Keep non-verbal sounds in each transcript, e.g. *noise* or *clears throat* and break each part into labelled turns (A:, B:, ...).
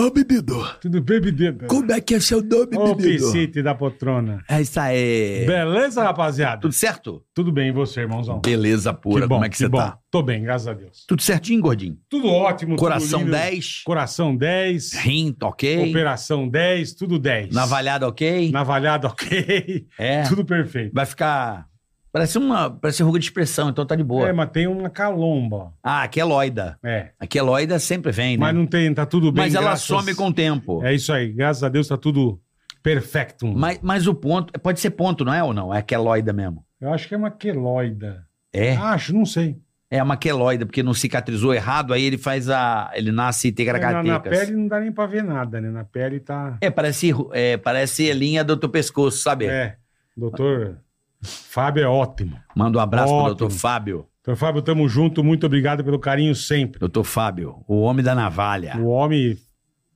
A: Ô, bebedor,
B: Tudo bem, bebida?
A: como é que é seu nome,
B: Ô,
A: bebedor?
B: Piscite da Potrona.
A: É isso aí.
B: Beleza, rapaziada?
A: Tudo certo?
B: Tudo bem, e você, irmãozão?
A: Beleza pura, como é que, você tá?
B: Tô bem, graças a Deus.
A: Tudo certinho, gordinho?
B: Tudo ótimo. tudo
A: Coração
B: lindo.
A: 10,
B: Coração 10.
A: rim, ok?
B: Operação 10, tudo 10.
A: Navalhada, ok?
B: Navalhado, ok.
A: É,
B: Tudo perfeito.
A: vai ficar... Parece uma... Parece ruga de expressão, então tá de boa.
B: É, mas tem uma calomba.
A: Ah, aqui é loida.
B: É.
A: Aqui é loida, sempre vem, né?
B: Mas
A: Mas,
B: não tem, tá tudo bem.
A: ela
B: graças-
A: some com o tempo.
B: É isso aí, graças a Deus tá tudo perfeito.
A: Mas, mas o ponto... Pode ser ponto, não é ou não? É queloida mesmo.
B: Eu acho que é uma queloida.
A: É,
B: Acho, não sei.
A: é uma queloida, porque não cicatrizou errado, aí ele faz a... Ele nasce
B: Na, na
A: tegragatecas.
B: pele É, não dá nem pra ver nada, né? Na pele tá...
A: É, parece, é, parece linha do teu pescoço, sabe?
B: É, doutor Fábio é ótimo.
A: Manda um abraço pro
B: Ótimo.
A: doutor Fábio.
B: Doutor Fábio, tamo junto, muito obrigado pelo carinho sempre.
A: Doutor Fábio, o homem da navalha.
B: O homem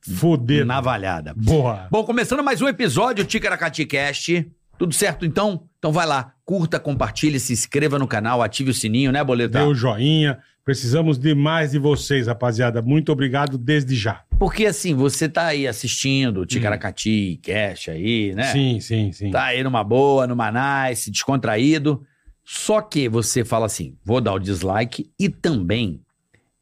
B: fudido.
A: Navalhada.
B: Boa.
A: Bom, começando mais um episódio do Ticaracati Cast. Tudo certo, então? Então vai lá, curta, compartilhe, se inscreva no canal, ative o sininho, né, Boleta?
B: Deu joinha. Precisamos demais de vocês, rapaziada. Muito obrigado desde já.
A: Porque assim, você tá aí assistindo o Ticaracati Cast aí, né?
B: Uhum. Sim, sim, sim.
A: Tá aí numa boa, numa nice, descontraído. Só que você fala assim: vou dar o dislike e também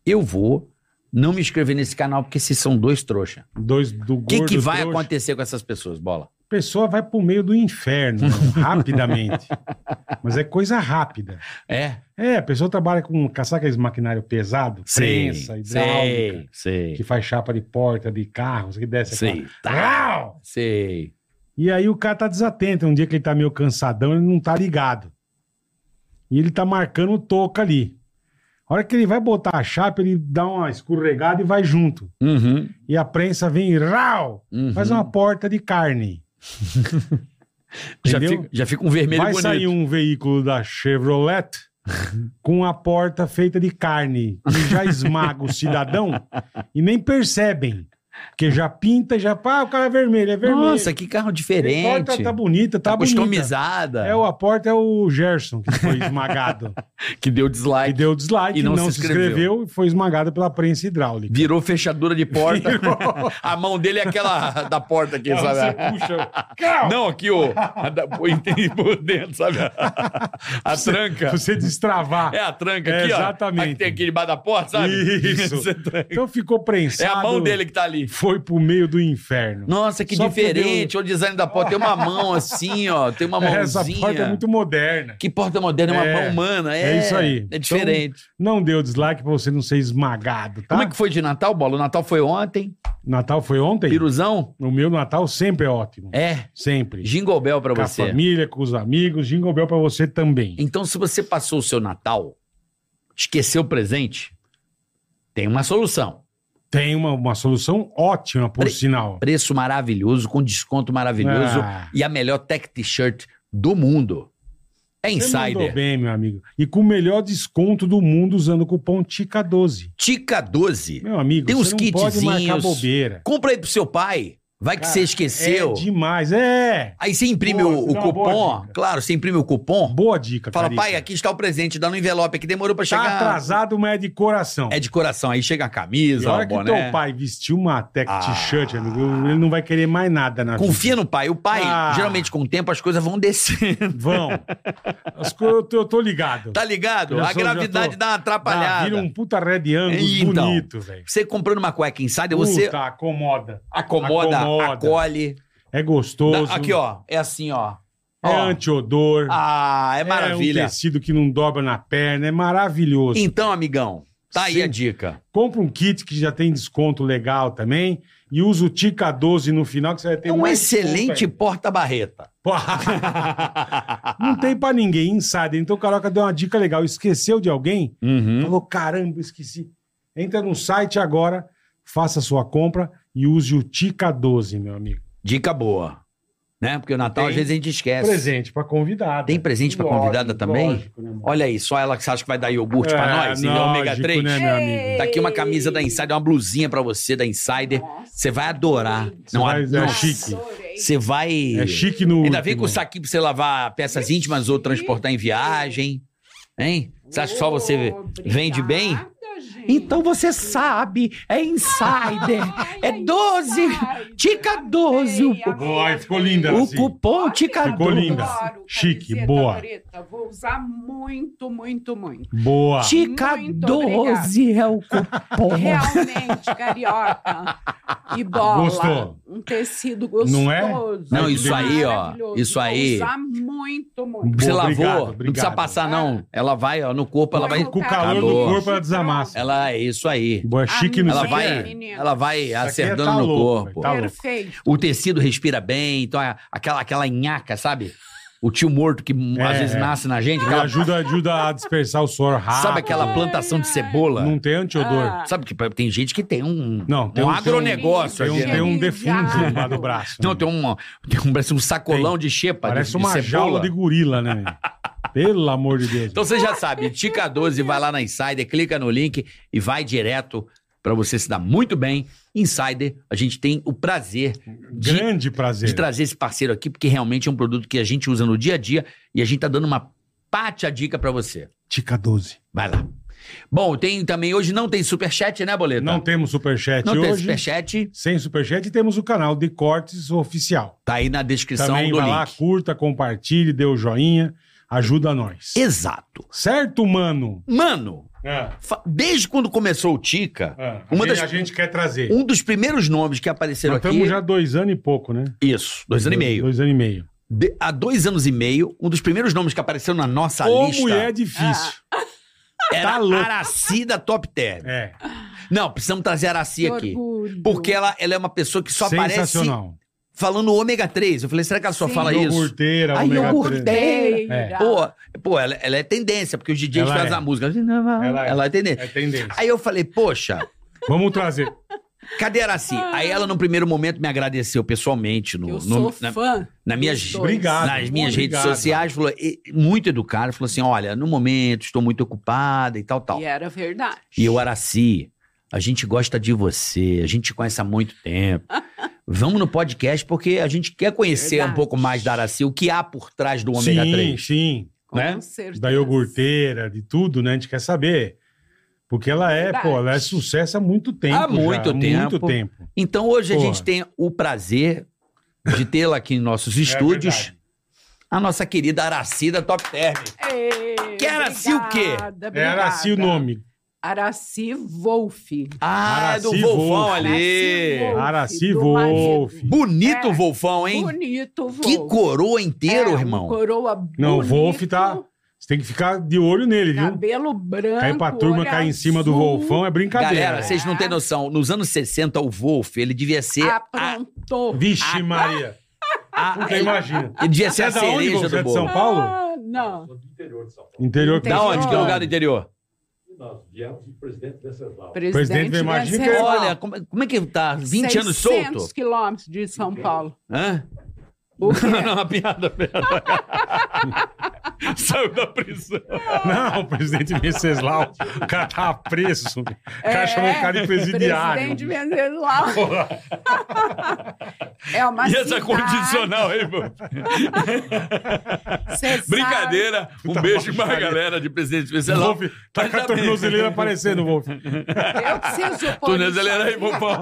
A: eu vou não me inscrever nesse canal, porque esses são dois trouxa.
B: Dois do
A: O que,
B: gordo
A: que vai
B: trouxa.
A: acontecer com essas pessoas, bola?
B: A pessoa vai pro meio
A: *laughs*
B: do inferno, né? rapidamente. Mas é coisa rápida.
A: É?
B: É, a pessoa trabalha com, caçar aqueles maquinário pesado, prensa, hidráulica,
A: sei, sei,
B: que faz chapa de porta, de carro, que desce aquela-
A: sei, tá,
B: Rau!
A: sei.
B: E aí o cara tá desatento. Um dia que ele tá meio cansadão, ele não tá ligado. E ele tá marcando o toco ali. A hora que ele vai botar a chapa, ele dá uma escorregada e vai junto.
A: Uhum,
B: E a prensa vem e rau!
A: uhum.
B: Faz uma porta de carne.
A: *laughs* já
B: entendeu?
A: fica, já fica um vermelho
B: vai
A: bonito.
B: sair um veículo da Chevrolet com a porta feita de carne, que já esmaga
A: *laughs*
B: o cidadão e nem percebem. Porque já pinta, já. Ah, o cara é vermelho, é vermelho.
A: Nossa, que carro
B: A
A: diferente.
B: porta tá bonita, tá, bonita.
A: customizada.
B: É, o a porta é o Gerson, que
A: *laughs*
B: foi esmagado.
A: Que deu
B: e
A: dislike.
B: deu dislike,
A: E
B: não,
A: não
B: se,
A: se
B: inscreveu. e foi esmagado pela prensa
A: *laughs*
B: hidráulica.
A: Virou fechadura de
B: *laughs*
A: porta.
B: Virou.
A: a mão dele é aquela da porta aqui,
B: Ela
A: sabe?
B: você puxa. Cau!
A: Não, aqui, ó. a da- pô, entendi por dentro, sabe? A tranca.
B: Você destravar.
A: É a tranca
B: É,
A: aqui, ó.
B: exatamente.
A: A que tem aqui debaixo da porta, sabe? *laughs*
B: Isso.
A: Você tranca.
B: Então ficou
A: É
B: prensado.
A: a mão dele que tá ali.
B: Foi pro meio do inferno.
A: Nossa, que
B: Só
A: diferente. Olha o design da porta. Tem uma mão assim, ó. Tem uma mãozinha.
B: Essa porta *laughs* é muito moderna.
A: Que porta moderna, é uma
B: É.
A: mão humana. É,
B: É isso aí.
A: É diferente.
B: Não deu dislike pra você não ser esmagado, tá?
A: Como é que foi de Natal, Bola? O Natal foi ontem.
B: Natal foi ontem?
A: Piruzão?
B: O meu Natal sempre é ótimo.
A: É.
B: Sempre.
A: Jingle Bell pra
B: com
A: você.
B: a família, com os amigos. Jingle Bell pra você também.
A: Então, se você passou o seu Natal, esqueceu o presente, tem uma solução.
B: Tem uma, uma solução ótima, por
A: Pre-
B: sinal.
A: Preço maravilhoso, com desconto maravilhoso
B: Ah.
A: e a melhor tech t-shirt do mundo. É
B: Você mandou
A: Insider.
B: bem, meu amigo. E com o melhor desconto do mundo usando o cupom TICA12.
A: Tica 12.
B: Meu amigo,
A: Tem uns
B: você não pode marcar
A: kitzinhos.
B: bobeira.
A: Compra aí pro seu pai. Vai que
B: Cara,
A: você esqueceu.
B: É demais, é.
A: Aí você imprime
B: Boa,
A: o-
B: isso
A: o,
B: é uma boa
A: cupom.
B: dica.
A: Claro, você imprime o cupom.
B: Boa dica,
A: fala,
B: Carica.
A: pai, aqui está o presente. Dá no envelope aqui. Demorou pra
B: Tá
A: chegar.
B: atrasado, mas é de coração.
A: É de coração. Aí chega a
B: E
A: camisa,
B: a
A: o
B: hora que teu
A: boné.
B: pai vestiu uma tech
A: Ah.
B: t-shirt, amigo, ele não vai querer mais nada na
A: Confia no pai. O pai,
B: Ah.
A: geralmente, com o tempo, as coisas vão descendo.
B: vida.
A: *laughs*
B: Vão. As co- eu, tô, eu tô ligado.
A: Tá ligado?
B: Já
A: a
B: sou- já
A: gravidade
B: tô-
A: dá uma
B: Dá-
A: atrapalhada.
B: Vira um puta red angle
A: Então.
B: bonito, velho.
A: Você comprando uma cueca insider, você
B: Puta, acomoda.
A: acomoda,
B: acomoda.
A: acolhe.
B: É
A: Dá-
B: gostoso.
A: aqui, ó. É assim, ó.
B: É
A: Ó.
B: antiodor.
A: Ah, é
B: É um
A: maravilha.
B: tecido que não dobra na perna, é maravilhoso.
A: então, amigão, Tá aí
B: Sim.
A: a dica.
B: Compra um kit que já tem desconto legal também. E usa o Tica 12 no final, que você vai ter
A: É um
B: mais desconto
A: excelente
B: ainda. *laughs*
A: porta-barreta.
B: Porra, Não tem pra ninguém, insider. Então o Caroca deu uma dica legal. Esqueceu de alguém?
A: Uhum.
B: Falou, caramba, esqueci. Entra no site agora, faça sua compra e use o Tica 12, meu amigo.
A: Dica boa. Né? Porque o Natal,
B: Tem
A: às vezes, a gente esquece.
B: Presente pra convidada.
A: É, Tem presente pra
B: Lógico,
A: convidada também?
B: lógico, né, mano?
A: Olha aí, só ela que você acha que vai dar iogurte pra
B: É,
A: nós, em ômega
B: lógico,
A: 3.
B: né, meu amigo?
A: Tá aqui uma camisa da Insider, uma blusinha pra você da Insider. Você vai adorar.
B: Você vai- é
A: não,
B: chique.
A: Você vai.
B: É chique no
A: Ainda vem com
B: último.
A: o saquinho pra você lavar peças íntimas ou transportar em viagem. Hein? Você acha que só você vende bem? Então você sabe, é
C: *laughs*
A: Insider. É 12. Tica 12. O,
B: Boa, ficou linda.
A: o
B: assim.
A: cupom Tica
B: Ficou
A: 12.
B: linda. Chique, boa.
C: Vou usar muito, muito, muito.
B: Boa.
A: Tica
C: Muito
A: 12 é o cupom.
C: *laughs* Realmente, carioca. E bola.
B: Gostou?
C: Um tecido gostoso.
B: Não é?
A: Não, isso aí, ó,
C: maravilhoso.
A: isso
C: Vou
A: aí.
C: usar muito, muito.
A: Não precisa
B: Boa,
A: lavou,
B: obrigado,
A: não precisa
B: obrigado.
A: passar, não. Ela vai, ó, no corpo, ela vai.
B: Com
C: tá
B: o calor do
A: Calor.
B: corpo, ela desamassa.
A: Ela é isso aí.
B: Boa, chique no
A: Ela
B: Isso aqui é-
A: vai, ela vai
B: aqui é
A: acertando
B: tá
A: no
B: louco,
A: corpo.
B: tá louco.
C: Perfeito.
A: O tecido respira bem, então é aquela, aquela nhaca, sabe? O tio morto que
B: É,
A: às vezes
B: é.
A: nasce na gente.
B: Ela
A: aquela-
B: ajuda, ajuda a dispersar o suor rápido.
A: sabe aquela plantação de cebola?
B: Não tem antiodor.
C: Ah.
A: Sabe que tem gente que tem um,
B: Não, tem
A: um
B: um-
A: agronegócio.
B: Tem um,
A: aqui, né?
B: tem um defunto
C: Genial.
B: lá no braço.
A: Não,
B: né?
A: tem um, tem um, parece um sacolão de xepa. de-
B: Parece
A: de
B: uma
A: cebola.
B: jaula de gorila, né? velho? Pelo amor de Deus.
A: Então você já sabe, Tica 12, vai lá na Insider, clica no link e vai direto pra você se dar muito bem. Insider, a gente tem o prazer de,
B: Grande prazer.
A: de trazer esse parceiro aqui, porque realmente é um produto que a gente usa no dia a dia e a gente tá dando uma pátia dica pra você.
B: Tica 12.
A: Vai lá. Bom, tem também, hoje não tem superchat, né, Boleta?
B: Não temos superchat
A: Não tem
B: hoje.
A: superchat,
B: Sem superchat, temos o canal de cortes oficial.
A: tá aí na descrição
B: Também
A: do
B: vai
A: link.
B: lá, curta, compartilhe, dê o joinha, ajuda nós.
A: Exato.
B: Certo, mano?
A: Mano, fa- desde quando começou o Tica, Uma
B: É, a,
A: das-
B: gente, a gente quer trazer.
A: um dos primeiros nomes que apareceram
B: Nós
A: aqui...
B: estamos já dois anos e pouco, né?
A: Isso, dois anos e meio.
B: Dois anos e meio.
A: De- há dois anos e meio, um dos primeiros nomes que apareceu na nossa
B: Como
A: lista Ah.
B: é difícil.
A: era
B: tá louco.
A: Aracida Top Term.
B: É,
A: Não, precisamos trazer a Araci aqui.
C: Orgulho.
A: Porque ela, ela é uma pessoa que só aparece
B: sensacional.
A: falando ômega 3. Eu falei, será que ela só
C: Sim.
A: fala isso?
B: Iogurteira,
A: Ai,
B: ômega
A: iogurteira.
B: três.
C: Inteira.
B: É.
A: Pô, pô ela, ela é tendência, porque os DJs
B: Ela
A: fazem
B: é.
A: a música. Ela,
B: é.
A: é tendência.
B: É tendência.
A: Aí eu falei, poxa,
B: Vamos trazer.
A: cadê a Araci? Aí ela, num primeiro momento, me agradeceu pessoalmente no,
C: Ah. Eu
A: no-
C: sou
A: na,
C: fã.
A: na minha
C: dos dois.
B: Obrigado.
A: nas minhas
B: Ah, Obrigado.
A: redes sociais, falou, e- muito educado, falou assim: olha, no momento estou muito ocupada e tal, tal.
C: E era verdade.
A: E eu, Araci, a gente gosta de você, a gente te conhece há muito
C: *laughs*
A: tempo. Vamos no podcast porque a gente quer conhecer
C: Verdade.
A: um pouco mais da Araci, o que há por trás do ômega
B: sim,
A: 3.
B: sim.
C: Com
A: né?
C: certeza.
B: Da iogurteira, de tudo, né? A gente quer saber. Porque ela é,
C: Verdade.
B: pô, ela é sucesso há muito tempo.
A: Há muito
B: já,
A: tempo.
B: Muito tempo.
A: Então hoje
B: Porra.
A: a gente tem o prazer de tê-la aqui em nossos estúdios,
B: É verdade.
A: a nossa querida Araci da Top Term.
C: Ei,
A: Que
C: assim
A: Araci o quê?
C: É, obrigada,
B: É Araci o
C: obrigada.
B: nome.
C: Araci Wolff.
A: Ah, é do
B: Araci
A: Volfão
B: Wolff.
A: ali.
C: Araci Wolff,
B: Araci
C: do marido.
B: Wolf.
A: Bonito
C: É.
A: o Volfão, hein?
C: Bonito, Wolff.
A: Que coroa inteiro,
C: É, um
A: irmão.
C: Coroa bonito,
B: Não, o Wolf tá. Você tem que ficar de olho nele, viu?
C: Cabelo branco.
B: Cair pra turma,
C: olho
B: cair em cima do
C: azul,
B: Wolfão é brincadeira.
A: Galera, vocês não têm noção. Nos anos 60, o Wolf, ele devia ser.
C: Ah,
A: a-
C: Aprontou.
B: Vixe,
A: Ah,
B: Maria.
A: a-
B: Puta,
A: ele-
B: imagina.
A: Ele devia ser
B: Você é
A: a
B: da onde,
A: cereja
B: você
A: do
B: é de São
A: bolo.
B: Paulo?
C: Ah, não.
B: Interior
A: ah. Da onde? Que é
C: Paulo.
A: lugar do interior?
B: Presidente
C: Presidente
B: Vermagem,
C: Venceslau.
B: Sei
A: Olha, como, como é que tá? 20 anos
C: 600
A: solto?
C: quilômetros de São Paulo.
A: Hã?
C: O quê?
A: Não, uma piada,
C: *laughs*
A: piada. Saiu da prisão.
B: Não, o presidente Venceslau. O cara tava preso. O cara chamou o cara de presidiário.
C: É, Presidente Venceslau. é uma
A: E essa
C: cidade,
A: condicional, hein, meu?
C: cê sabe.
A: Brincadeira. Um
B: Tá
A: beijo pra
B: baixaria.
A: galera de presidente Venceslau.
B: Wolf, tá com a tornozeleira aparecendo, Wolf.
C: Eu
A: é
C: preciso pôr
A: Tornozeleira aí,
C: isso aqui.
A: Volfão.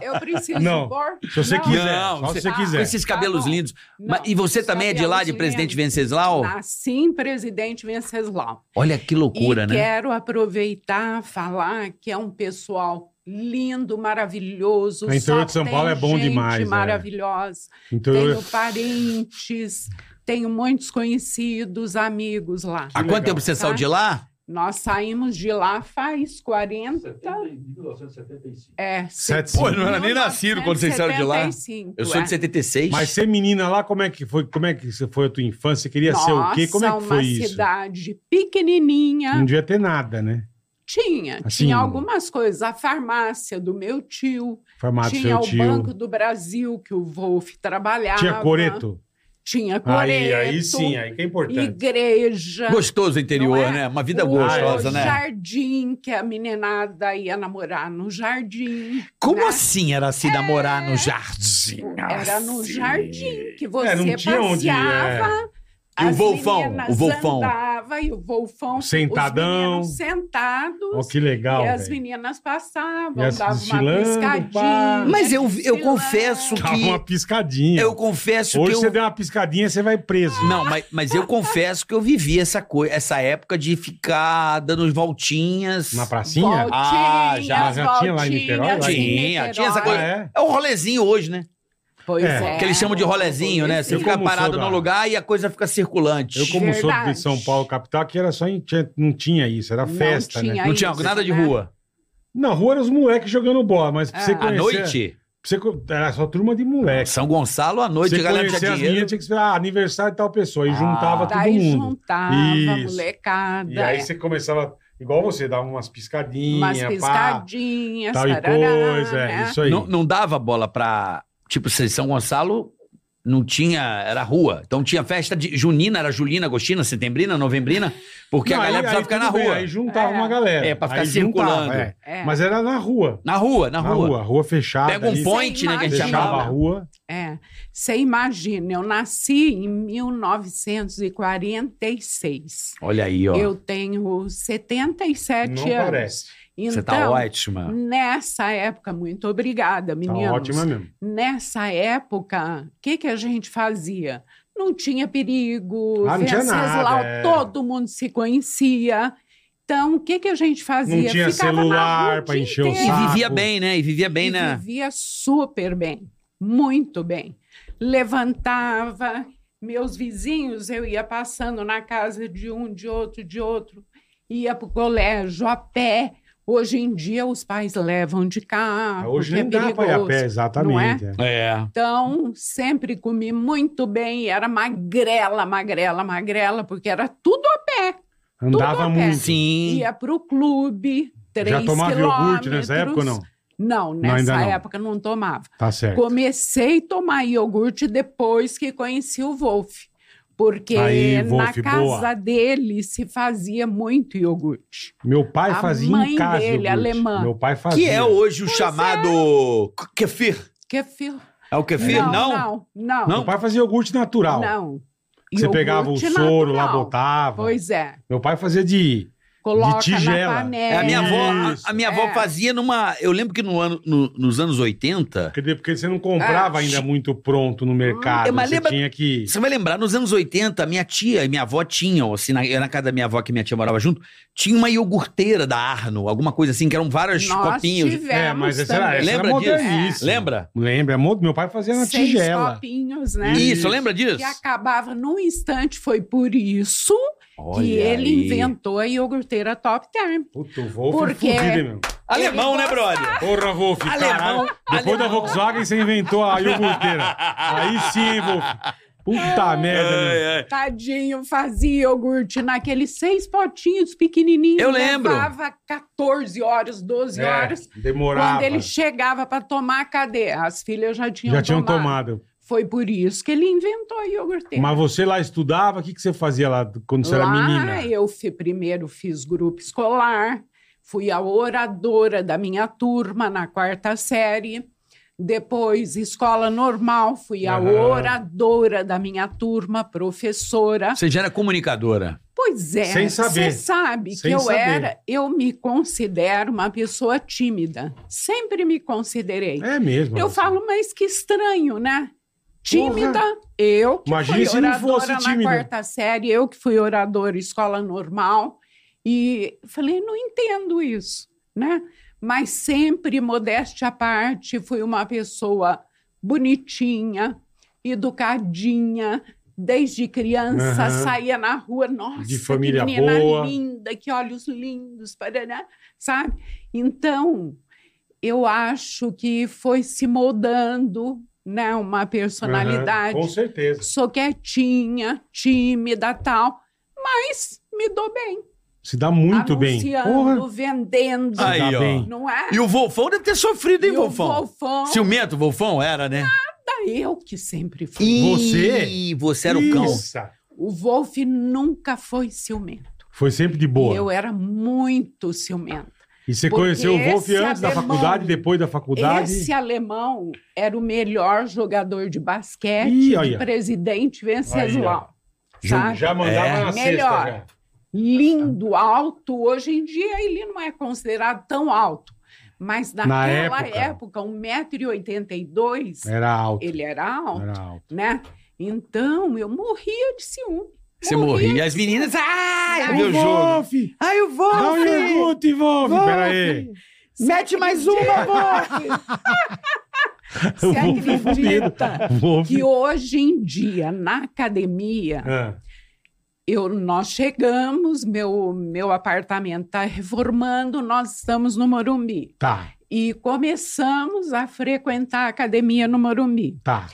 C: Eu preciso
B: Não,
C: pôr.
B: se você
C: Não.
B: quiser.
A: Não,
B: só se você
A: você-
B: quiser.
A: Com esses cabelos
C: Tá bom.
A: lindos.
C: Não.
A: Mas- e você
C: Os
A: também é de lá, de
C: cabelos
A: Presidente
C: lindos.
A: Venceslau?
C: Nasci em Presidente Venceslau.
A: Olha que loucura,
C: e é
A: né?
C: quero aproveitar falar que é um pessoal lindo, maravilhoso.
B: O interior
C: só
B: de São
C: tem
B: Paulo é bom
C: gente
B: demais, é.
C: maravilhosa.
B: Então,
C: Tenho parentes, tenho muitos conhecidos, amigos lá.
A: Há
B: legal.
A: quanto tempo você saiu de lá?
C: Nós saímos de lá faz 40. É,
B: Sete,
A: Pô,
B: cinco.
A: não era nem nascido quando vocês saíram de lá.
C: 1975,
A: Eu sou de
C: é.
A: 76.
B: Mas ser menina lá, como é que foi? Como é que você foi a tua infância? Você queria ser o quê? Como é que
C: Nossa,
B: foi
C: uma
B: isso?
C: cidade
B: Não
C: pequenininha.
B: devia ter nada, né?
C: Tinha,
B: Assim-
C: tinha algumas coisas. A farmácia do meu tio,
B: Formato
C: tinha
B: seu
C: o
B: tio.
C: Banco do Brasil, que o Wolf trabalhava.
B: Tinha coreto?
C: Tinha
B: Aí,
C: coreto.
B: aí sim, aí que é importante.
C: Igreja.
A: Gostoso o interior,
C: Não é?
A: né? Uma vida
C: o
A: gostosa, né?
C: jardim, que a meninada ia namorar no jardim.
A: Como
C: né?
A: assim era se namorar
C: É.
A: no jardim?
C: Era no
A: Assim.
C: jardim que
B: Ah, É, não
C: você
B: tinha onde ir, é.
C: passeava.
A: E o
C: as
A: Wolfão,
C: meninas
A: o Wolfão.
C: andava, e o Volfão.
B: Sentadão.
C: sentados.
B: Ó, que legal.
C: e as
B: velho.
C: meninas
B: E
C: passavam,
B: as
C: davam uma
B: desfilando, pá.
C: pescadinha.
A: Mas eu, eu
C: desfilando.
A: confesso
B: Dava uma
A: que.
B: piscadinha.
A: Eu confesso
B: Hoje
A: que
B: você
A: eu.
B: der uma piscadinha, você vai preso.
A: Não, mas, mas eu confesso que eu vivi essa coisa, essa época de ficar dando voltinhas.
B: Na pracinha?
C: Voltinhas,
A: Ah, já-
B: Mas Assim, é? já tinha lá em
C: voltinhas
B: Niterói?
A: Tinha, tinha essa
B: Ah,
A: coisa.
B: é?
A: É o rolezinho hoje, né?
C: Pois
B: É.
C: é.
A: Que eles chamam de rolezinho, né? Você
B: Eu
A: fica
B: como sou
A: parado
B: da-
A: num lugar e a coisa fica circulante.
B: Eu, como sou de
C: Verdade.
B: São Paulo, capital, que era só em, tinha- não tinha isso, era
C: Não
B: festa, né?
C: tinha.
A: Não tinha
C: isso,
A: nada de
C: né?
A: rua.
B: Na rua eram os moleques jogando bola, mas pra
C: É.
B: você
C: À
A: Ah, À
B: conhecer.
A: noite,
B: pra você co- era só turma de moleque.
A: São Anitte, à noite, a
B: você
A: galera
B: conhecer
A: tinha
B: as meninas,
A: dinheiro.
B: tinha que esperar ah, aniversário de tal pessoa. E
A: Ah.
B: juntava todo
C: Daí
B: mundo.
C: juntava,
B: Isso.
C: molecada.
B: E aí
C: é.
B: você começava, igual você, dava umas piscadinhas,
C: umas
B: pá,
C: piscadinhas,
B: tal e
C: tarará,
B: coisa. é,
C: né?
B: Isso aí.
A: Não, não dava bola pra. Tipo, se São Gonçalo não tinha. Era rua. Então tinha festa de junina, era julina, agostina, setembrina, novembrina, porque
B: Não,
A: a
B: aí-
A: galera
B: aí
A: precisava ficar na
B: tudo bem,
A: rua.
B: aí juntava
C: É.
B: uma galera.
A: É, pra ficar
B: Aí juntava,
A: circulando.
B: é.
C: É,
B: Mas era na rua.
A: Na rua, na,
B: Na
A: rua.
B: rua, Ah, rua fechada.
A: Pega um
B: ali,
A: point, né, que a gente
B: Fechava
A: chamava.
B: a rua.
C: é. Você imagina, eu nasci em 1946.
A: Olha aí, ó.
C: Eu tenho 77
B: Não
C: anos.
B: parece.
C: Então,
A: Você tá ótima.
C: nessa época, muito obrigada,
B: Tá
C: meninos.
B: ótima mesmo.
C: Nessa época, o que, que a gente fazia? Não tinha perigo,
B: Ah, não tinha
C: Venceslau,
B: nada, é.
C: todo mundo se conhecia. Então, o que, que a gente fazia?
B: Não tinha
C: Ficava na
B: celular
C: rua o
B: pra
C: dia
B: encher o
C: inteiro.
A: E
B: saco.
A: vivia bem, né? E vivia bem,
C: E
A: né?
C: vivia super bem, muito bem. Levantava, meus vizinhos, eu ia passando na casa de um, de outro, de outro, ia para o colégio a pé. Hoje em dia os pais levam de carro,
B: Hoje
C: porque
B: nem
C: é
B: dá pra ir a
C: perigoso.
B: pé, exatamente. é.
A: É.
C: Então, sempre comi muito bem, era magrela, magrela, magrela, porque era tudo a pé.
B: Andava
C: a pé.
B: muito.
A: Sim.
C: Ia para o clube, três
B: Já tomava iogurte
C: quilômetros.
B: nessa época ou não? Não,
C: Não,
B: ainda
C: nessa
B: não.
C: época não tomava.
B: Tá certo.
C: Comecei a tomar iogurte depois que conheci o Wolf. Porque
B: Aí, Wolf,
C: na casa
B: boa.
C: dele se fazia muito iogurte.
B: Meu pai
C: A
B: fazia
C: mãe
B: em casa.
C: dele,
B: iogurte.
C: alemã.
B: Meu pai fazia.
A: Que é hoje o chamado kefir.
C: Kefir?
A: É o kefir? Não?
C: Não, não.
A: Não?
B: Meu pai fazia iogurte natural.
C: não.
B: Você pegava o
C: Iogurte
B: soro lá,
C: natural.
B: botava.
C: Pois é.
B: Meu pai fazia de.
C: Coloca
B: tigela.
C: na panela.
A: É, a minha avó,
B: Isso.
A: a, a minha avó
C: É.
A: fazia numa. Eu lembro que no ano, no- nos anos 80.
B: Porque, porque você não comprava
C: Ah,
B: ainda muito pronto no mercado.
A: Hum, mas
B: você
A: lembra-
B: tinha que.
A: Você vai lembrar, nos anos 80, minha tia e minha avó tinham, assim, na, na casa da minha avó que minha tia morava junto, tinha uma iogurteira da Arno, alguma coisa assim, que eram vários
C: Nós
A: copinhos.
C: tivemos
B: É, mas essa era,
C: também.
B: essa era
A: Lembra disso?
B: moderníssima.
A: Lembra?
B: Lembra? mo- Meu pai fazia na
C: Seis
B: tigela.
C: copinhos, né?
A: Isso, lembra disso?
C: Que acabava num instante. Foi por isso
A: Olha
C: que ele
A: aí.
C: inventou a iogurteira Top Term.
B: Puta, o Wolf é
C: Porque-
B: fudido, hein, meu?
A: Alemão, né, brother?
B: Porra, Wolf,
A: Alemão,
B: caralho. Depois
A: alemão.
B: da Volkswagen, você inventou a iogurteira. Aí sim, hein, Wolf. Puta merda, meu.
A: Ai, ai.
C: Tadinho, fazia iogurte naqueles seis potinhos pequenininhos.
A: Eu lembro.
C: Levava 14 horas, 12
B: É,
C: horas.
B: demorava.
C: Quando ele chegava para tomar, cadê? As filhas já tinham
B: Já tinham
C: tomado.
B: tomado.
C: Foi por isso que ele inventou a iogurteira.
B: Mas você lá estudava, o que, que você fazia lá quando você era
C: Lá
B: menina?
C: eu fi- primeiro fiz grupo escolar, fui a oradora da minha turma na quarta série. Depois, escola normal, fui a
B: Aham.
C: oradora da minha turma, professora.
A: Você já era comunicadora.
C: Pois é,
B: Sem saber.
C: você sabe
B: Sem
C: que eu
B: saber.
C: era, eu me considero uma pessoa tímida. Sempre me considerei.
B: É mesmo.
C: eu
B: você.
C: falo, mas que estranho, né? Tímida, eu que
B: Imagina
C: fui
B: se não
C: oradora
B: fosse
C: na
B: tímida.
C: quarta série, eu que fui oradora em escola normal. E falei, não entendo isso, né? Mas sempre, modéstia à parte, fui uma pessoa bonitinha, educadinha, Desde criança,
B: Aham.
C: saía na rua, nossa,
B: De família
C: que menina
B: boa.
C: linda, que olhos lindos, paraná, sabe? Então, eu acho que foi se moldando, né, uma personalidade.
B: Com certeza.
C: Sou quietinha, tímida, tal, mas me dou bem.
B: Se dá muito bem.
C: Anunciando,
B: Porra.
C: vendendo,
B: Se
A: Aí,
B: dá
A: ó.
B: bem.
C: não é?
A: E o Volfão deve ter sofrido, hein,
C: E o
A: Volfão?
C: Volfão, Tá,
A: Ciumento, Volfão era, né?
C: eu que sempre fui.
B: Você?
A: Ih, você era o cão.
B: Isso.
C: O Wolf nunca foi ciumento.
B: Foi sempre de boa.
C: E eu era muito ciumento.
B: E você
C: Porque
B: conheceu o Wolf
C: esse
B: antes da
C: alemão-
B: faculdade, depois da faculdade?
C: Esse alemão era o melhor jogador de basquete
B: Ih,
C: de
B: olha.
C: presidente Venceslau. Sabe?
B: Já mandava
A: É.
B: na
C: Melhor.
B: sexta. Já.
C: Lindo, alto. Hoje em dia ele não é considerado tão alto. Mas naquela
B: época.
C: época, 1,82m,
B: Era alto.
C: ele era alto,
B: Era alto.
C: né? Então eu morria de ciúme.
A: Você
C: Morria.
A: morria. E as meninas, ah,
C: Ai,
A: meu
B: Ô,
A: jogo.
B: Wolf!
A: Ai, eu vou.
B: Dá um iogurte, Wolf!
A: Wolf!
B: Pera aí.
A: Mete mais uma,
C: Wolf!
B: *laughs* O
C: Você
B: *laughs* Wolf é
C: acredita
B: Wolf. é
C: que hoje em dia, na academia,
B: Ah,
C: eu, nós chegamos, meu, meu apartamento está reformando, nós estamos no Morumbi.
B: tá,
C: E começamos a frequentar a academia no Morumbi.
B: tá.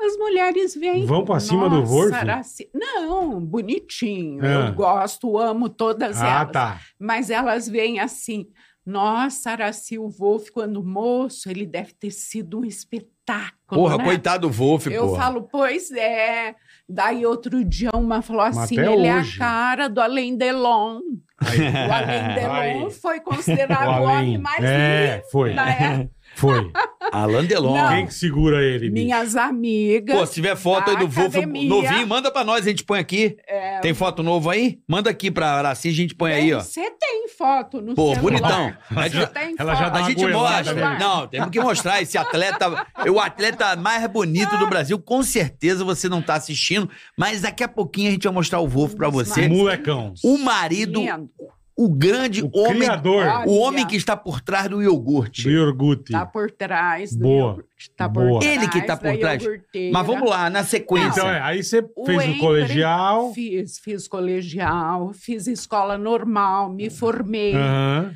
C: As mulheres vêm.
B: Vão pra cima do
C: "Nossa,
B: Wolf?"
C: Araci- Não, bonitinho.
B: Ah.
C: Eu gosto, amo todas
B: Ah,
C: elas.
B: tá.
C: Mas elas veem assim: nossa, Araci, o Wolf, quando moço, ele deve ter sido um espetáculo.
A: Porra,
C: né?
A: coitado do Wolf,
C: Eu
A: porra.
C: falo, pois é. Daí outro dia uma falou
B: Mas
C: assim:
B: até
C: ele é
B: hoje.
C: a cara do Alain Delon. O Alain Delon
B: Aí.
C: foi
B: O
C: considerado o homem
B: Além.
C: mais
B: É,
C: lindo né?
B: foi. *laughs*
C: da época.
B: Foi.
A: Alain Delon.
C: Não.
B: Quem que segura ele, bicho?
C: Minhas amigas.
A: Pô, se tiver foto aí do
C: Da
A: Wolf
C: academia.
A: novinho, manda pra nós, a gente põe aqui. Tem foto novo aí? Manda aqui pra Araci, a gente põe aí, ó.
C: Você tem foto no
A: Pô,
C: celular?
A: bonitão. A
C: Você
A: gente-
C: tem
B: Ela já
C: foto?
B: dá
A: A
B: uma
A: gente
B: goelada,
A: mostra.
C: né?
A: Não, temos que mostrar esse atleta. é O atleta mais bonito do Brasil. Com certeza você não tá assistindo. Mas daqui a pouquinho a gente vai mostrar o Wolf pra você.
B: Molecão.
A: O marido,
C: Lindo.
A: o grande
B: O
A: homem.
B: criador
C: Olha.
A: O homem que está por trás do
B: do
A: iogurte.
B: iogurte.
C: Tá por trás do
B: Boa,
C: iogurte. Tá
B: boa.
C: por trás
A: Ele que tá por
C: da
A: trás.
C: iogurteira.
A: Mas vamos lá, na sequência.
B: Então, é, aí você
C: O
B: fez o
C: Empre-
B: colegial.
C: Fiz, fiz colegial, fiz escola normal, me formei.
B: Aham.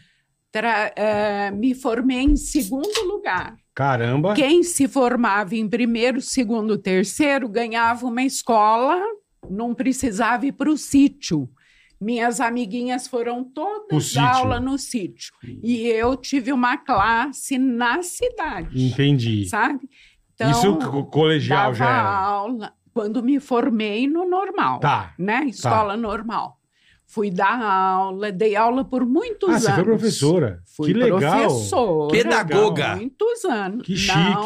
C: Tra- eh, me formei em segundo lugar.
B: Caramba.
C: Quem se formava em primeiro, segundo, terceiro ganhava uma escola, não precisava ir para o sítio. Minhas amiguinhas foram
B: Pro
C: todas
B: sítio.
C: dar aula no sítio. E eu tive uma classe na cidade,
B: Entendi.
C: sabe?
B: Isso co- colegial
C: Então, dava
B: já era.
C: aula quando me formei no normal
B: Tá.
C: né? Escola normal. Fui dar aula, dei aula por muitos
B: Ah,
C: anos.
B: você foi professora.
C: Fui
B: que legal.
C: professora.
A: Pedagoga.
C: Muitos anos.
B: Que
C: Não,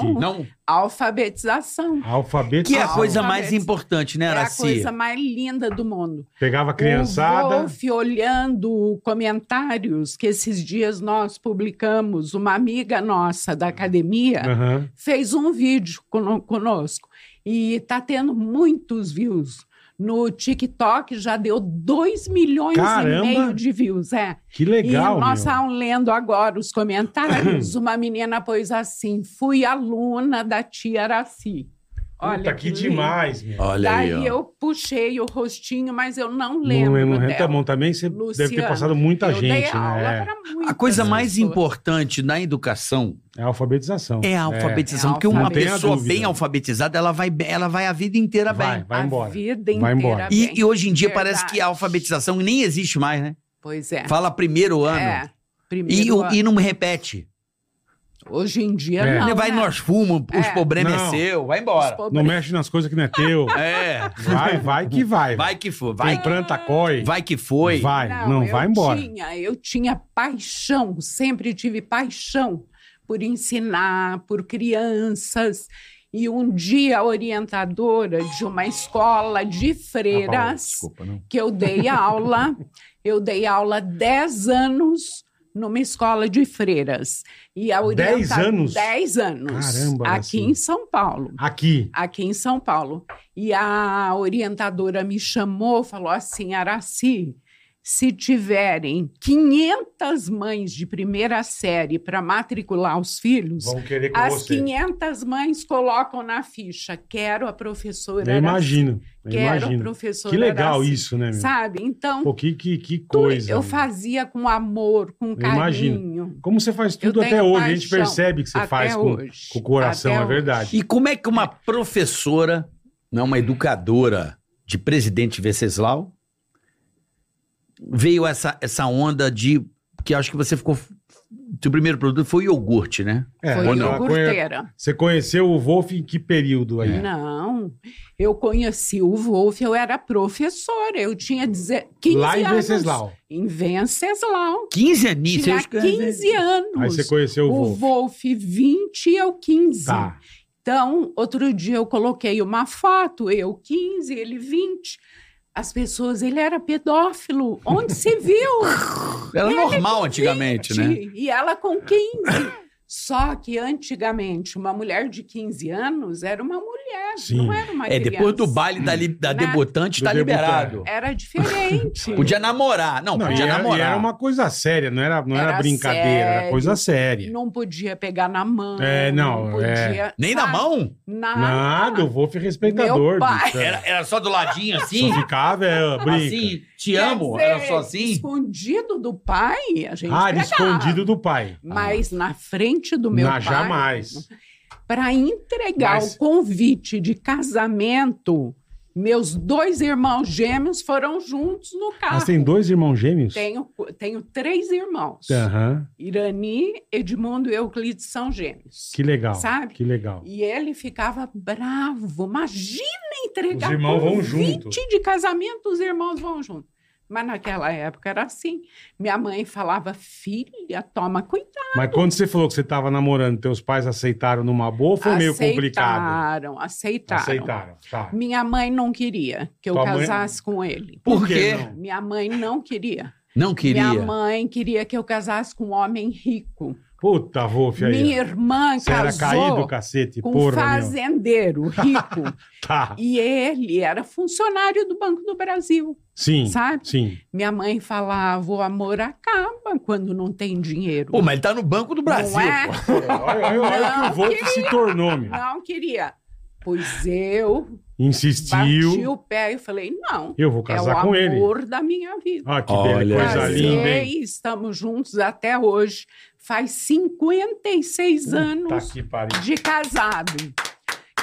B: chique.
A: Não,
C: alfabetização.
B: Alfabeto.
A: que é a
C: Não.
A: coisa mais importante, né,
C: É a
A: Araci?
C: coisa mais linda do mundo.
B: Pegava a criançada.
C: O Wolf olhando comentários que esses dias nós publicamos, uma amiga nossa da academia
B: Aham.
C: fez um vídeo cono- conosco e tá tendo muitos views. No TikTok já deu 2 milhões
B: Caramba!
C: e meio de views, é.
B: Que legal,
C: e nós
B: meu.
C: estávamos lendo agora
B: *clears throat*
C: os comentários. Uma menina pôs assim: fui aluna da tia Araci. Olha
B: Puta, que
C: lindo.
B: demais, meu.
A: Olha
C: Daí
A: aí, ó.
C: é eu puxei o rostinho, mas eu não
B: Não
C: lembro.
B: lembro.
C: dela.
B: Tá bom, também você deve ter
C: Luciana,
B: passado muita
C: eu
B: gente,
C: dei aula
B: né?
C: pra
A: A
C: muitas
A: coisa mais
C: pessoas.
A: importante na educação
B: É a alfabetização.
A: é a alfabetização.
C: É.
A: Porque uma
C: Não
B: tenha
A: pessoa
B: dúvida.
A: bem alfabetizada, ela vai, bem- ela vai a vida
C: Tá
A: inteira
B: Vai,
A: bem.
B: vai embora.
C: A vida inteira.
B: Vai embora.
C: bem.
A: E, e hoje em dia
C: Verdade.
A: parece que a alfabetização nem existe mais, né?
C: Pois é.
A: Fala primeiro ano
C: É.
A: e,
C: Primeiro
A: o- e não repete.
C: Hoje em dia
B: É.
C: não.
A: Ele vai,
C: né?
A: nós fumamos, os
C: É.
A: problemas
B: Não.
A: é seu, vai
C: Os
A: embora.
B: Não
C: pobres.
B: mexe nas coisas que
C: Ah.
B: não é teu.
A: É.
B: Vai, vai que vai.
A: Vai que foi, vai,
B: Tem planta coi.
A: vai que foi.
B: Vai, não,
C: eu
B: vai embora.
C: Tinha, eu tinha paixão, sempre tive paixão por ensinar, por crianças. E um dia, a orientadora de uma escola
A: Ah,
B: Tá
C: de
A: Paulo,
C: freiras,
A: desculpa, não.
C: que eu dei aula,
B: *laughs*
C: eu dei aula 10 anos numa escola de freiras. E a
B: 10
C: orientadora.
B: anos?
C: 10 anos.
B: Caramba,
C: aqui
B: assim.
C: em São Paulo.
B: Aqui.
C: aqui em São Paulo. E a orientadora me chamou, falou assim: Araci, se tiverem 500 mães de primeira série para matricular os filhos,
B: Vão querer com
C: as
B: você.
C: 500 mães colocam na ficha: quero a professora.
B: Eu
C: Araci,
B: imagino. Eu
C: Quero a
B: imagino.
C: professora.
B: Que legal
C: Araci",
B: isso, né, meu?
C: Sabe? Então,
B: Pô, que, que, que
C: tu-
B: coisa.
C: eu
B: meu.
C: fazia com amor, com carinho.
B: imagino. Como você faz tudo
C: Eu
B: até
C: tenho
B: hoje, a gente
C: paixão
B: percebe que você
C: até
B: faz com,
C: hoje.
B: com o coração,
C: Até
B: é verdade.
A: E como é que uma professora, não uma educadora de presidente Venceslau, veio essa, essa onda de. Que acho que você ficou. Seu primeiro produto foi o iogurte, né?
B: É,
C: Foi um
A: ou não?
C: iogurteira.
B: Você conheceu o Wolf em que período aí?
C: Não, eu conheci o Wolf, eu era professora, eu tinha deze- 15
B: Lá em
C: anos.
B: Venceslau.
C: Em Venceslau.
A: 15 aninhos.
C: Tinha
A: seus-
C: 15 anos.
B: Aí você conheceu o
C: o
B: Wolf.
C: Wolf, 20 e eu 15.
B: Tá.
C: Então, outro dia eu coloquei uma foto, eu 15, ele 20. As pessoas, ele era pedófilo. Onde se viu?
A: Era É normal antigamente, né?
C: E ela com 15. Só que antigamente, uma mulher de 15 anos era uma mulher,
B: Sim.
C: não era uma
A: É,
C: criança.
A: depois do baile da, li- da
C: Né?
A: debutante,
B: Do
A: tá
B: debutante.
A: liberado. *laughs*
C: Era diferente.
A: Podia namorar. Não,
B: Não, e
A: podia
B: era, e
A: namorar.
B: era uma coisa séria, não era, não era,
C: Era
B: brincadeira, era
C: sério.
B: coisa séria.
C: Não podia pegar na mão.
B: É, não,
C: podia.
A: Nem na
C: sabe?
A: mão?
C: Nada.
B: Nada, o Wolf é respeitador.
C: Meu pai.
B: bicho, é.
A: Era, era só do ladinho assim?
B: Só ficava, é, brinca.
A: assim, te
C: Quer
A: amo?
C: dizer,
A: Era só assim?
C: Escondido do pai, a gente.
B: ah,
C: pegava.
B: escondido do pai.
C: Mas na frente do meu
B: Na
C: pai.
B: jamais.
C: Para entregar
B: Mas-
C: o convite de casamento, meus dois irmãos gêmeos foram juntos no carro.
B: Mas Ah, tem dois irmãos gêmeos?
C: Tenho, tenho três irmãos.
B: Aham,
C: Irani, Edmundo e Euclides são gêmeos.
B: Que legal.
C: Sabe?
B: Que legal.
C: E ele ficava bravo. Imagina entregar
B: Os irmãos vão
C: convite
B: junto.
C: de casamento, os irmãos vão junto. Mas naquela época era assim. Minha mãe falava, filha, toma cuidado.
B: Mas quando você falou que você estava namorando, teus pais aceitaram numa boa ou foi meio complicado?
C: Aceitaram, aceitaram.
B: Aceitaram, tá.
C: Minha mãe não queria que eu
B: Tua mãe-
C: casasse com ele.
A: Por quê?
B: não?
C: Minha mãe não queria.
A: Não queria.
C: Minha mãe queria que eu casasse com um homem rico.
B: Puta, Wolf, aí.
C: Minha
B: ó.
C: irmã
B: Você era
C: casou
B: caído, cacete,
C: com um
B: porra, meu. *laughs*
C: fazendeiro rico.
B: Tá,
C: E ele era funcionário do Banco do Brasil,
B: sim,
C: sabe?
B: sim.
C: Minha mãe falava: o amor acaba quando não tem dinheiro.
A: Pô, mas ele tá no Banco do Brasil.
C: não é?
A: pô.
B: Olha, olha, olha o que o Wolf se tornou, meu.
C: Não queria. Pois eu bati
B: Insistiu.
C: o pé e falei: não.
B: Eu vou
C: É o
B: casar com ele.
C: amor da minha vida.
B: Ah, que
A: Olha
B: bela coisa
A: aí.
C: Casei,
B: linda, hein?
C: É estamos juntos até hoje. Faz 56
B: Tá
C: anos
B: que pariu.
C: de casado.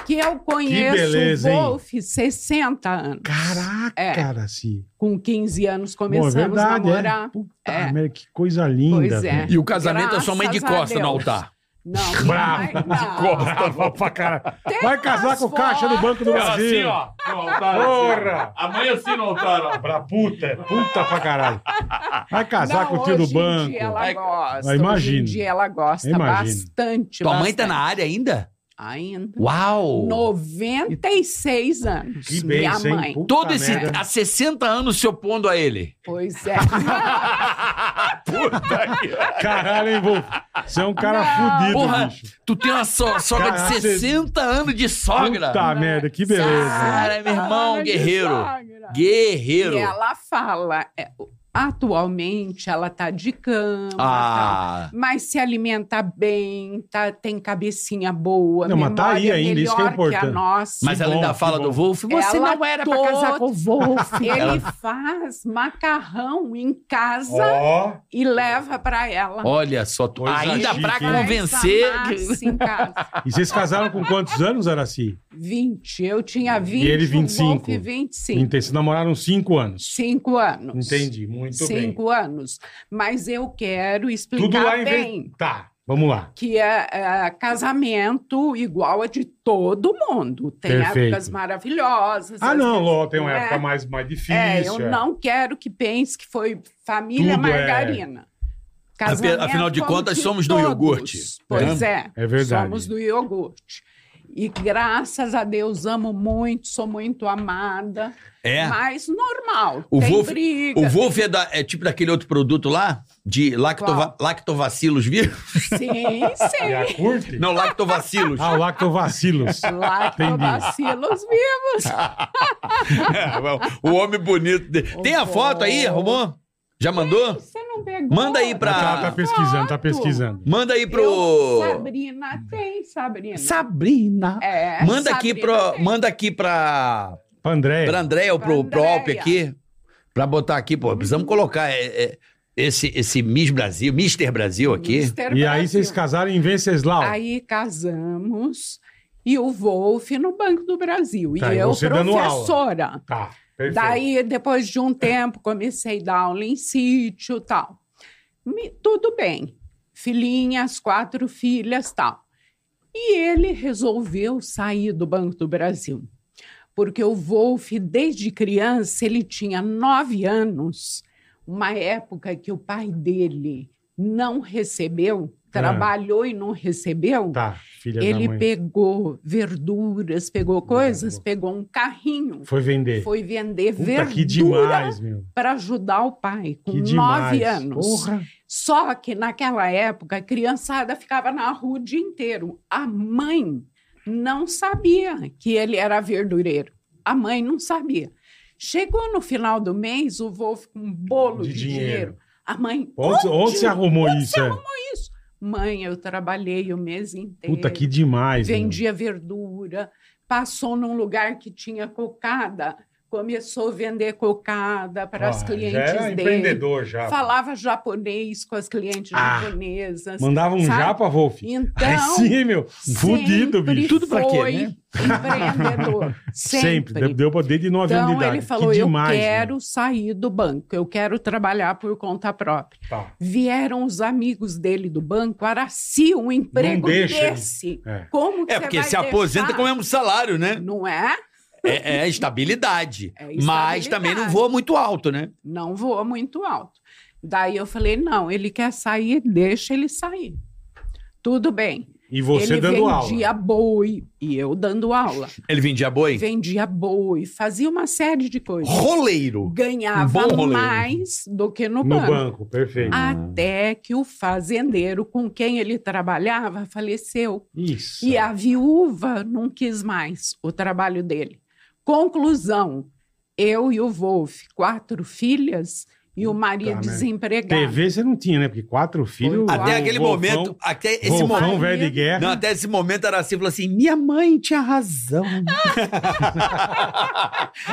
C: Que eu conheço
B: beleza, hein?
C: o Wolf 60 anos.
B: Caraca,
C: É.
B: cara, se.
C: Com 15 anos
B: Bom, é
C: começamos a
B: verdade,
C: namorar.
B: é. Puta
C: É.
B: merda, que coisa linda.
C: Pois é.
B: velho.
A: E o casamento é sua mãe de
C: Graças a
A: costa no
C: Deus.
A: altar.
C: Não,
B: Brava, *laughs*
C: não, não.
B: ficou brava pra caralho. Assim, Vai casar com o caixa do Banco do Brasil. assim, Porra!
D: Amanhã
B: assim
D: sim não altar,
B: Pra puta, é puta pra caralho. Vai casar
C: Não,
B: com o tio do
C: hoje em
B: banco.
C: Dia ela gosta.
B: Ah,
C: Hoje
B: imagino.
C: em dia ela gosta
B: Imagino.
C: bastante.
A: Tua mãe tá
C: bastante.
A: na área ainda?
C: Ainda.
A: Uau!
C: 96 anos.
B: Que
C: minha
B: bênção,
C: mãe.
B: hein? Puta
A: Todo esse.
B: merda.
A: Há 60 anos se opondo a
C: *laughs*
A: ele.
C: Pois
B: *laughs*
C: é.
D: Puta que
B: Caralho, hein, Wolf? Você é um cara fudido,
A: Porra,
B: bicho.
A: tu tem uma so- sogra
B: Caraca,
A: de 60 anos de sogra.
B: Puta merda, que beleza.
A: Cara, meu irmão,
C: Ai,
A: guerreiro.
C: sogra.
A: Guerreiro.
C: E ela fala. é, atualmente ela tá de cama. tal,
A: Ah,
C: Mas se alimenta bem, tá, tem cabecinha boa.
B: Não, mas tá aí
C: memória
B: ainda, isso que é
C: melhor a
B: importante.
C: nossa.
A: mas
B: Que
A: ela
B: bom,
A: ainda
B: que
A: fala
B: bom.
A: do Wolf. Você
C: Ela
A: não era pra casar
C: toda-
A: com o Wolf. *laughs*
C: Ele
A: Ela-
C: faz macarrão em casa
B: Ó,
C: e leva pra ela.
A: Olha só, tu-
B: Coisa
A: ainda
B: chique,
A: pra
B: hein?
A: convencer.
C: Faz a massa
A: *laughs*
C: em casa.
B: e vocês casaram com quantos anos, Araci?
C: 20, eu tinha 20.
B: ele
C: o
B: 25.
C: Wolf 25.
B: Entendi. Vocês namoraram cinco anos.
C: Cinco anos.
B: Entendi, muito bem.
C: Cinco anos. Mas eu quero explicar
B: Tudo lá em
C: bem
B: vez. Tá, vamos lá.
C: que é, é, casamento igual a de todo mundo. Tem
B: Perfeito.
C: épocas maravilhosas.
B: Ah,
C: às
B: não,
C: vezes
B: Ló, tem uma
C: não é.
B: época mais, mais difícil.
C: É, eu não quero que pense que foi família
B: Tudo é-
C: margarina.
A: afinal de
C: como
A: contas,
C: de
A: somos do
C: todos.
A: iogurte. né?
C: Pois é.
B: É verdade.
C: Somos do iogurte. E graças a Deus amo muito, sou muito amada.
A: É.
C: Mas normal.
A: O
C: tem
A: Wolf-
C: briga.
A: O Wolf é, da- é tipo daquele outro produto lá, de lactova,
C: Qual?
A: lactovacilos, viu?
C: Sim,
B: *laughs* E a
C: sim.
B: curte?
A: Não, *laughs* lactovacilos.
B: Ah, o
C: *laughs*
B: lactovacilos. *laughs*
C: Lactobacilos vivos.
A: É, o homem bonito. dele. Tem a
C: Ô,
A: foto aí,
C: bom.
A: arrumou? Já mandou?
C: Você não pegou.
A: Manda aí pra-
B: Ela tá pesquisando, tá
C: Exato.
B: pesquisando.
A: Manda aí
C: Eu-
A: pro.
C: Sabrina tem, Sabrina.
A: Sabrina.
C: É,
A: manda, aqui
C: Sabrina
A: pro,
C: tem.
A: manda aqui pra.
B: Pra André.
A: Pra Andréia ou pro,
C: Pra
A: pro Alpe
C: Andréia.
A: aqui. Pra botar aqui, pô. Precisamos colocar é, é, esse, esse Miss Brasil, Mr. Brasil aqui.
C: Mr.
B: E aí
C: Brasil.
B: vocês casaram em Venceslau.
C: Aí casamos e o Wolf no Banco do Brasil.
B: Tá, e
C: e eu,
B: você dando aula.
C: professora.
B: Tá, perfeito.
C: Daí, depois de um tempo, comecei a dar aula em sítio tal. Me- tudo bem. Filhinhas, quatro filhas tal. E ele resolveu sair do Banco do Brasil. Porque o Wolf, desde criança, ele tinha nove anos, uma época que o pai dele não recebeu,
B: Ah.
C: trabalhou e não recebeu.
B: Tá, filha da
C: Ele
B: mãe.
C: pegou verduras, pegou coisas,
B: Não.
C: pegou um carrinho
B: Foi vender.
C: foi vender
B: Puta, que
C: verdura
B: demais, meu.
C: para ajudar o pai, com
B: Que demais.
C: nove anos.
B: Porra.
C: Só que naquela época, a criançada ficava na rua o dia inteiro. A mãe não sabia que ele era verdureiro. A mãe não sabia. Chegou no final do mês, o Wolf com um bolo
B: De
C: de,
B: dinheiro.
C: dinheiro. A mãe.
B: Onde, onde você arrumou
C: Onde
B: isso?
C: você
B: é?
C: Mãe, eu trabalhei o mês inteiro.
B: Puta, que demais. meu.
C: vendia verdura, passou num lugar que tinha cocada, começou a vender cocada para as
B: Ah,
C: clientes
B: já era
C: dele.
B: empreendedor já.
C: Falava japonês com as clientes
B: Ah,
C: japonesas.
B: Mandava um
C: assim, sabe?
B: japa, Wolf.
C: Então,
B: Aí sim, meu. Fudido,
C: sempre
B: bicho.
A: Tudo pra quê,
C: foi
A: né?
C: Empreendedor. Sempre.
B: Deu, deu pra desde 9 anos de
C: Então
B: idade.
C: ele falou:
B: que
C: eu
B: demais, né?" meu.
C: quero sair do banco, eu quero trabalhar por conta própria.
B: Tá.
C: Vieram os amigos dele do banco, Araci, um emprego
B: deixa ele.
C: desse.
B: É.
C: Como que
A: É,
C: você
A: porque
C: vai
A: se aposenta
C: deixar?
A: com o mesmo salário, né?
C: Não é?
A: É, é estabilidade.
C: É
A: Mas
C: estabilidade.
A: também não voa muito alto, né?
C: Não voa muito alto. Daí eu falei: não, ele quer sair, deixa ele sair. Tudo bem.
B: E você
C: ele
B: dando
C: vendia
B: aula.
C: boi e eu dando aula.
A: Ele vendia boi?
C: Vendia boi, fazia uma série de coisas.
A: Roleiro.
C: Ganhava
A: Um bom rolê.
C: mais do que no,
B: No
C: banco. Ah,
B: banco, perfeito.
C: Até que o fazendeiro com quem ele trabalhava faleceu.
B: Isso.
C: E a viúva não quis mais o trabalho dele. Conclusão: eu e o Wolf, quatro filhas e o marido
B: merda.
C: desempregado.
B: TV você não tinha, né? Porque quatro filhos.
C: Foi.
A: Até
B: o
A: Ah, aquele
B: Wolfão-
A: momento. Até esse
B: Wolfão,
A: momento.
B: velho de guerra.
A: Não, até esse momento era assim, falou assim: minha mãe tinha razão.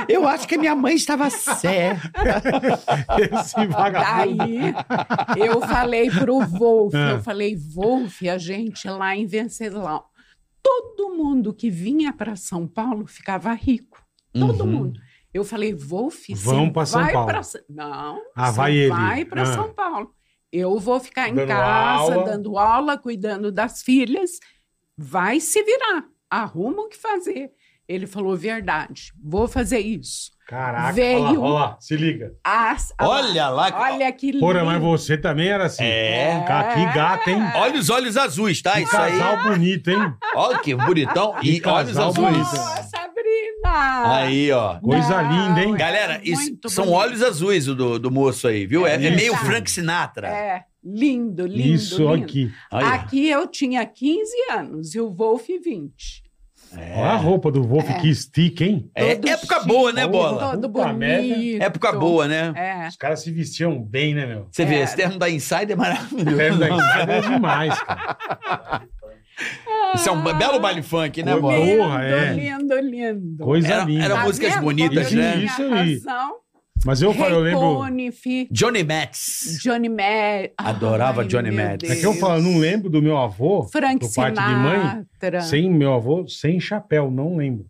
A: Eu acho que minha mãe estava certa.
B: *laughs* Esse
C: Daí
B: vagabundo.
C: eu falei pro Wolf,
B: Ah.
C: eu falei, Wolf, a gente lá em Venceslau, todo mundo que vinha para São Paulo ficava rico. Todo
A: Uhum.
C: mundo. Eu falei, Wolf, você
B: Vão pra São
C: vai
B: Paulo.
C: pra Sa- Não,
B: Ah,
C: você
B: vai ele.
C: vai para
B: Ah.
C: São Paulo. Eu vou ficar em
B: Dando
C: casa,
B: aula.
C: dando aula, cuidando das filhas. Vai se virar. Arruma o que fazer. Ele falou, verdade, vou fazer isso.
B: Caraca,
C: Veio.
B: olha lá, olha lá, se liga.
C: As-
A: Olha lá.
C: Olha que lindo.
B: Porra, mas você também era assim.
A: É.
B: Cara, que gata, hein?
A: Olha os olhos azuis, tá?
B: Que
A: Isso aí.
B: casal bonito, hein?
A: Olha que bonitão. E
B: Que
A: olhos
B: casal
A: azuis.
B: bonito.
C: Nossa, Sabrina!
A: Aí, ó.
B: Coisa
C: Não,
B: linda, hein?
C: é
A: Galera, isso
C: muito
A: são
C: bonito.
A: olhos azuis o do, do moço aí, viu? É, é
B: Isso.
A: meio Frank Sinatra.
C: É, lindo, lindo.
B: Isso
C: lindo.
B: aqui.
A: Olha.
C: Aqui eu tinha 15 anos e o Wolf 20. É.
B: Olha a roupa do Wolf, que stick, hein?
A: É
C: Todo
A: época
C: chique,
A: boa, né, Bola?
C: Todo
B: Puta merda.
C: bonito.
A: Época boa, né?
C: É.
B: Os caras se vestiam bem,
A: *laughs*
B: né, meu?
A: Você vê,
C: É.
A: esse termo da Insider é maravilhoso.
B: Perto da estrada é demais, cara.
A: Isso é um belo baile funk, né,
B: Foi
A: Bola?
B: bom.
C: Lindo,
B: Porra, é.
C: lindo, lindo.
B: Coisa
A: Era-
B: linda.
A: era músicas bonitas,
C: como eu
B: né?
C: tinha
B: Isso aí.
C: Razão.
B: Mas eu falo, eu
C: Ray
B: lembro.
C: Conniff,
A: Johnny Max.
C: Johnny Matt.
A: Adorava
C: Ai,
A: Johnny
C: meu
A: Matt.
B: É que eu
C: Deus.
B: falo, não lembro do meu avô,
C: Frank
B: por parte de mãe,
C: Sinatra.
B: sem meu avô, sem chapéu, não lembro.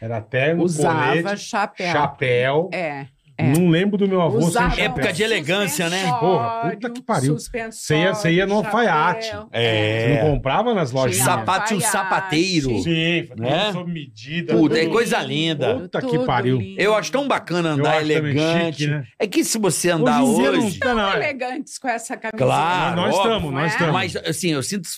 B: Era terno,
C: usava
B: colete,
C: chapéu.
B: chapéu.
C: É.
B: Não lembro do meu avô
C: Usava
B: sem chapéu.
A: Época de elegância, né?
B: Porra, puta que pariu. Você ia- você ia no alfaiate. Você não
A: É.
B: comprava nas lojas?
C: Tinha
A: Sapato e um
C: Faiate.
A: sapateiro.
B: Sim,
A: Né?
B: tudo sob medida.
A: Puta, é
B: tudo-
A: coisa linda.
B: Puta que pariu.
A: Eu acho tão bacana
B: Eu
A: andar
B: acho também
A: elegante.
B: chique, né?
A: É que se você andar
B: em dia
A: hoje.
B: não tá na hora.
C: elegantes com essa camisa.
A: Claro.
B: Mas Nós
A: óbvio.
B: estamos, nós estamos.
A: Mas, assim, eu sinto.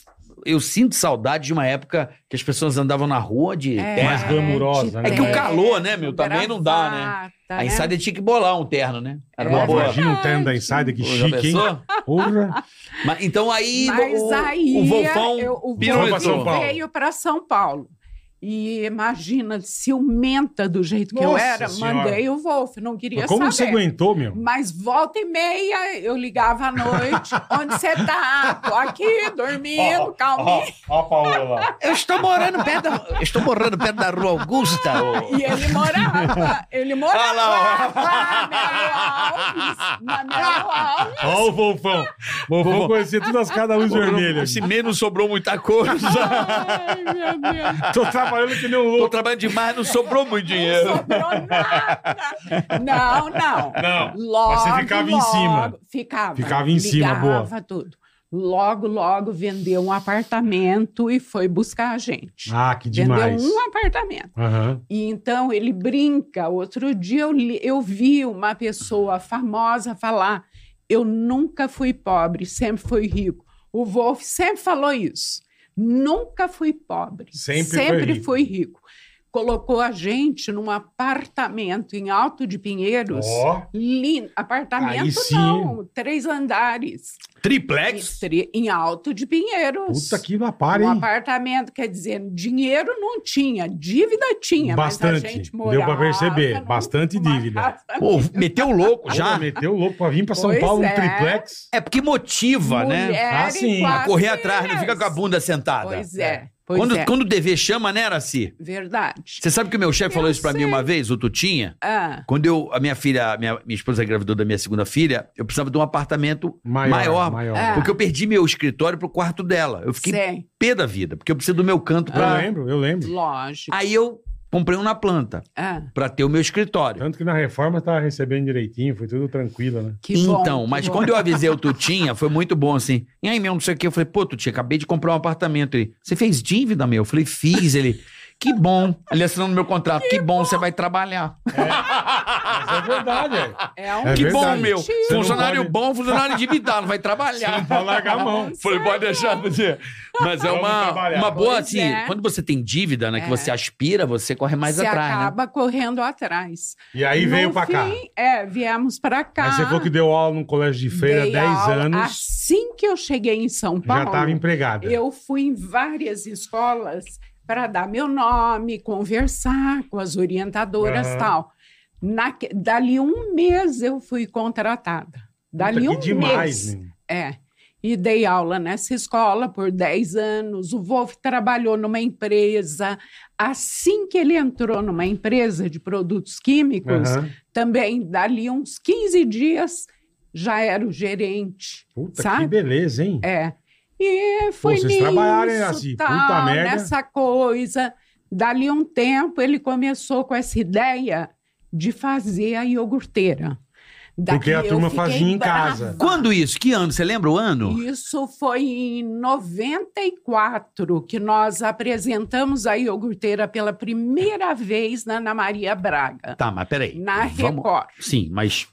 A: Eu sinto saudade de uma época que as pessoas andavam na rua de
C: É,
B: é Mais
A: terno.
C: tipo
B: glamurosa, né?
A: É que o calor, né, meu, também não dá, né? A Insider tinha que bolar um terno, né? Era uma
C: É.
A: boa.
B: Imagina um terno da Insider, que
A: Já
B: chique, hein?
A: pensou?
C: *laughs*
B: Porra.
A: Mas, então aí,
C: Mas
A: o,
C: aí é
A: o Wolfão
C: eu- o um
A: piruetou.
B: Foi pra São Paulo.
C: veio para São Paulo. E imagina, ciumenta do jeito que eu
B: Nossa
C: era,
B: Senhora.
C: mandei o Wolf, não queria
B: Mas como
C: saber.
B: você aguentou, meu?
C: Mas volta e meia, eu ligava
B: *laughs*
C: à noite. Onde você tá? Tô aqui, dormindo, calminho.
B: ó, Paola.
A: Eu estou morando perto da, eu estou morando perto da Rua Augusta. ô.
C: E ele morava, ele morava
A: Ah lá, ó.
C: lá na Melo Alves, na Melo Alves.
B: Ó o Volfão. Volfão
A: Vovô.
B: conhecia todas as casas da *laughs* luz vermelha.
A: Esse mês não sobrou muita
C: *laughs*
A: coisa.
C: Ai, meu Deus,
B: Tô trabalhando que nem um
A: Tô
B: louco.
A: trabalhando demais, não sobrou muito
C: não
A: dinheiro.
C: sobrou nada. Não, não.
B: Não,
C: Logo,
B: mas você ficava em
C: logo-
B: cima.
C: Ficava.
B: Ficava em cima,
C: ligava tudo. Logo, logo vendeu um apartamento e foi buscar a gente.
B: Ah, que
C: vendeu
B: demais.
C: um apartamento.
B: Aham.
C: E então ele brinca. Outro dia eu, li- eu vi uma pessoa famosa falar: Eu nunca fui pobre, sempre fui rico. O Wolf sempre falou isso. Nunca fui pobre,
B: Sempre foi rico.
C: fui rico. Colocou a gente num apartamento em Alto de Pinheiros.
B: Ó.
C: Lindo. Apartamento
B: sim.
C: não, três andares.
A: Triplex?
C: Tre- Em Alto de Pinheiros.
B: Puta que
C: Um
B: lapare, hein?
C: apartamento, quer dizer, dinheiro não tinha, dívida tinha,
B: Bastante.
C: mas a gente
B: Deu
C: morava...
B: pra perceber,
C: num-
B: bastante
C: numa
B: dívida.
C: casa-
A: Pô, meteu o louco
B: Pô,
A: já.
B: Meteu o louco pra vir pra São
C: Pois
B: Paulo, um
C: é.
B: triplex.
A: É porque motiva, né?
C: Mulher
B: Ah,
C: e
B: sim.
C: quatro
B: A
A: Correr atrás, não
C: mulheres.
A: fica com a bunda sentada.
C: é Pois é, pois
A: quando,
C: é,
A: quando o dever chama, né, Araci?
C: verdade.
A: Você sabe que o meu chefe
C: Eu
A: falou isso pra
C: sei.
A: mim uma vez, o Tutinha?
C: Ah,
A: Quando eu, a minha filha, a minha, minha esposa engravidou da minha segunda filha, eu precisava de um apartamento
B: Maior. Maior.
A: Maior.
C: É.
A: Porque eu perdi meu escritório pro quarto dela. Eu fiquei
C: sei,
A: pé da vida, porque eu preciso do meu canto
B: Ah, Eu
A: pra.
B: lembro, eu lembro.
C: lógico.
A: Aí eu comprei um na planta,
C: Ah,
A: pra ter o meu escritório.
B: Tanto que na reforma tava recebendo direitinho, foi tudo tranquilo, *laughs* né?
C: que bom,
A: então,
C: que
A: mas
C: bom.
A: quando eu avisei o Tutinha, foi muito bom assim. E aí, meu, não sei o que. Eu falei, pô, Tutinha, acabei de comprar um apartamento. Ele, você fez dívida, meu? Eu falei, fiz. Ele, que bom. Ele assinando meu contrato, que, bom, você vai trabalhar.
B: Mas é verdade, velho.
C: É um
B: É
A: que bom,
B: verdade.
A: meu. tá
C: Você
B: não
A: funcionário
B: pode-
A: bom, funcionário endividado, vai trabalhar.
B: Pra largar a mão.
A: Falei, pode deixar, Tutinha. Mas é
B: Vamos
A: uma,
B: trabalhar.
A: uma boa,
C: Pois
A: assim,
C: é.
A: quando você tem dívida, né, que
C: É.
A: você aspira, você corre mais
C: se
A: atrás, né?
C: acaba correndo atrás.
B: E aí
C: No
B: veio pra cá.
C: fim, É, viemos pra cá.
B: Aí você falou que deu aula num colégio de feira há
C: dei
B: 10
C: aula.
B: anos,
C: Assim que eu cheguei em São Paulo...
B: já estava empregada.
C: Eu fui em várias escolas para dar meu nome, conversar com as orientadoras e
B: Aham.
C: tal. Naque- dali um mês eu fui contratada.
B: Puta,
C: Dali
B: que
C: um mês.
B: demais, né?
C: É. E dei aula nessa escola por 10 anos. O Wolf trabalhou numa empresa. Assim que ele entrou numa empresa de produtos químicos,
B: Aham.
C: também dali uns 15 dias já era o gerente.
B: Puta,
C: Sabe?
B: que beleza, hein?
C: É. E foi
B: vocês
C: nisso,
B: trabalharam, hein, assim, puta
C: tal,
B: merda.
C: nessa coisa. Dali um tempo, ele começou com essa ideia de fazer a iogurteira.
B: Porque a
C: eu
B: turma
C: fiquei
B: fazia em
C: brava.
B: casa.
A: Quando isso? Que ano? Você lembra o ano?
C: Isso foi em 94 que nós apresentamos a iogurteira pela primeira vez na Ana Maria Braga,
A: Tá, mas peraí.
C: na
A: Vamos-
C: Record.
A: Sim, mas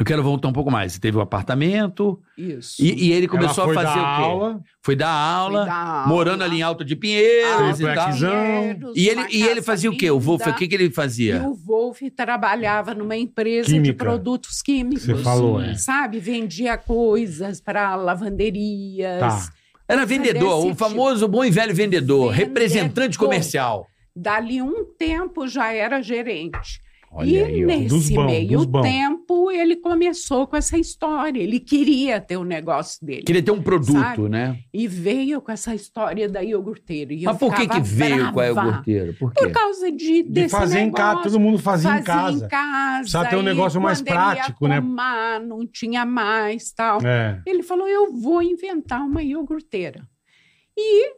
A: eu quero voltar um pouco mais. Você teve um apartamento
C: Isso.
A: e, e ele
B: Ela
A: começou
B: foi
A: a fazer
B: dar
A: o quê?
B: aula,
A: Foi dar aula,
C: Fui dar
A: morando
C: aula,
A: ali em Alto de Pinheiros
B: Alto
A: e tal.
B: de Pinheiros.
A: E ele,
C: uma
A: e ele
C: casa
A: fazia o quê? O Wolf, o
C: linda.
A: que, que ele
C: E
A: fazia?
C: o Wolf trabalhava numa empresa de
B: Química.
C: produtos químicos.
B: Você falou, é.
C: Sabe? Vendia coisas para lavanderias.
B: Tá.
A: Era vendedor,
C: desse
A: o famoso bom e velho vendedor,
C: um Vendedor.
A: representante comercial.
C: Dali um tempo já era gerente. e
A: Olha aí, ó.
C: nesse
B: Dos bons,
C: meio
B: dos bons.
C: tempo ele começou com essa história. Ele queria ter o negócio dele.
A: Queria ter um produto,
C: Sabe?
A: né?
C: E veio com essa história da iogurteira. E eu
A: Mas por que,
C: ficava
A: que veio com a
C: brava.
A: iogurteiro? Por quê?
C: Por causa
B: de
C: de, desse
B: fazer em casa,
C: negócio.
B: todo mundo fazia,
C: fazia
B: em casa. Precisa ter um
C: e
B: negócio mais
C: quando ele ia
B: prático, né?
C: tomar, não tinha mais, tal.
B: É.
C: Ele falou, eu vou inventar uma iogurteira. E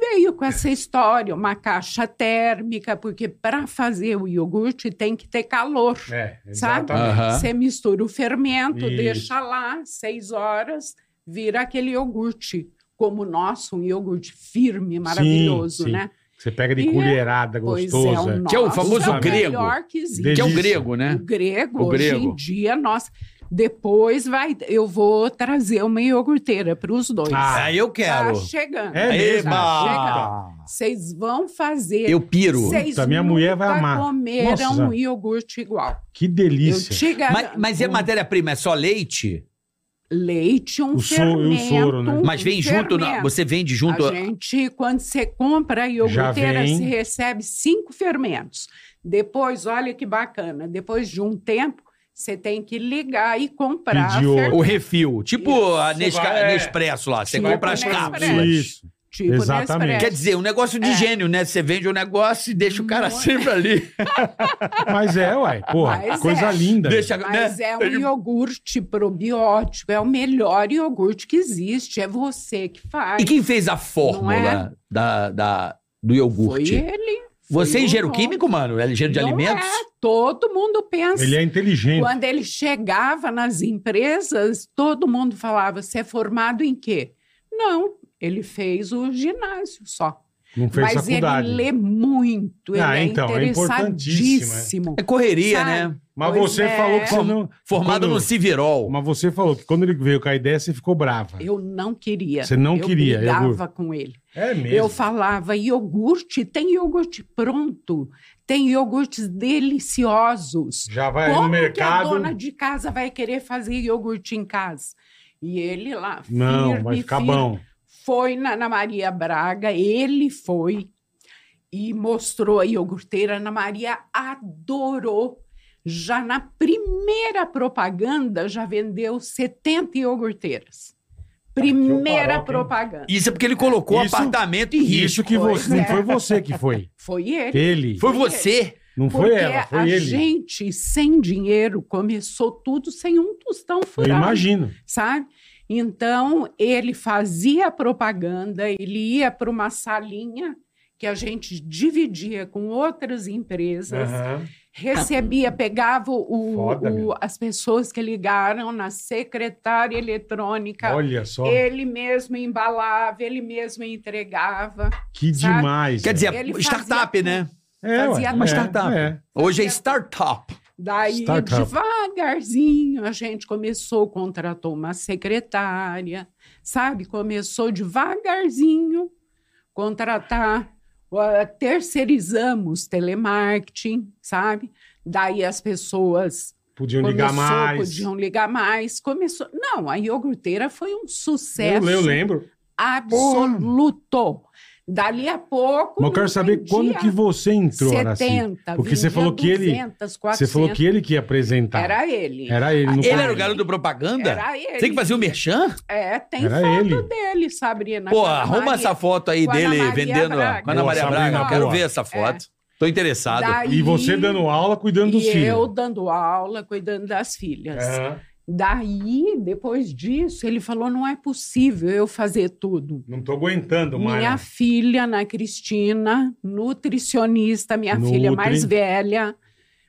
C: veio com essa história, uma caixa térmica, porque para fazer o iogurte tem que ter calor.
B: É,
C: Sabe?
B: exatamente.
A: Aham.
C: Você mistura o fermento,
B: Isso.
C: deixa lá seis horas, vira aquele iogurte como o nosso, um iogurte firme, maravilhoso,
B: sim.
C: né?
B: Você pega de
C: E-
B: colherada
C: Pois um
B: gostosa.
C: o
A: Que é o famoso
C: nosso
A: grego.
C: melhor que existe.
A: Que é o
B: Delícia.
A: grego, né?
C: O grego,
A: O
C: hoje
A: grego.
C: em dia, nossa. Depois vai, eu vou trazer uma iogurteira para os dois.
B: Ah,
A: Aí É, eu
C: tá
A: quero.
C: chegando.
B: É mesmo? Ah.
C: Tá
A: Eba!
C: chegando. Vocês vão fazer.
A: Eu piro.
C: Vocês
B: Puta, minha mulher vai
C: nunca
B: amar.
C: comeram
B: Nossa.
C: um iogurte igual.
B: Que
C: Eu
B: delícia.
C: te garanto.
A: é Mas, mas e a matéria-prima? É só leite?
C: leite, um
B: O soro e o
C: fermento.
B: soro, né?
A: Mas vem
C: um
A: junto, na-
C: fermento.
A: você vende junto.
C: A gente, quando você compra a iogurteira,
B: vem.
C: você recebe cinco fermentos. Depois, olha que bacana, depois de um tempo, você tem que ligar e comprar.
B: Pedir outro.
A: O refil, tipo a
B: Isso,
A: Nesca,
C: é.
B: vai-
A: Nespresso lá, você
C: Tipo
A: compra as
C: Nespresso. É.
A: cápsulas.
B: Isso.
C: Tipo
B: Exatamente.
C: Nespresso.
A: Quer dizer, um negócio de gênio, né? Você vende um negócio e deixa o cara sempre ali.
B: Mas é, uai. Porra,
C: Mas
B: coisa
C: é.
B: linda.
A: Deixa, né?
C: Mas é um iogurte probiótico, é o melhor iogurte que existe, é você que faz.
A: E quem fez a fórmula
C: é?
A: da, da- do
C: Foi
A: iogurte?
C: ele. foi
A: Você é
C: o
A: engenheiro
C: Tom.
A: químico, mano? É engenheiro de
C: Não
A: alimentos?
C: é, todo mundo pensa.
B: Ele é inteligente.
C: Quando ele chegava nas empresas, todo mundo falava: você é formado em quê? Não, ele fez o ginásio só.
B: Não fez
C: Mas
B: faculdade.
C: ele lê muito, ele
B: Ah,
C: é
B: então, é importantíssimo,
C: interessadíssimo.
A: É correria,
C: Sabe?
A: né?
B: Mas
C: Pois
B: você
C: é.
B: falou que você não.
A: Formado
B: Quando-
A: no Civirol.
B: Mas você falou que quando ele veio com a ideia, você ficou brava.
C: Eu não queria.
B: Você não
C: eu
B: queria,
C: brigava
B: iogurte.
C: com ele.
B: É mesmo.
C: Eu falava iogurte, tem iogurte pronto, tem iogurtes deliciosos.
B: Já vai
C: Como
B: no mercado.
C: que a dona de casa vai querer fazer iogurte em casa? E ele lá,
B: Não,
C: firme,
B: vai ficar
C: firme,
B: bom.
C: foi na Ana Maria Braga, ele foi e mostrou a iogurteira. Ana Maria adorou. Já na primeira propaganda, já vendeu 70 iogurteiras. Primeira
B: Ah, que farofa, Ah, hein?
C: propaganda.
A: Isso é porque ele colocou
B: Isso-
A: apartamento em risco.
B: Isso que
C: Pois
B: você. Não
C: é.
B: foi você que foi.
C: *laughs* Foi ele.
B: Ele.
A: Foi você.
B: Não
C: Porque
B: foi ela,
C: a
B: foi ele.
C: gente, sem dinheiro, começou tudo sem um tostão
B: Eu
C: furado.
B: imagino.
C: sabe? Então, ele fazia a propaganda, ele ia para uma salinha que a gente dividia com outras empresas,
B: Aham.
C: recebia, pegava o-
B: Foda,
C: o-
B: meu.
C: as pessoas que ligaram na secretária eletrônica,
B: Olha só.
C: ele mesmo embalava, ele mesmo entregava.
B: Que
C: sabe?
B: demais.
A: Quer dizer,
C: Ele fazia
A: startup,
C: tudo.
A: né?
B: é, ué,
C: fazia
B: é,
A: Uma startup.
B: é.
A: Hoje é startup.
C: Daí,
B: Startup.
C: devagarzinho, a gente começou, contratou uma secretária, sabe? Começou devagarzinho contratar, ah, terceirizamos telemarketing, sabe? Daí as pessoas
B: Podiam ligar
C: começou,
B: mais.
C: podiam ligar mais, começou. Não, a iogurteira foi um sucesso
B: Eu, eu lembro.
C: absoluto. Dali a pouco.
B: Mas eu quero saber quando que você entrou, Araci.
C: 70,
B: Porque você
C: vendia
B: falou que ele-
C: 200,
B: Você falou
C: 400.
B: que ele que ia apresentar.
C: Era ele.
B: Era ele. no
A: Ele Tá. era o
B: começo.
A: garoto do propaganda?
C: Era ele.
A: Tem que fazer o merchan?
C: É, tem
B: Era
C: foto
B: ele.
C: dele, Sabrina.
A: Pô,
C: com a Ana
A: arruma
C: Maria.
A: essa foto aí
C: com a Ana
A: dele
C: Maria
A: vendendo
C: Braga. É.
A: a com a Ana
B: Boa,
A: Maria
B: Sabrina,
A: Braga. Eu quero
B: boa.
A: ver essa foto. Tô interessado.
C: Daí-
B: E você dando aula, cuidando dos
C: E eu
B: filhos. É.
C: dando aula, cuidando das filhas.
B: Aham.
C: Daí, depois disso, ele falou: não é possível eu fazer tudo.
B: Não tô aguentando
C: Minha
B: mais.
C: filha, Ana Cristina, nutricionista, minha
B: Nutri.
C: filha mais velha,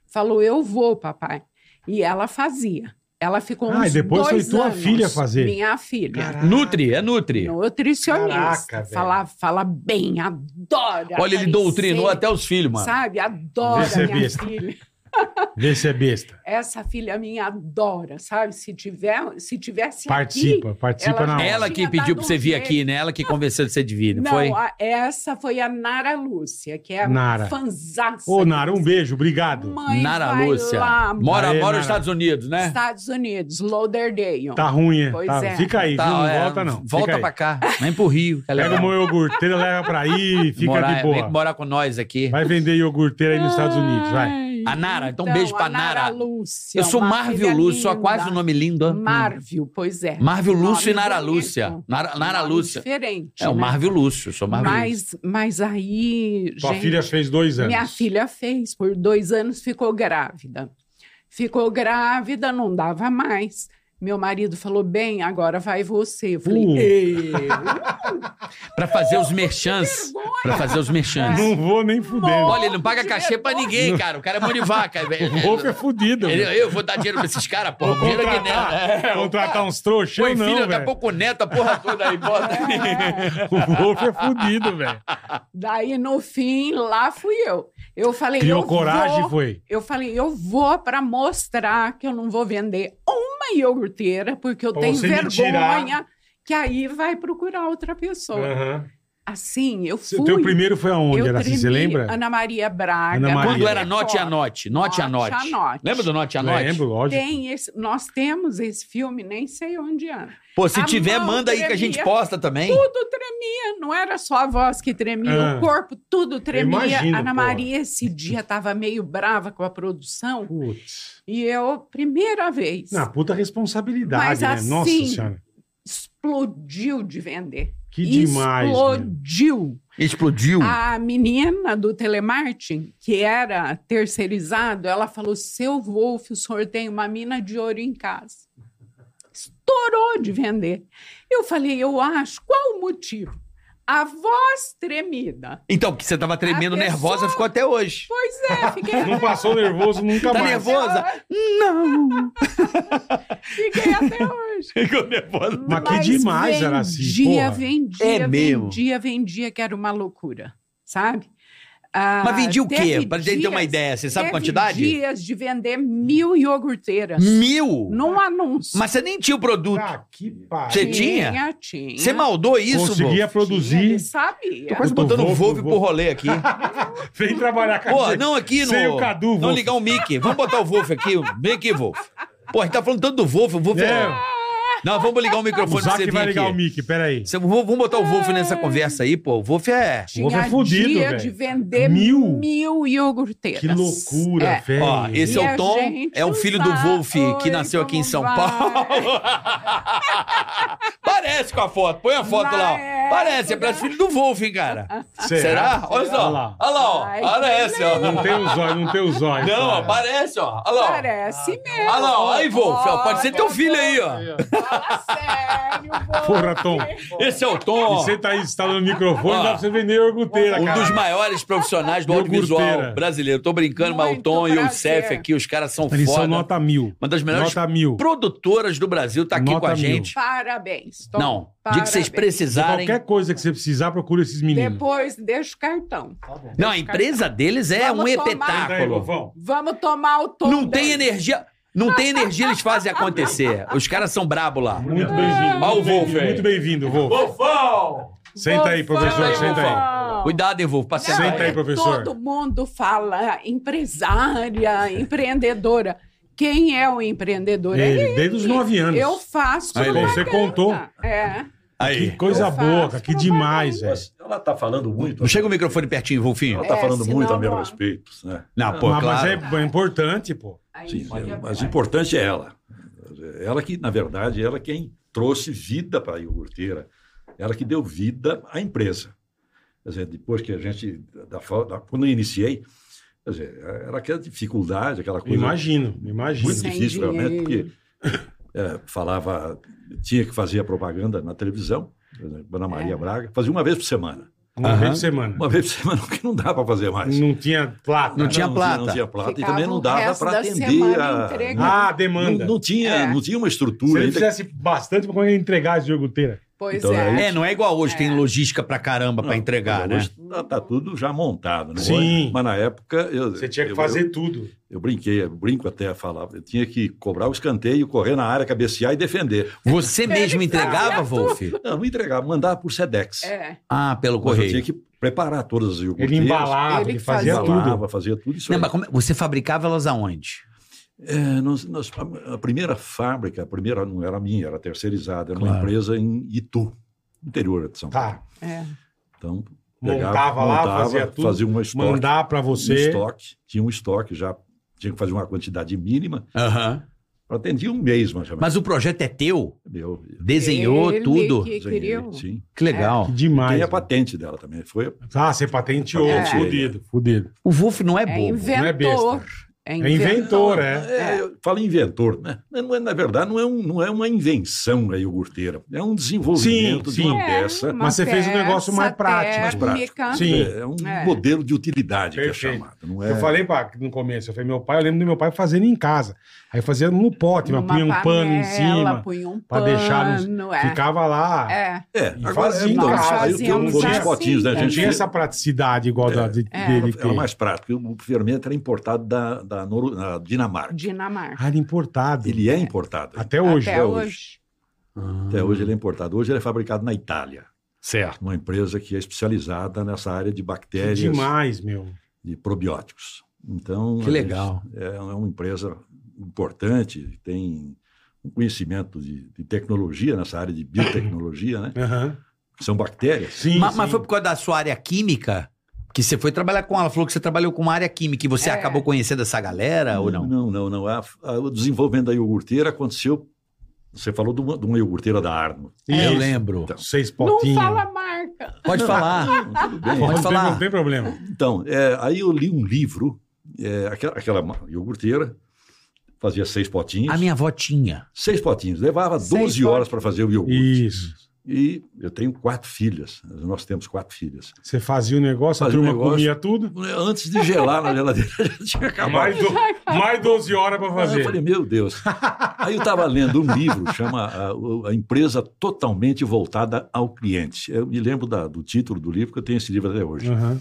C: falou: eu vou, papai. E ela fazia. Ela ficou
B: Ah,
C: uns
B: e depois foi
C: dois
B: tua
C: anos,
B: filha fazer.
C: Minha filha.
B: Caraca.
A: Nutri, é Nutri.
B: Caraca,
C: Nutricionista.
B: velho.
C: fala, fala bem, adora.
A: Olha, ele
C: aparecer,
A: doutrinou até os filhos, mano.
C: Sabe, adora
B: Vê se é
C: minha
B: besta.
C: filha.
B: Vê se é besta.
C: Essa filha minha adora, sabe? Se, tiver, se tivesse
B: Participa,
C: aqui...
B: participa
C: ela
B: na
C: já-
B: aula.
A: Ela que
C: Tinha
A: pediu
C: dado
A: pra você
C: um
A: vir
C: jeito.
A: aqui, né? Ela que convenceu de você de vir, não,
C: Não,
A: foi?
C: a- essa foi a Nara Lúcia, que é
B: Nara.
C: a fanzaça.
B: Ô, Nara, um beijo, obrigado.
C: Mãe,
A: Nara
C: vai
A: Lúcia.
C: lá,
A: mora
B: Aê,
A: mora
B: Nara.
A: nos Estados Unidos, né?
C: Estados Unidos, Lauderdale.
B: Tá ruim, é?
C: Pois
B: Tá-
C: é.
B: Fica aí, viu? Não
A: é,
B: volta, não. Fica
A: Volta
B: aí.
A: pra cá. Vem pro Rio. que é
B: Pega
A: legal.
B: uma iogurteira, leva pra
A: *laughs*
B: aí, fica
A: morar, é,
B: de
A: Vem
B: boa.
A: morar com nós aqui.
B: Vai vender iogurteira aí nos Estados Unidos, vai.
C: Ai,
A: A Nara, então, um beijo pra
C: a
A: Nara.
C: Lúcia,
A: Eu sou
C: uma
A: Marvel
C: filha
A: Lúcio, ó,
C: é linda.
A: quase um nome lindo. ó.
C: Marvel, pois é.
A: Marvel Lúcio e
C: Nome
A: Nara
C: bonito.
A: Lúcia. Nara, Nara
C: Nome
A: Lúcia.
C: Diferente.
A: É o
C: né?
A: Marvel Lúcio, sou Marvel é Lúcio.
C: Mas, mas aí.
B: Sua
C: gente,
B: filha fez dois anos.
C: Minha filha fez, por dois anos ficou grávida. Ficou grávida, não dava mais. Meu marido falou: bem, agora vai você. Eu falei:
B: Uh.
C: "Eu?"
A: Pra fazer os merchans. Pra fazer os merchans.
B: *laughs* Não vou nem fudendo.
A: Olha, ele não paga cachê pra ninguém, cara. O cara é mão de
B: *laughs*
A: vaca.
B: O Wolf é fudido.
A: Ele-
B: velho.
A: eu vou dar dinheiro pra esses caras, porra.
B: Vou
A: Dinheiro aqui
B: contratar, É,
A: nela.
B: contratar uns trouxas,
A: Põe
B: eu não,
A: filho, daqui a
B: velho.
A: pouco neto, a porra toda aí, bota ali.
B: *laughs* O Wolf é fudido, velho.
C: Daí, no fim, lá fui eu. Eu falei:
B: Criou
C: eu
B: coragem,
C: vou,
B: foi.
C: Eu falei: eu vou para mostrar que eu não vou vender uma iogurteira, porque eu
B: Pra
C: tenho
B: você me
C: vergonha
B: tirar.
C: que aí vai procurar outra pessoa.
B: Aham.
C: assim, eu fui.
B: O teu primeiro foi aonde,
C: eu
B: Araci? Você
C: tremi.
B: lembra?
C: Ana *laughs* Maria Braga.
B: Ana Maria.
A: Quando
B: Maria.
A: era note a note, note a
C: Note a
A: note.
C: note.
A: Lembra do note a note?
B: Lembro, lógico.
C: Tem esse, nós temos esse filme, nem sei onde anda.
A: Pô, se
C: A
A: tiver,
C: mão
A: manda aí que a gente
C: tremia.
A: posta também.
C: Tudo tremia, não era só a voz que tremia,
B: Ah.
C: o corpo, tudo tremia.
B: imagino,
C: Ana
B: pô.
C: Maria, esse dia, estava meio brava com a produção.
B: Putz.
C: E eu, primeira vez,
B: Na puta responsabilidade,
C: Mas
B: né?
C: assim,
B: Nossa senhora.
C: explodiu de vender.
B: Que demais. né?
C: Explodiu.
A: Explodiu.
C: A menina do telemarketing, que era terceirizado, ela falou: seu Wolf, o senhor tem uma mina de ouro em casa. Estourou de vender. Eu falei, eu acho, qual o motivo? A voz tremida.
A: Então, porque você tava tremendo,
C: pessoa-
A: nervosa, ficou até hoje.
C: Pois é, fiquei,
B: Não passou nervoso nunca
A: *laughs* Tá
B: mais.
A: nervosa?
B: *laughs*
A: Não.
C: fiquei até hoje.
A: Ficou nervosa.
B: Mas que demais,
C: vendia,
B: Araci, porra.
C: Vendia, vendia,
A: É mesmo.
C: vendia, vendia, que era uma loucura, sabe? Ah,
A: Mas vendia o quê?
C: teve
A: Pra gente ter uma
C: dias-
A: ideia, você sabe a
C: teve
A: quantidade?
C: dias de vender mil iogurteiras.
A: Mil?
C: Num anúncio.
A: Mas você nem tinha o produto.
B: Tá, que pariu.
A: Você tinha?
C: Tinha, tinha.
A: Você maldou isso,
B: Conseguia
A: vô?
C: Tinha, ele
B: produzir.
A: Tô
C: sabia.
A: quase
B: Eu tô
A: botando o
B: louco,
A: Volvo
B: vô.
A: pro rolê aqui.
B: Vem trabalhar com a
A: Pô,
B: gente.
A: não aqui no...
B: Sem o Cadu,
A: Não
B: Wolf.
A: ligar o mic. Vamos botar o Wolf aqui. Vem aqui, Wolf. Pô, a gente tá falando tanto do Wolf. O Wolf é...
B: É,
C: Ah,
A: Não, vamos ligar o
B: o
A: microfone pra você
B: Zac
A: vir
B: vai
A: aqui.
B: ligar o mic, peraí.
A: Você- vamos vamos botar o Wolf nessa conversa aí, pô. O Wolf é...
B: O ovo é
C: Tinha
B: fudido,
C: dia
B: velho.
C: de vender
B: Mil?
C: mil, iogurteiras.
B: Que loucura,
C: É.
B: velho.
A: Ó, esse
C: E
A: é
C: a
A: o Tom,
C: gente
A: é um filho do
C: usar-
A: Wolf que
C: Oi,
A: nasceu aqui em
C: como
A: São
C: vai?
A: Paulo. Parece com a foto, põe a foto lá. ó.
C: Mas-
A: Parece, é parece filho do Wolf, hein, cara.
B: Será?
A: Será? Olha só. Olha
B: É. Olha
A: lá,
B: lá.
A: ó.
C: Ai,
A: Parece, ó.
B: Não tem os olhos, não tem os olhos.
A: Não, ó,
B: cara.
A: parece, ó. Olha lá. ó.
C: Parece mesmo.
A: Olha lá, ó. Aí, Wolf, ó, pode ser teu
C: Olha,
A: filho aí, ó.
C: Fala
B: *laughs*
C: sério, Wolf.
B: Porra, Tom.
A: Esse é o Tom, ó.
B: Você tá aí instalando o microfone,
A: Ó.
B: dá pra você vender iogurteira,
A: Um
B: cara.
A: dos maiores profissionais do
B: Iogurteira.
A: audiovisual brasileiro. Tô brincando, mas o
C: Muito
A: Tom e o
C: prazer.
A: Cef aqui, os caras são
B: Eles são
A: foda.
B: nota mil.
A: Uma das melhores
B: Nota mil.
A: produtoras do Brasil tá aqui
B: Nota
A: com a
B: mil.
A: gente.
C: Parabéns, Tom.
A: Não, de que vocês
C: Parabéns.
A: precisarem.
B: Então, Qualquer coisa que você precisar, procura esses meninos.
C: Depois deixa o cartão.
A: Não, a empresa deles é
C: Vamos
A: um
B: Tá
C: tomar.
B: aí,
A: espetáculo.
B: Vovão.
C: Vamos tomar o tom.
A: Não tem
C: dele.
A: energia. Não tem energia, eles fazem acontecer. Os caras são brabo lá.
B: Muito bem-vindo.
A: Ó Ah, o
B: Muito bem-
A: Wolf aí.
B: Muito bem-vindo, Wolf.
A: Vovão!
B: Senta aí,
C: Vovó,
B: professor,
C: vovó.
B: senta aí.
A: Cuidado, hein, Wolf, pra
C: Não,
A: sentar.
B: Senta aí,
C: é
B: professor.
C: Todo mundo fala empresária, empreendedora. Quem é o empreendedor? É
B: Ele,
C: ele.
B: desde os nove anos.
C: Eu faço.
B: Aí, Lê, você
C: propaganda.
B: contou.
C: É.
B: Que coisa
C: Eu
B: boa,
C: faço
B: cara, que demais, velho.
D: Mas Ela tá falando muito.
A: Não chega o microfone pertinho, Wolfinho.
D: Ela tá
C: É,
D: falando
C: senão
D: muito a meu
C: não-
D: respeito. Né?
A: Não, pô,
B: Mas-
A: claro.
B: Mas é importante, pô.
C: Aí,
D: Sim, mas,
C: já
D: mas o
C: vai.
D: importante é ela. Ela que, na verdade, ela quem trouxe vida para a iogurteira. Ela que deu vida à empresa. Quer dizer, depois que a gente, da, fa- da- quando eu iniciei, quer dizer, era aquela dificuldade, aquela coisa
B: Imagino, imagino.
D: muito
C: Sem
D: difícil realmente,
C: dinheiro.
D: porque é, falava, tinha que fazer a propaganda na televisão, por exemplo, Ana
C: É.
D: Maria Braga, fazia uma vez por semana.
B: Uma
A: Aham.
B: vez por semana.
D: Uma vez por semana, *laughs* porque não dá para fazer mais.
B: Não tinha né? plata.
A: Não tinha plata.
D: Não tinha plata e
C: Ficava
D: também não
C: o
D: dava
C: resto
D: para
C: da
D: atender
C: semana
D: a.
C: entregando.
D: Não-
B: Ah,
D: Não,
B: demanda.
D: não tinha,
C: É.
D: não tinha uma
B: Se
D: estrutura
B: ele
D: ainda.
B: fizesse bastante pra quando ele entregar as iogurteiras.
C: Pois
D: Então,
C: é.
A: É, não é igual hoje, tem logística pra caramba pra entregar, né?
D: Hoje tá, tá tudo já montado, né?
B: Sim.
D: Mas na época eu,
B: Você tinha que
D: eu-
B: fazer
D: eu,
B: tudo.
D: eu brinquei, eu brinco até a falar. Eu tinha que cobrar o escanteio, correr na área, cabecear e defender.
A: Você mesmo entregava,
C: fazia
A: Wolf?
D: Não, não entregar, mandar por Sedex.
C: É.
A: Ah, pelo
D: Mas eu
A: correio.
D: tinha que preparar todas as iogurteiras.
B: Ele embalava,
C: Ele
B: ele
C: que
B: fazia
D: embalava,
B: tudo.
D: fazia tudo isso.
A: Não,
D: aí.
A: mas como é- Você fabricava elas aonde?
D: É, nós- nós- a- a primeira fábrica, a primeira não era minha, era terceirizada, era uma
A: Claro.
D: empresa em Itu, interior de São Paulo.
B: Tá.
C: É.
D: Então,
B: Montava
D: pegava,
B: lá, fazia tudo,
D: fazia um estoque,
B: Mandar pra
D: um
B: você.
D: estoque, tinha um estoque já, tinha que fazer uma quantidade mínima,
A: Aham.
D: eu atendia um mês, mais ou menos.
A: Mas o projeto é teu?
D: Meu,
A: Desenhou
C: Ele
A: tudo?
C: que é.
D: desenhei,
C: criou.
D: sim.
A: Que legal.
B: Que demais.
D: Tem a
B: velho.
D: patente dela também, foi
B: Ah, você patenteou.
C: É.
B: Fudido, fudido.
A: O Wolf não é
C: É
A: bobo.
B: Não é
C: inventor.
B: besta.
C: É
B: É inventor, é.
D: É, eu falo inventor, né? Mas Não é, na verdade, não é, um- não é uma invenção a iogurteira. É um desenvolvimento
B: Sim,
D: de
B: sim.
D: uma peça.
B: Mas você fez um negócio mais prático.
D: Mais prático.
B: Sim.
D: É um
C: É.
D: modelo de utilidade que é
B: Perfeito.
D: chamado. Não é...
B: Eu falei pra, no começo, eu falei, meu pai, eu lembro do meu pai fazendo em casa. Aí fazia no pote, mas punha um pano em cima,
C: é, Punha um
B: pra deixar
C: pano, é.
B: ficava lá.
C: É.
D: É,
B: E
D: agora
B: fazia um em
D: é muito
B: casa.
D: Aí eu
B: Fazíamos
D: coloquei os
B: assim,
D: potinhos da
B: Não
D: gente.
B: tinha essa praticidade igual da, de,
C: É.
B: dele
D: Era
B: ter.
D: mais prático. O fermento era importado da, da, Noru- da Dinamarca.
C: Dinamarca.
B: Ah, era importado.
D: Ele é importado.
B: Até hoje.
C: Até hoje.
D: Até hoje ele é importado. Hoje ele é fabricado na Itália.
E: Certo.
D: uma empresa que é especializada nessa área de
B: Que
D: bactérias,
B: demais, meu.
D: de probióticos. Então,
A: Que
D: a
A: legal.
D: gente- É uma empresa importante, tem um conhecimento de, de tecnologia nessa área de biotecnologia, né?
B: Aham.
D: São bactérias.
B: Sim,
A: Ma- mas,
B: sim.
A: foi por causa da sua área química que você foi trabalhar com ela? Falou que você trabalhou com uma área química e você
C: É.
A: acabou conhecendo essa galera Ah, ou não?
D: Não, não, não. A- a- o desenvolvimento da iogurteira aconteceu. Você falou de uma, de uma iogurteira da
A: *laughs*
D: Arno.
A: É, Eu
B: É. Isso.
A: lembro.
B: Seis
C: Não
B: potinhos. É.
C: fala a marca.
A: Pode falar.
D: Então. Não, Então, tudo bem.
A: Pode
B: Não tem-
A: falar.
B: Não tem problema.
D: Então, é, aí eu li um livro, é, aquela, aquela ma- iogurteira, fazia seis potinhos.
A: A minha avó tinha.
D: Seis potinhos. Levava 12
C: Seis
D: horas para fazer o iogurte.
B: Isso.
D: E eu tenho quatro filhas. Nós temos quatro filhas.
B: Você fazia o negócio,
D: Fazia
B: a
D: o
B: turma
D: negócio.
B: comia tudo.
D: Antes de gelar na geladeira, *laughs* já tinha acabado.
B: Mais, do, mais 12 horas pra
D: Eu falei,
B: fazer.
D: meu Deus. Aí eu estava lendo um livro, chama a, o- a Empresa Totalmente Voltada ao Cliente. Eu me lembro da- do título do livro, porque eu tenho esse livro até hoje.
B: Aham.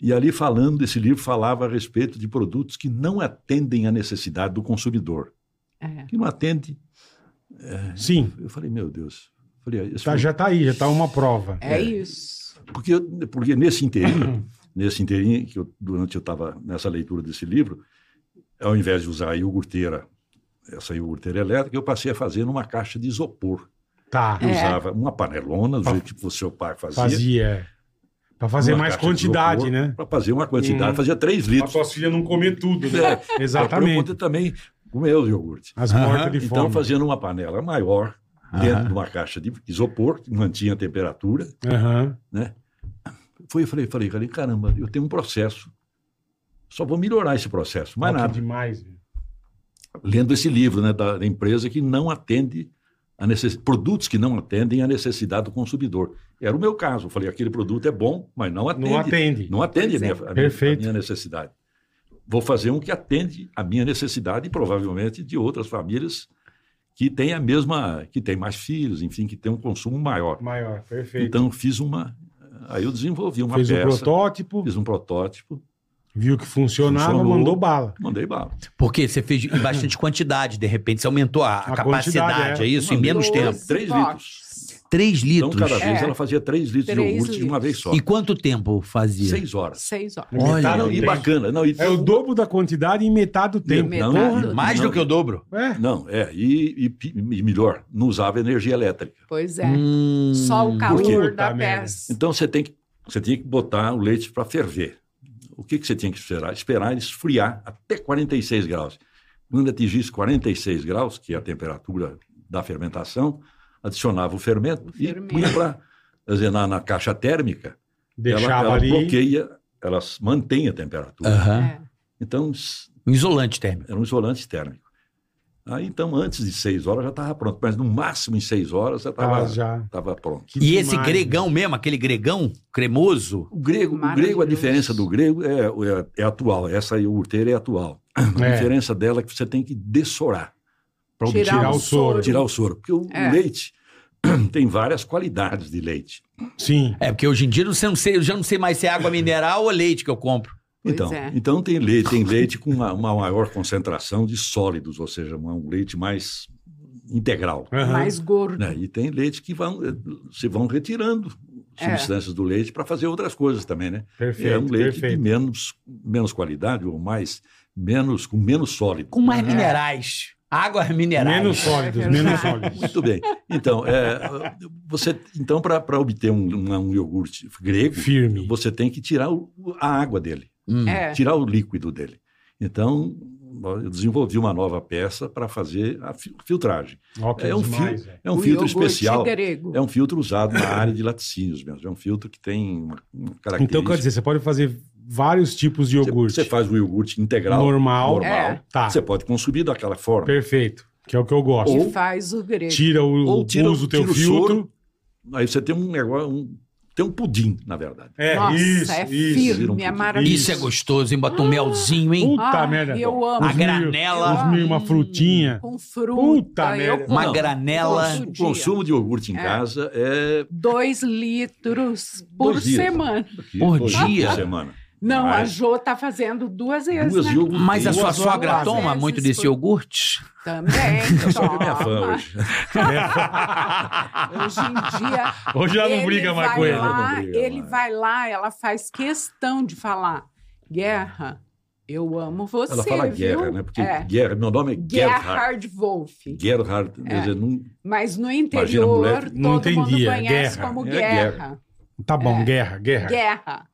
D: E ali falando, esse livro falava a respeito de produtos que não atendem à necessidade do consumidor.
C: É.
D: Que não atende.
B: Sim,
D: Eu falei, meu Deus. Eu Falei, "Ah, esse
B: tá- já tá aí, já tá uma prova.
C: É, isso.
D: porque, eu- porque nesse inteirinho, nesse inteirinho que eu, durante eu estava nessa leitura desse livro, ao invés de usar a iogurteira, essa iogurteira elétrica, eu passei a fazer numa caixa de isopor.
B: Tá,
D: Eu
C: É.
D: usava uma panelona, do jeito que o seu pai fazia.
B: fazia. é. Pra fazer mais quantidade, né?
D: Para fazer uma quantidade,
B: Uhum.
D: fazia três
B: Pra
D: litros.
B: suas filhas não comer tudo,
D: É,
B: né?
D: Para eu
B: Exatamente.
D: poder também comer o iogurte.
B: As mortas de fome.
D: Então, fazendo uma panela maior, dentro de uma caixa de isopor, que mantinha a temperatura,
B: Aham.
D: né? Foi, eu falei, falei, falei, caramba, eu tenho um processo. Só vou melhorar esse processo, mais
B: Ó, que
D: nada.
B: demais. meu.
D: Lendo esse livro né, da, da empresa que não atende a necessidade, produtos que não atendem à necessidade do consumidor. Era o meu caso. Eu falei, aquele produto é bom, mas não atende.
B: Não atende.
D: não atende a, minha, a minha-
B: Perfeito.
D: a minha necessidade. Vou fazer um que atende a minha necessidade e provavelmente de outras famílias que têm a mesma, que têm mais filhos, enfim, que têm um consumo maior.
B: Maior, perfeito.
D: Então fiz uma, aí eu desenvolvi uma
B: Fez o
D: peça.
B: protótipo,
D: Fiz um protótipo,
B: viu que funcionava,
D: Funcionou.
B: mandou bala.
D: mandei bala.
A: Porque você fez em bastante quantidade, de repente. Você aumentou a, a
B: A
A: capacidade,
B: quantidade,
A: é,
B: é.
A: isso? Em menos
C: Doze
A: tempo.
D: Três
C: potes.
A: Três
D: Então,
A: litros.
D: cada vez
C: É.
D: ela fazia três litros de
C: Três
D: iogurte de uma vez só.
A: Em quanto tempo fazia?
D: Seis horas. Tá,
C: Seis horas.
A: Olha,
B: Metade
D: não,
B: do
D: e
B: tempo.
D: bacana. Não, e-
B: É o dobro da quantidade em metade do tempo.
D: Não,
C: Metade
D: e-
C: do-
A: Mais
D: não,
A: do que o dobro.
B: É,
D: Não, é. E, e pi- e melhor, não usava energia elétrica.
C: Pois é.
A: Hum.
C: Só o
B: quê?
C: calor da
B: Puta merda.
C: peça.
D: Então você tem que você tinha que botar o leite para ferver. O que, que você tinha que esperar? Esperar ele esfriar até 46 graus. Quando atingisse 46 graus, que é a temperatura da fermentação, adicionava o fermento,
C: O
D: e
C: fermento.
D: punha para na, na caixa térmica.
B: deixava
D: ela, ela
B: ali.
D: bloqueia, ela s- mantém a temperatura.
A: Aham.
C: É.
D: Então, s-
A: Um isolante térmico.
D: era um isolante térmico. Aí, então, antes de seis horas já estava pronto, mas no máximo em seis horas já
B: Ah,
D: estava
B: já.
D: tava pronto.
B: Que
A: e esse
B: demais,
A: gregão mesmo, aquele gregão cremoso,
D: O grego, o grego, a
C: Maravilhoso.
D: diferença do grego é, é, é atual, essa iogurteira é atual. A
B: É.
D: diferença dela é que você tem que dessorar para
C: Tirar,
B: Tirar
C: o
B: o soro.
C: soro.
D: tirar o soro, porque o
C: É.
D: leite *clears throat* tem várias qualidades de leite.
B: meu. Sim.
A: É, porque hoje em dia eu, não sei- eu sei- eu já não sei mais se é água mineral ou leite que eu compro.
C: Pois
D: Então,
C: é.
D: então tem leite, tem leite com uma, uma maior concentração de sólidos, ou seja, uma- um leite mais integral.
B: Aham.
C: Mais gordo.
D: né? E tem leite que vão, eh, se vão retirando
C: É.
D: substâncias do leite para fazer outras coisas também, né?
B: Perfeito,
D: é um leite de
B: perfeito.
D: menos, menos qualidade ou mais menos com menos sólido.
A: Com mais minerais. Águas minerais.
B: Menos sólidos,
C: *laughs* É
B: menos
C: verdade.
B: sólidos.
D: Muito bem. Então, é, você então para obter um, uma- um iogurte grego,
B: Firme.
D: você tem que tirar o- o- a água dele,
A: Hum.
C: É.
D: tirar o líquido dele. Então, eu desenvolvi uma nova peça para fazer a fi- filtragem.
B: Ó, que
D: É um,
B: demais,
D: fil-
B: velho.
D: é um
C: O
D: filtro
C: iogurte
D: especial.
C: grego.
D: É um filtro usado na área de laticínios mesmo. É um filtro que tem uma, uma característica.
B: Então, quer dizer, você pode fazer vários tipos de
D: Você-
B: iogurte.
D: Você faz o iogurte integral,
B: normal.
D: normal.
C: É.
B: Tá,
D: Você pode consumir daquela forma.
B: perfeito. Que é o que eu gosto.
C: Que faz o grego.
B: tira o,
D: ou
B: o-
D: tira o-
B: usa o teu
D: tira o
B: filtro.
D: soro. Aí você tem um negócio, um- tem um pudim, na verdade.
B: É,
C: Nossa,
B: isso,
C: é
B: isso.
D: Viram
C: firme, é
D: tudo.
C: maravilhoso.
A: Isso é gostoso, hein? Bota um melzinho, hein?
B: Puta
C: Ah,
B: merda.
C: eu amo.
A: A
B: Os milho-
A: granela.
B: Os milho, uma frutinha.
C: Com fruta.
B: Puta
C: eu
B: merda.
A: Uma
D: Não.
A: granela.
C: Todo
D: O
C: dia.
D: consumo de iogurte em
C: É.
D: casa é
C: Dois litros por
D: Dois dias.
C: semana.
D: aqui,
A: Por
D: dois dias
A: dia?
D: Por semana.
C: Não, a
D: Mas-
C: Jo tá fazendo duas vezes,
D: Duas
C: né?
D: iogurtes.
A: Mas a sua
D: Duas
A: sogra
D: horas.
A: toma
C: Às
A: muito
C: vezes
A: desse
C: foi-
A: iogurte?
D: *laughs*
C: Também.
D: A sogra é minha fã
C: toma.
D: hoje.
C: Hoje em dia.
E: Hoje ela não
C: ele
E: briga mais
C: vai
E: com ele.
D: ela não
C: lá,
D: briga
C: ele
D: mais.
C: vai lá, ela faz questão de falar: Guerra, eu amo você.
D: *laughs* Ela fala
C: viu?
D: guerra, né? Porque
C: É.
D: guerra, meu nome é Gerhard.
C: Gerhard É. Wolff.
D: Gerhard, quer dizer, não,
C: Mas no
D: Imagina,
C: interior,
D: moleque.
C: todo
B: Não
C: mundo
B: entendia,
C: conhece
B: guerra.
C: como
D: É
C: guerra.
B: Tá bom, guerra, guerra.
C: É. Guerra.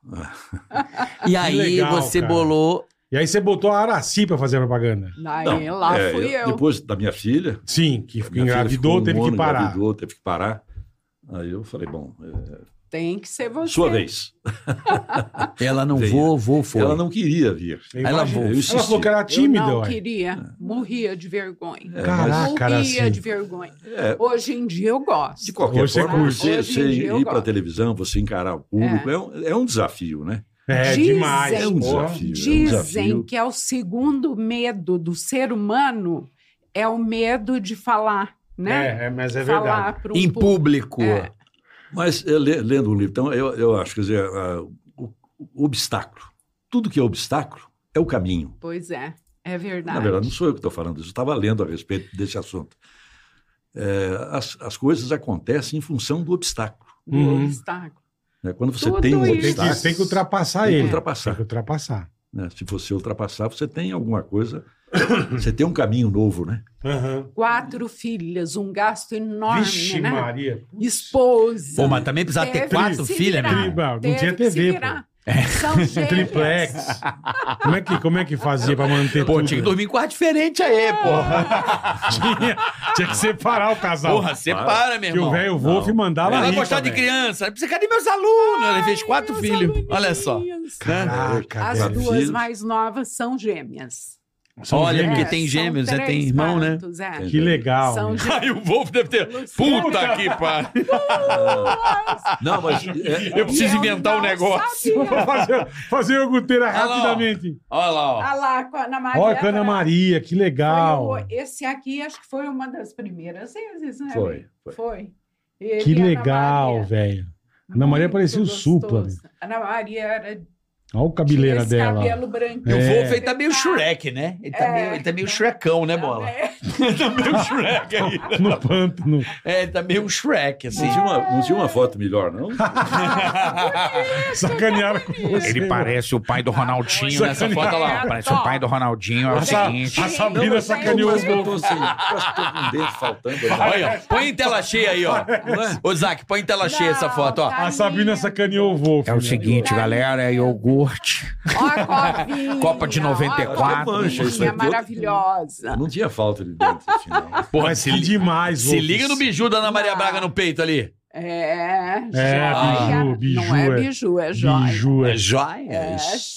A: E aí
B: legal,
A: você
B: cara.
A: bolou.
B: E aí você botou a Araci pra fazer a propaganda.
C: Daí
D: Não,
C: lá
D: é,
C: fui eu.
D: Depois da minha filha,
B: Sim, que ficou-
D: minha filha
B: engravidou,
D: ficou um
B: teve que
D: ano,
B: parar.
D: Engravidou, teve que parar. Aí eu falei, bom, é,
C: Tem que ser você.
D: sua vez.
A: Ela não
D: Veio.
A: vou, vou, foi.
D: Ela não queria vir.
B: Eu
A: Ela
B: imagino.
A: voltou.
D: Eu
B: Ela
D: insisti.
B: falou que era
C: Eu
B: tímida,
C: não
B: ué.
C: queria. Morria de vergonha.
D: É,
B: Caraca, era
C: morria
B: assim.
C: de vergonha.
D: É,
C: Hoje em dia eu gosto.
D: de qualquer
B: Hoje você
D: forma,
B: curte.
C: Hoje
D: você,
C: em
D: você
C: dia eu
D: ir para a
C: gosto.
D: televisão, você encarar o público, é, um, é um desafio, né?
B: É
C: Dizem-
B: demais.
D: É um
B: porra.
D: desafio.
C: Dizem
D: desafio.
C: que é o segundo medo do ser humano é o medo de falar, né?
B: É, é, mas é verdade.
C: falar para
A: Em público.
C: É.
D: Mas é, le- lendo um livro, então, eu, eu acho, quer dizer, a- o, o obstáculo. Tudo que é obstáculo é o caminho.
C: Pois é, é
D: Na
C: verdade.
D: verdade, não sou eu que estou falando isso, eu estava lendo a respeito desse assunto. É, as, as coisas acontecem em função do obstáculo.
C: Do
B: Uhum.
C: obstáculo.
D: né? Quando você
C: Tudo
D: tem um
C: isso.
B: Tem que,
D: obstáculo,
B: tem que ultrapassar
D: tem que
B: ele.
D: ultrapassar.
B: Tem que ultrapassar.
D: né? se você ultrapassar, você tem alguma coisa, você tem um caminho novo, né?
B: Aham.
C: Quatro filhas, um gasto enorme,
B: Vixe,
C: né?
B: Maria.
C: Esposa.
A: Pô, mas também precisava ter
C: Teve
A: quatro
C: que se
A: filhas, É.
C: virar,
A: né?
B: Tribal, não
C: teve
B: tinha
C: que
B: TV,
C: se
B: pô.
C: virar. São gêmeas.
B: *laughs* Triplex. Como é que, como é que fazia pra manter
A: Pô,
B: tudo?
A: tinha que dormir em quarto diferente aí, porra.
B: tinha, tinha que separar o casal.
A: Porra, separa, meu
B: que o
A: irmão.
B: velho Wolf mandava
A: Ela vai
B: rifa,
A: gostar de
B: velho.
A: criança. Precisa, cadê meus alunos? Ela fez quatro filhos. Olha só.
C: Meninas.
B: Caraca,
C: As
B: velho.
D: Quatro
C: duas
D: filhos.
C: mais novas são gêmeas. É,
B: São
A: Olha,
B: gêmeos.
A: porque tem
C: são
A: gêmeos, né?
C: três
A: Tem irmão, né? *laughs*
C: partos, é.
B: Que legal.
C: São
B: meu.
C: gêmeos.
A: Aí o Wolf deve ter. Puta que pariu.
D: Não, *laughs* mas é,
A: Eu preciso
C: Eu
A: inventar um
C: não
A: negócio.
C: sabia.
B: Vou fazer, fazer iogurteira
A: Olha lá, ó.
B: rapidamente.
A: Olha lá, ó.
C: Ah lá, com a Ana Maria.
B: Olha que Ana Maria, que
C: Foi
B: legal.
C: o- esse aqui acho que foi uma das primeiras vezes, né?
D: foi, foi.
C: Foi. Ele
B: Que
C: e Ana
B: legal,
C: Maria.
B: velho. Ana Maria
C: Muito
B: parecia o Supla,
C: gostoso. Ana Maria era tinha
B: Olha o cabeleira
C: esse
B: dela.
C: cabelo branco.
A: E o
B: É.
A: Wolf aí tá meio Shrek, né? Ele tá,
C: É.
A: meio, ele tá meio Shrekão, né, Bola? Ele tá meio Shrek aí.
B: No pântano.
A: É, ele tá meio Shrek, assim.
D: Não tinha, uma, não tinha uma foto
B: *laughs*
D: melhor, não?
B: Sacanearam com você.
E: Ele parece o pai do Ronaldinho nessa
B: Sacaneado.
E: foto olha lá. Parece o pai do Ronaldinho. É o
B: Essa-
E: seguinte.
B: a Sabrina
C: é
B: sacaneou
D: mas
B: os
D: eu tô assim, quase tô com um dedo faltando. né?
A: Olha, ó, põe em tela cheia aí, ó. Ô, Zac, põe em tela cheia essa foto,
C: tá
A: ó.
B: A Sabrina sacaneou o Wolf.
E: É o
B: né?
E: seguinte, galera, é iogurte.
C: Olha a copinha.
E: *laughs* Copa de 94.
C: Olha a
D: Mancha, isso
E: é
C: copinha
D: aqui.
C: maravilhosa.
D: Não tinha falta de dentro, assim, não.
A: Porra,
B: Mas
A: se,
B: que
A: li-
B: demais,
A: se
B: Wolf.
A: liga no biju da Ana Maria Braga no peito ali.
C: É,
B: É,
C: joia.
B: biju, biju,
C: Não
B: é-
C: é biju, é joia.
B: Biju, é.
A: joia?
C: É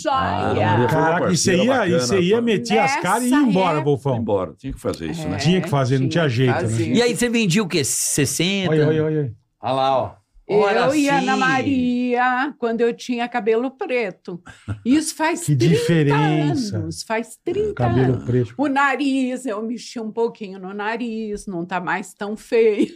D: Ah, Ana Maria
C: joia.
D: foi uma
B: Caraca, isso aí ia,
D: parceira
B: isso aí ia
D: bacana,
B: meter as
C: Nessa
B: caras e ir embora,
C: época-
D: Foi
B: Wolfão.
D: embora, tinha que fazer isso, né?
C: É,
B: Tinha que fazer, não tinha
C: que
B: jeito, né?
C: fazer.
A: E aí você vendia o quê? 60?
B: Olha, olha, olha.
A: Olha lá, ó. Olha
C: Eu e
A: assim.
C: Ana Maria, quando eu tinha cabelo preto. Isso faz
B: *laughs* Que
C: 30
B: diferença. É,
C: anos. Faz 30
B: Cabelo
C: anos.
B: preto.
C: O nariz, eu mexi um pouquinho no nariz, não tá mais tão feio.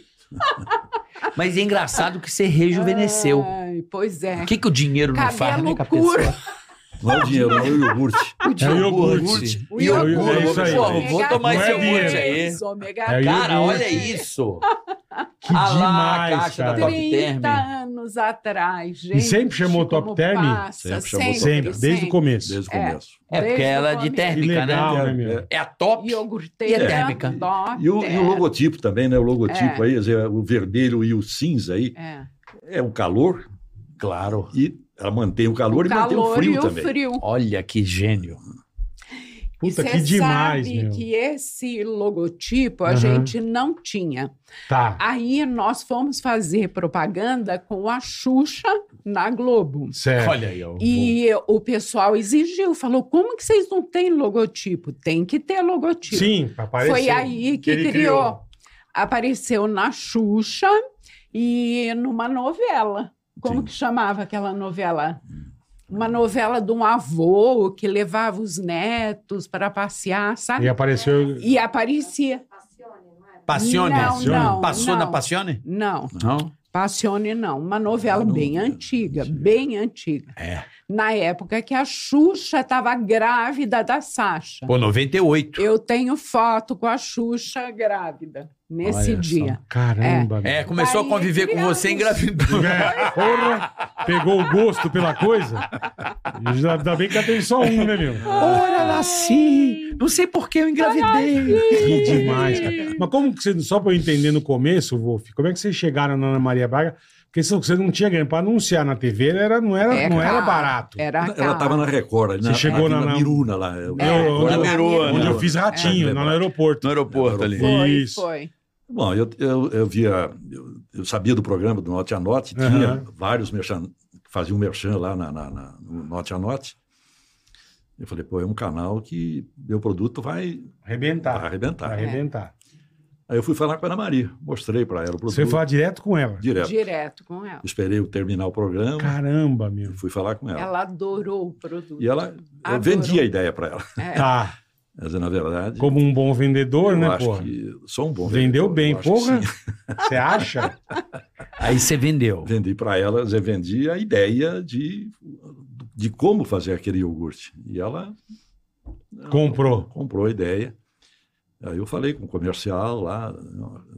A: Mas é engraçado que você rejuvenesceu.
C: Ai, pois é.
A: O que, que o dinheiro não faz, né,
C: cabelo
A: com a pessoa?
C: curto.
D: Não é o dinheiro, não é o
C: *laughs*
D: iogurte.
B: É o iogurte.
A: iogurte.
C: O
A: E eu-
B: iogurte, é isso aí.
A: Pô, vou tomar
B: Não
A: esse
B: é
A: iogurte
B: dinheiro.
A: aí.
C: Ômega
B: É
C: três.
B: iogurte.
A: Cara, olha isso. Ah
B: Que
A: lá, a
B: demais,
A: caixa da
B: cara.
A: Top Term.
C: 30 anos atrás, gente.
B: sempre chamou
C: como
B: Top Term?
C: Passa,
D: Sempre chamou
C: sempre,
D: Top
B: Sempre, desde o começo.
D: Desde o
C: É.
D: começo.
A: É porque
C: Desde
A: ela é
C: o
A: de
C: começo.
B: Que
A: térmica,
B: legal,
A: né?
B: né, meu?
A: É a top.
C: Iogurteira,
A: E a térmica.
C: Top
D: É. E o, e o
C: Term.
D: logotipo também, né? O logotipo
C: É.
D: aí, quer dizer, o vermelho e o cinza aí,
C: É.
D: é o calor
A: Claro.
D: e ela mantém o calor e mantém o
C: Calor
D: frio
C: e o
D: também.
C: frio.
A: Olha que gênio.
B: Puta,
C: e
B: que
C: cê
B: demais,
C: sabe
B: meu.
C: que esse logotipo a
B: Aham.
C: gente não tinha.
B: Tá.
C: Aí nós fomos fazer propaganda com a Xuxa na Globo.
B: Certo.
A: Olha aí, ó.
C: E o pessoal exigiu, falou: como que vocês não têm logotipo? Tem que ter logotipo.
B: Sim, apareceu.
C: Foi aí que
B: Ele
C: criou. Apareceu na Xuxa e numa novela. Como
D: Sim.
C: que chamava aquela novela? Uma novela de um avô que levava os netos para passear,
B: E
C: sabe?
B: apareceu.
C: E aparecia.
A: Passione?
C: Não,
B: não,
A: Passou
C: não.
A: na Passione?
C: Não,
A: Não.
C: Passione não. Uma novela
D: Não,
C: bem
D: não,
C: antiga,
D: antiga.
C: bem antiga.
A: É.
C: na época que a Xuxa estava grávida da Sasha.
A: Pô, 98.
C: Eu tenho foto com a Xuxa grávida nesse
A: Olha só.
C: dia.
B: Caramba, velho.
A: É, começou
C: Aí,
A: a conviver com
C: criamos.
A: você e engravidou.
B: É, porra, pegou o gosto pela coisa. E Ainda bem que já teve só um, né, meu?
A: Olha, nasci. Não sei por que eu engravidei.
B: Que demais, cara. Mas como que você, só pra eu entender no começo, Wolf, como é que vocês chegaram na Ana Maria Braga? Porque se você não tinha grana pra anunciar na TV, era, não, era,
C: É
B: não era
C: caro,
B: barato.
C: Era
D: Ela
C: caro.
D: estava na Record. ali
B: Você
D: na,
B: chegou
D: na,
B: na-
D: Vila
B: na-
D: Miruna lá. Eu-
C: É,
D: eu-
B: onde
C: na
B: eu-
C: Miruna.
B: Onde eu fiz ratinho,
D: É.
B: lá no aeroporto.
A: No aeroporto ali.
C: Foi,
B: Isso.
C: foi.
D: Bom, eu, eu, eu via, eu, eu sabia do programa do Norte a Norte,
B: Aham.
D: tinha vários merchan, faziam merchan lá na, na- na- no Norte a Norte. Eu falei, pô, é um canal que meu produto vai
B: Arrebentar.
D: arrebentar.
B: Arrebentar.
D: É. Aí eu fui falar com a Ana Maria, mostrei para ela o produto
B: Você foi falar direto com ela.
D: direto.
C: Direto com ela.
D: Esperei eu terminar o programa
B: Caramba, meu.
D: e fui falar com ela.
C: Ela adorou o produto.
D: E ela, eu
C: Adorou.
D: vendi a ideia para ela.
C: É.
B: Tá.
D: Mas, na verdade,
B: Como um bom vendedor,
D: eu
B: né,
D: acho
B: porra?
D: que sou um bom
B: Vendeu
D: vendedor, eu
B: bem,
D: acho que
B: porra.
D: sim.
B: Você acha?
A: Aí você vendeu.
D: Vendi para ela, eu vendi a ideia de, de como fazer aquele iogurte. E ela
B: Comprou.
D: comprou a ideia. Aí eu falei com o comercial lá,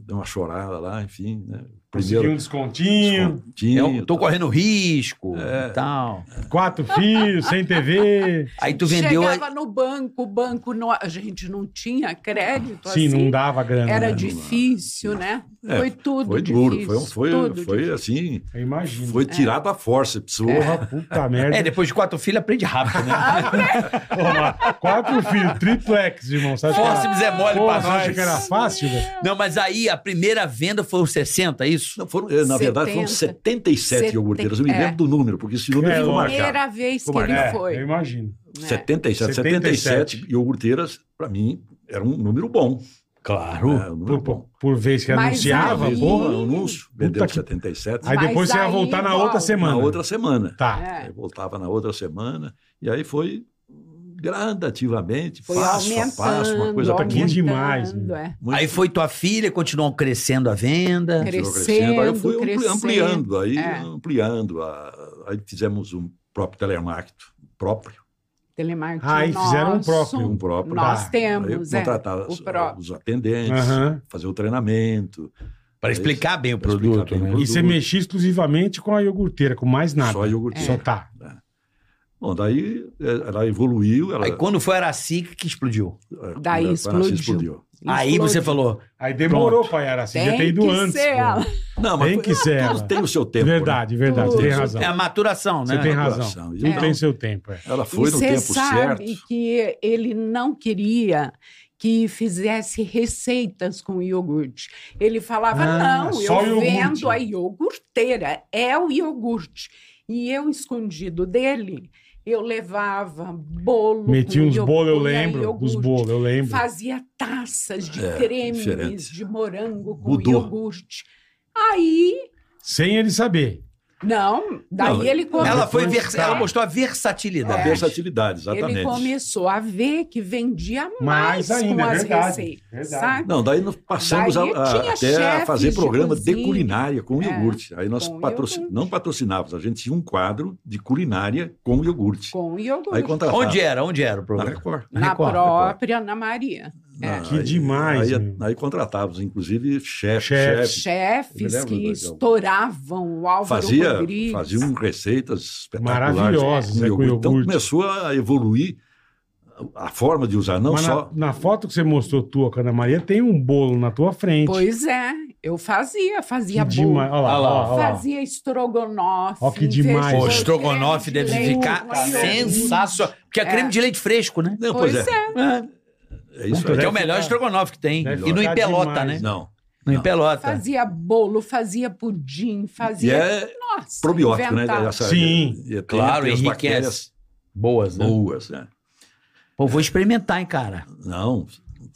D: deu uma chorada lá, enfim. Né?
B: Conseguiu um
D: Primeiro,
B: descontinho,
C: É
D: tinha,
C: um-
A: Eu É um, tô correndo risco
D: É.
A: e tal.
B: quatro filhos, sem
C: *laughs*
B: TV.
A: Aí tu vendeu.
C: Chegava no banco, o banco não, a gente não tinha crédito
B: Sim,
C: assim.
B: não dava grana.
C: Era
B: né?
C: difícil, né?
D: É,
C: foi tudo
D: Foi
C: difícil.
D: duro, foi, um-
C: tudo
D: foi, foi
C: difícil. É.
D: assim,
B: Eu imagino.
D: foi tirar da força, precisou.
B: Porra, puta merda.
A: É, depois de quatro filhos aprende rápido, né?
B: Porra, quatro filhos, triplex, irmão. Sabe
A: Fósseis é mole pra
B: Porra, você acha
A: nós.
B: que era fácil, velho?
A: Não, mas aí a primeira venda foi os 60, é isso?
D: Não, foram, eh, na verdade, foram
C: 70,
D: 77 iogurteiras. Eu me
C: é.
D: lembro do número, porque esse número
B: É,
D: ficou
B: lógico.
D: marcado.
C: Primeira vez que
D: Como
C: ele
B: É,
C: foi.
B: eu imagino.
C: né?
D: 77, 77 iogurteiras, para mim, era um número bom.
A: Claro.
D: né? Um
B: Por,
D: número bom.
B: por, por vez que
C: Mas
B: anunciava,
C: aí-
B: porra.
D: um anúncio, vendeu
B: Puta que-
D: 77.
B: Aí
C: Mas
B: depois você ia
C: aí,
B: voltar na
C: igual.
B: outra semana.
D: Na outra semana.
B: Tá.
D: Aí
C: É,
D: voltava na outra semana. E aí foi gradativamente,
C: foi
D: passo a
C: aumentando,
D: passo, uma coisa para
B: Bom
D: quem
B: demais,
C: aumentando,
B: né?
C: é.
A: Aí foi tua filha, continuou crescendo a venda.
D: Continuou crescendo, aí eu fui
C: Crescendo,
D: ampliando, aí
C: é.
D: ampliando. a- aí fizemos um próprio telemarketing próprio.
C: Telemarketing
B: Ah, e fizeram um
C: nosso.
B: próprio.
D: Um próprio.
C: Nós
B: Tá.
D: Aí eu
C: temos, é.
D: contratava os,
C: o próprio.
D: os atendentes,
B: Aham.
D: fazer o treinamento.
A: Pra explicar bem o
D: Pra explicar
A: produto.
D: bem o
A: né?
D: produto.
B: E você mexia exclusivamente com a iogurteira, com mais nada.
D: Só
C: É.
D: iogurte.
B: Só tá.
D: Bom, daí eh, ela evoluiu. Ela,
A: Aí quando foi a Aracica que explodiu.
D: eh,
C: Daí
D: quando a
C: explodiu.
D: Francis explodiu.
A: Aí você falou,
B: Aí demorou pra Yara, assim, já ter
C: Tem
B: ido
C: que
B: antes.
C: ser
B: pô.
C: ela.
D: Não,
B: Tem que ser
D: tudo
B: ela.
D: Tem o seu tempo. né?
B: Verdade, verdade.
C: Tudo.
B: Tem razão.
A: é a maturação, né?
B: Você tem
D: Maturação,
B: razão. Não
D: então.
B: tem seu tempo, é.
D: Ela foi
C: e
D: no
C: você
D: tempo
C: sabe
D: certo.
C: que ele não queria que fizesse receitas com iogurte. Ele falava,
B: Ah,
C: não,
B: só
C: eu
B: iogurte."
C: vendo a iogurteira, é o iogurte. E eu, escondido dele, eu levava bolo
B: Meti
C: com
B: uns
C: iogu-
B: bolos, eu
C: com
B: lembro. Dos
C: iogurte.
B: bolos, eu lembro.
C: Fazia taças de
D: É,
C: cremes,
D: diferente.
C: de morango com
D: Mudou.
C: iogurte. Aí,
B: Sem ele saber.
C: não, daí
D: Não,
C: ele começou...
A: Ela, foi
B: Depois-
A: vers- ela mostrou a versatilidade.
D: A versatilidade, exatamente.
C: Ele começou a ver que vendia mais,
B: Mais ainda,
C: com
B: é
C: as
B: verdade,
C: receitas,
B: verdade.
C: sabe?
D: Não, daí nós passamos
C: Daí
D: a- a-
C: tinha
D: até a
C: chefes
D: fazer
C: de
D: programa de,
C: cozinha.
D: culinária com
C: É,
D: iogurte. Aí nós
C: com
D: patrocin-
C: iogurte.
D: não patrocinávamos, a gente tinha um quadro de culinária com iogurte.
C: Com iogurte.
D: Aí contratava.
A: Onde era? Onde era o
D: Na
A: programa?
D: Record.
C: Na
A: Record,
C: própria Ana Maria. É.
D: Na-
B: Que demais,
D: Aí, é-
B: meu.
D: aí contratávamos, inclusive, chefe.
B: Chefes.
D: chefe. Eu É, me
C: Chefes
D: lembro
C: que
D: daquele-
C: estouravam o Álvaro
D: Fazia, um
C: Rodrigues.
D: faziam receitas espetaculares.
B: Maravilhosas,
D: com
B: é, com
D: iogurte. Então
B: iogurte.
D: começou a evoluir a forma de usar, não
B: Mas
D: só.
B: na, na foto que você mostrou tua com a Ana Maria, tem um bolo na tua frente.
C: Pois é, eu fazia,
B: que
C: fazia
B: demais.
C: bolo.
B: Olha
A: Olha lá,
B: lá, olha lá, olha lá.
C: Fazia estrogonofe.
B: Ó, que
A: Pô,
B: demais. Pô,
A: o
C: fez
A: estrogonofe
C: creme
A: deve
C: de leite,
A: ficar
C: com iogurte.
A: sensacional. Porque é, creme de leite fresco, né?
D: Não,
C: Pois
D: pois,
C: é.
D: é. É isso
B: Deve
A: Que é
D: aí.
A: o melhor
B: ficar-
A: estrogonofe que tem.
B: deve
A: E não
B: ficar
A: empelota,
B: demais.
A: né?
D: Não.
A: Não
D: Não.
A: empelota.
C: Fazia bolo, fazia pudim,
D: E
C: fazia...
D: é
C: Nossa,
D: probiótico, né?
C: inventava.
D: Essa-
B: Sim.
D: e tem-
A: Claro,
D: tem as
A: enriquece.
D: bactérias
A: Boas, né?
D: boas, né?
A: Pô, vou experimentar, hein, cara.
D: Não,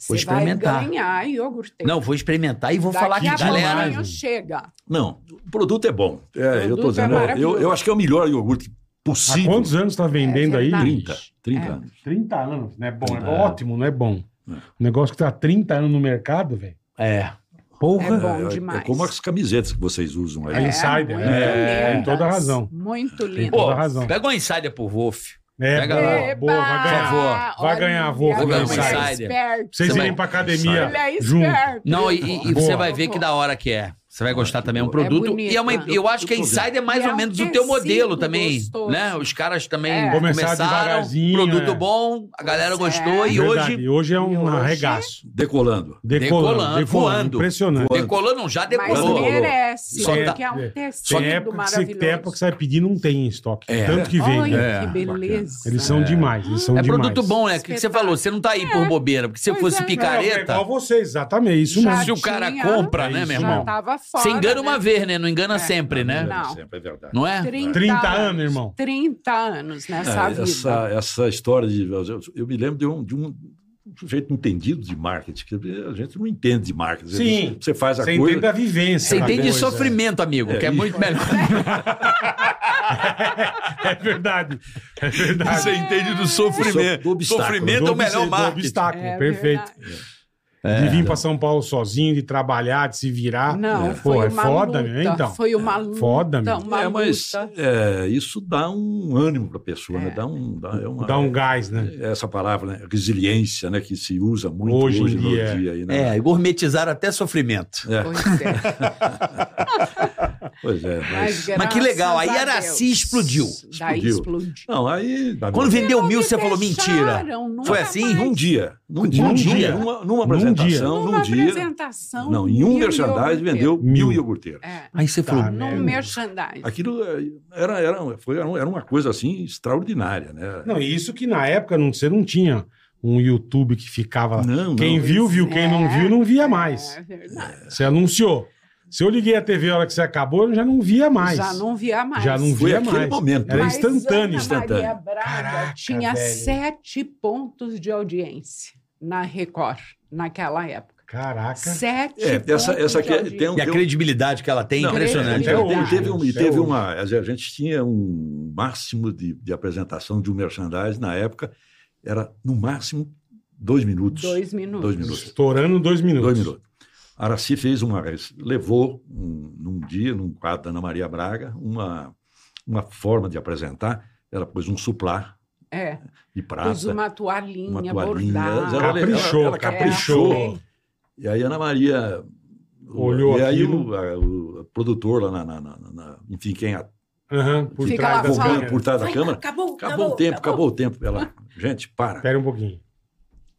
A: Vou
C: Você vai
A: experimentar.
C: ganhar iogurte.
A: Não, vou experimentar e vou falar
C: Daqui
A: que
C: a
A: galera.
C: pouquinho chega.
D: não. O produto é bom. É, eu
C: Produto é
D: tô dizendo. é, eu,
C: maravilhoso.
D: eu acho que é o melhor iogurte
B: Há
D: possível.
B: quantos anos tá vendendo
C: É
B: aí?
C: verdade.
D: 30, 30
C: É.
D: anos.
B: 30 anos, né? Bom, é,
D: É.
B: ótimo, não é bom.
D: É.
B: Um negócio que tá há 30 anos no mercado, velho.
A: É.
C: É
B: Porra.
C: bom demais.
D: É como as camisetas que vocês usam
B: É
D: aí.
B: Insider,
C: muito
B: é,
C: lindas,
B: tem toda a razão.
C: Muito
B: Tem
C: lindo.
B: toda a razão.
A: Pega uma insider pro Wolf.
B: É,
A: Pega
B: boa,
A: lá.
B: boa, vai ganhar.
A: Por favor.
B: Vai ganhar, vou,
A: vou ganhar um
C: insider.
A: insider.
B: Vocês
A: Você
B: irem
A: vai-
B: pra academia
C: Ele é
B: junto.
C: esperto.
A: Não, e, e- e
B: Boa.
A: você vai ver que da hora que é. Você vai gostar também. É um
D: É
A: produto. e é uma,
C: bonito.
A: eu acho que a Insider é mais
C: E é
A: ou
C: um
A: menos o teu
C: tecido
A: modelo também.
C: gostoso.
A: Né? Os caras também
C: É.
B: Começaram
A: começaram.
B: devagarzinho,
A: Produto
B: é.
A: bom, a galera
C: Pois
A: gostou.
C: é.
A: E
B: Verdade,
A: hoje,
B: e hoje é
C: E
B: um
C: hoje-
B: arregaço.
D: Decolando.
B: Decolando,
A: Decolando, voando.
B: decolando. Impressionante.
D: Voando.
A: decolou, não, já
C: Mas
A: decolou.
C: merece,
A: Só
C: porque
A: tá-
C: é
B: é.
C: um tecido
B: Tem época, que você,
C: maravilhoso.
B: tem época que você vai pedir e não tem em estoque.
D: É.
B: Tanto que vende. né?
C: Olha
D: É,
C: que beleza.
B: Eles são demais, eles são
A: é
B: demais.
A: produto bom, né? O que você falou? Você não tá aí por bobeira, porque se
C: Pois
A: fosse
C: é.
B: É, é
A: picareta,
B: igual você, exatamente. Isso
C: Já
B: mesmo.
A: se o cara
C: tinha-
A: compra,
B: É
A: né,
B: isso,
A: meu
B: irmão.
C: Já
A: irmão?
C: tava fora.
A: Você engana
C: né?
A: uma vez, né? Não engana
C: É.
A: sempre, né? Não,
C: Não.
D: Sempre, é verdade.
A: é?
C: 30,
B: 30 anos, irmão.
C: 30 anos nessa
D: É,
C: vida.
D: essa, essa história de. eu- Eu me lembro de um, de um sujeito entendido de marketing, que a gente não entende de marketing.
B: Sim.
D: Você faz a
B: Você
D: coisa.
B: entende a vivência.
A: Você
B: da
A: entende
B: coisa. né?
A: sofrimento, amigo,
D: É,
A: que é
D: isso.
A: muito melhor.
B: *laughs* É verdade. É verdade.
A: Você entende do
D: sofrimento.
A: sofrimento.
D: Sofrimento
A: Sofrimento é o melhor
B: mar.
A: marketing.
B: obstáculo,
C: É
B: Ah, perfeito.
C: verdade.
B: de vir pra São Paulo sozinho, de trabalhar, de se virar.
C: Não,
B: É.
C: foi
B: Pô, é
C: uma
B: foda,
C: luta,
B: né? Então.
C: Foi uma luta.
B: foda, meu.
C: uma
D: é, mas
C: luta.
D: é, isso dá um ânimo para a pessoa, né?
C: É.
D: Dá um, dá, é uma,
B: Dá um gás, né?
D: Essa palavra, né? resiliência, né? Que se usa muito
B: Hoje
D: hoje,
B: em
D: no
B: dia,
D: dia. aí, né?
A: É, gourmetizar até sofrimento.
C: Pois
A: *laughs*
C: é.
D: Pois é, mas.
C: Mas,
A: Mas que legal, aí
C: graças a
A: Araci
C: Deus.
A: explodiu.
C: Daí
D: Explodiu.
C: explodiu.
D: Não, aí.
A: Quando vendeu mil,
C: Me
A: você falou mentira.
C: deixaram, nunca
A: Foi assim?
C: mais.
D: Num um dia. Num dia.
B: Num dia.
D: Numa,
B: Num
D: numa apresentação,
C: Numa
D: num dia.
C: apresentação.
D: Não, em um
C: mil
D: merchandising
C: iogurteiros.
D: vendeu Hum. mil
B: Mil.
D: iogurteiros.
C: É,
A: Aí você falou,
B: Tá,
C: num
B: meu.
C: merchandising.
D: Aquilo eh, era, era, foi, era um- era uma coisa assim extraordinária, né?
B: Não, e isso que na época não, você não tinha um YouTube que ficava lá.
D: Não,
B: Quem
D: não.
B: viu, viu. Quem não viu, não via mais.
C: É verdade.
B: Você anunciou. Se eu liguei a TV a hora que você acabou, eu já não via mais.
C: Já não via mais.
B: Já não
D: Foi
B: via
D: aquele
B: mais.
D: momento.
B: Era
C: Mas
B: instantâneo.
C: Ana Maria
D: instantâneo.
C: Braga
B: Caraca,
C: tinha
B: velho.
C: sete pontos de audiência na Record, naquela época.
B: Caraca.
C: Sete
D: É, essa,
C: pontos
D: essa aqui
C: de
D: é- tem
C: audiência.
D: um.
A: E a
D: tem um-
A: credibilidade que ela
C: É
A: tem, é
D: Não,
A: impressionante. né?
B: até
D: Então,
B: hoje,
D: teve, um-
B: até
D: teve
B: hoje.
D: uma. A gente tinha um máximo de, de apresentação de um merchandising na época, era no máximo dois minutos.
C: Dois minutos.
D: Dois minutos.
B: Estourando dois minutos.
D: Dois minutos. Araci fez uma vez, levou um- num dia, num quadro da Ana Maria Braga, uma, uma forma de apresentar. Ela pôs um suplá
C: É,
D: de
C: pus
D: prata,
C: uma toalhinha,
D: uma toalhinha.
C: bordada.
D: Ela-
B: Caprichou,
D: ela- ela
B: caprichou.
C: É,
D: E aí a Ana Maria
B: Olhou
D: E aí
B: aquilo.
D: o, a- o produtor lá na, na- na- na- enfim, quem a-
B: Aham, por
C: Fica
B: trás
C: lá
B: das
C: falando.
D: advogando
B: câmeras.
D: por trás da
C: Ai,
D: câmera.
C: Acabou,
D: Acabou o tempo, acabou o tempo. Ela, gente, para.
B: Espera um pouquinho.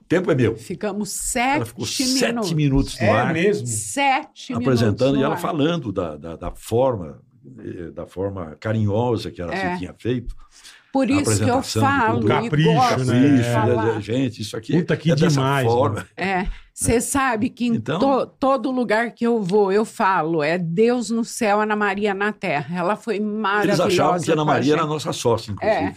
D: Tempo é meu.
C: Ficamos
D: Ela
C: É. sete
D: ficou
C: minutos. É
D: sete minutos no ar
B: É mesmo?
C: Sete
D: apresentando
C: minutos
D: e
C: no
D: ela
C: ar.
D: falando da, da, da forma eh, da forma carinhosa que ela
C: É.
D: tinha feito.
C: Por
D: a
C: isso que eu falo
D: apresentação do produto.
C: e
B: Capricho,
C: gosto
B: né?
C: de
D: Capricho,
C: falar.
D: né, gente, isso aqui
B: Puta, que
D: é dessa
B: demais,
D: forma.
B: mano.
C: É, você sabe que em
D: Então-
C: to- todo lugar que eu vou, eu falo, é Deus no céu, Ana Maria na terra. Ela foi
D: Eles
C: maravilhosa.
D: achavam que a Ana
C: com a
D: Maria era a
C: gente.
D: nossa sócia, inclusive.
C: É.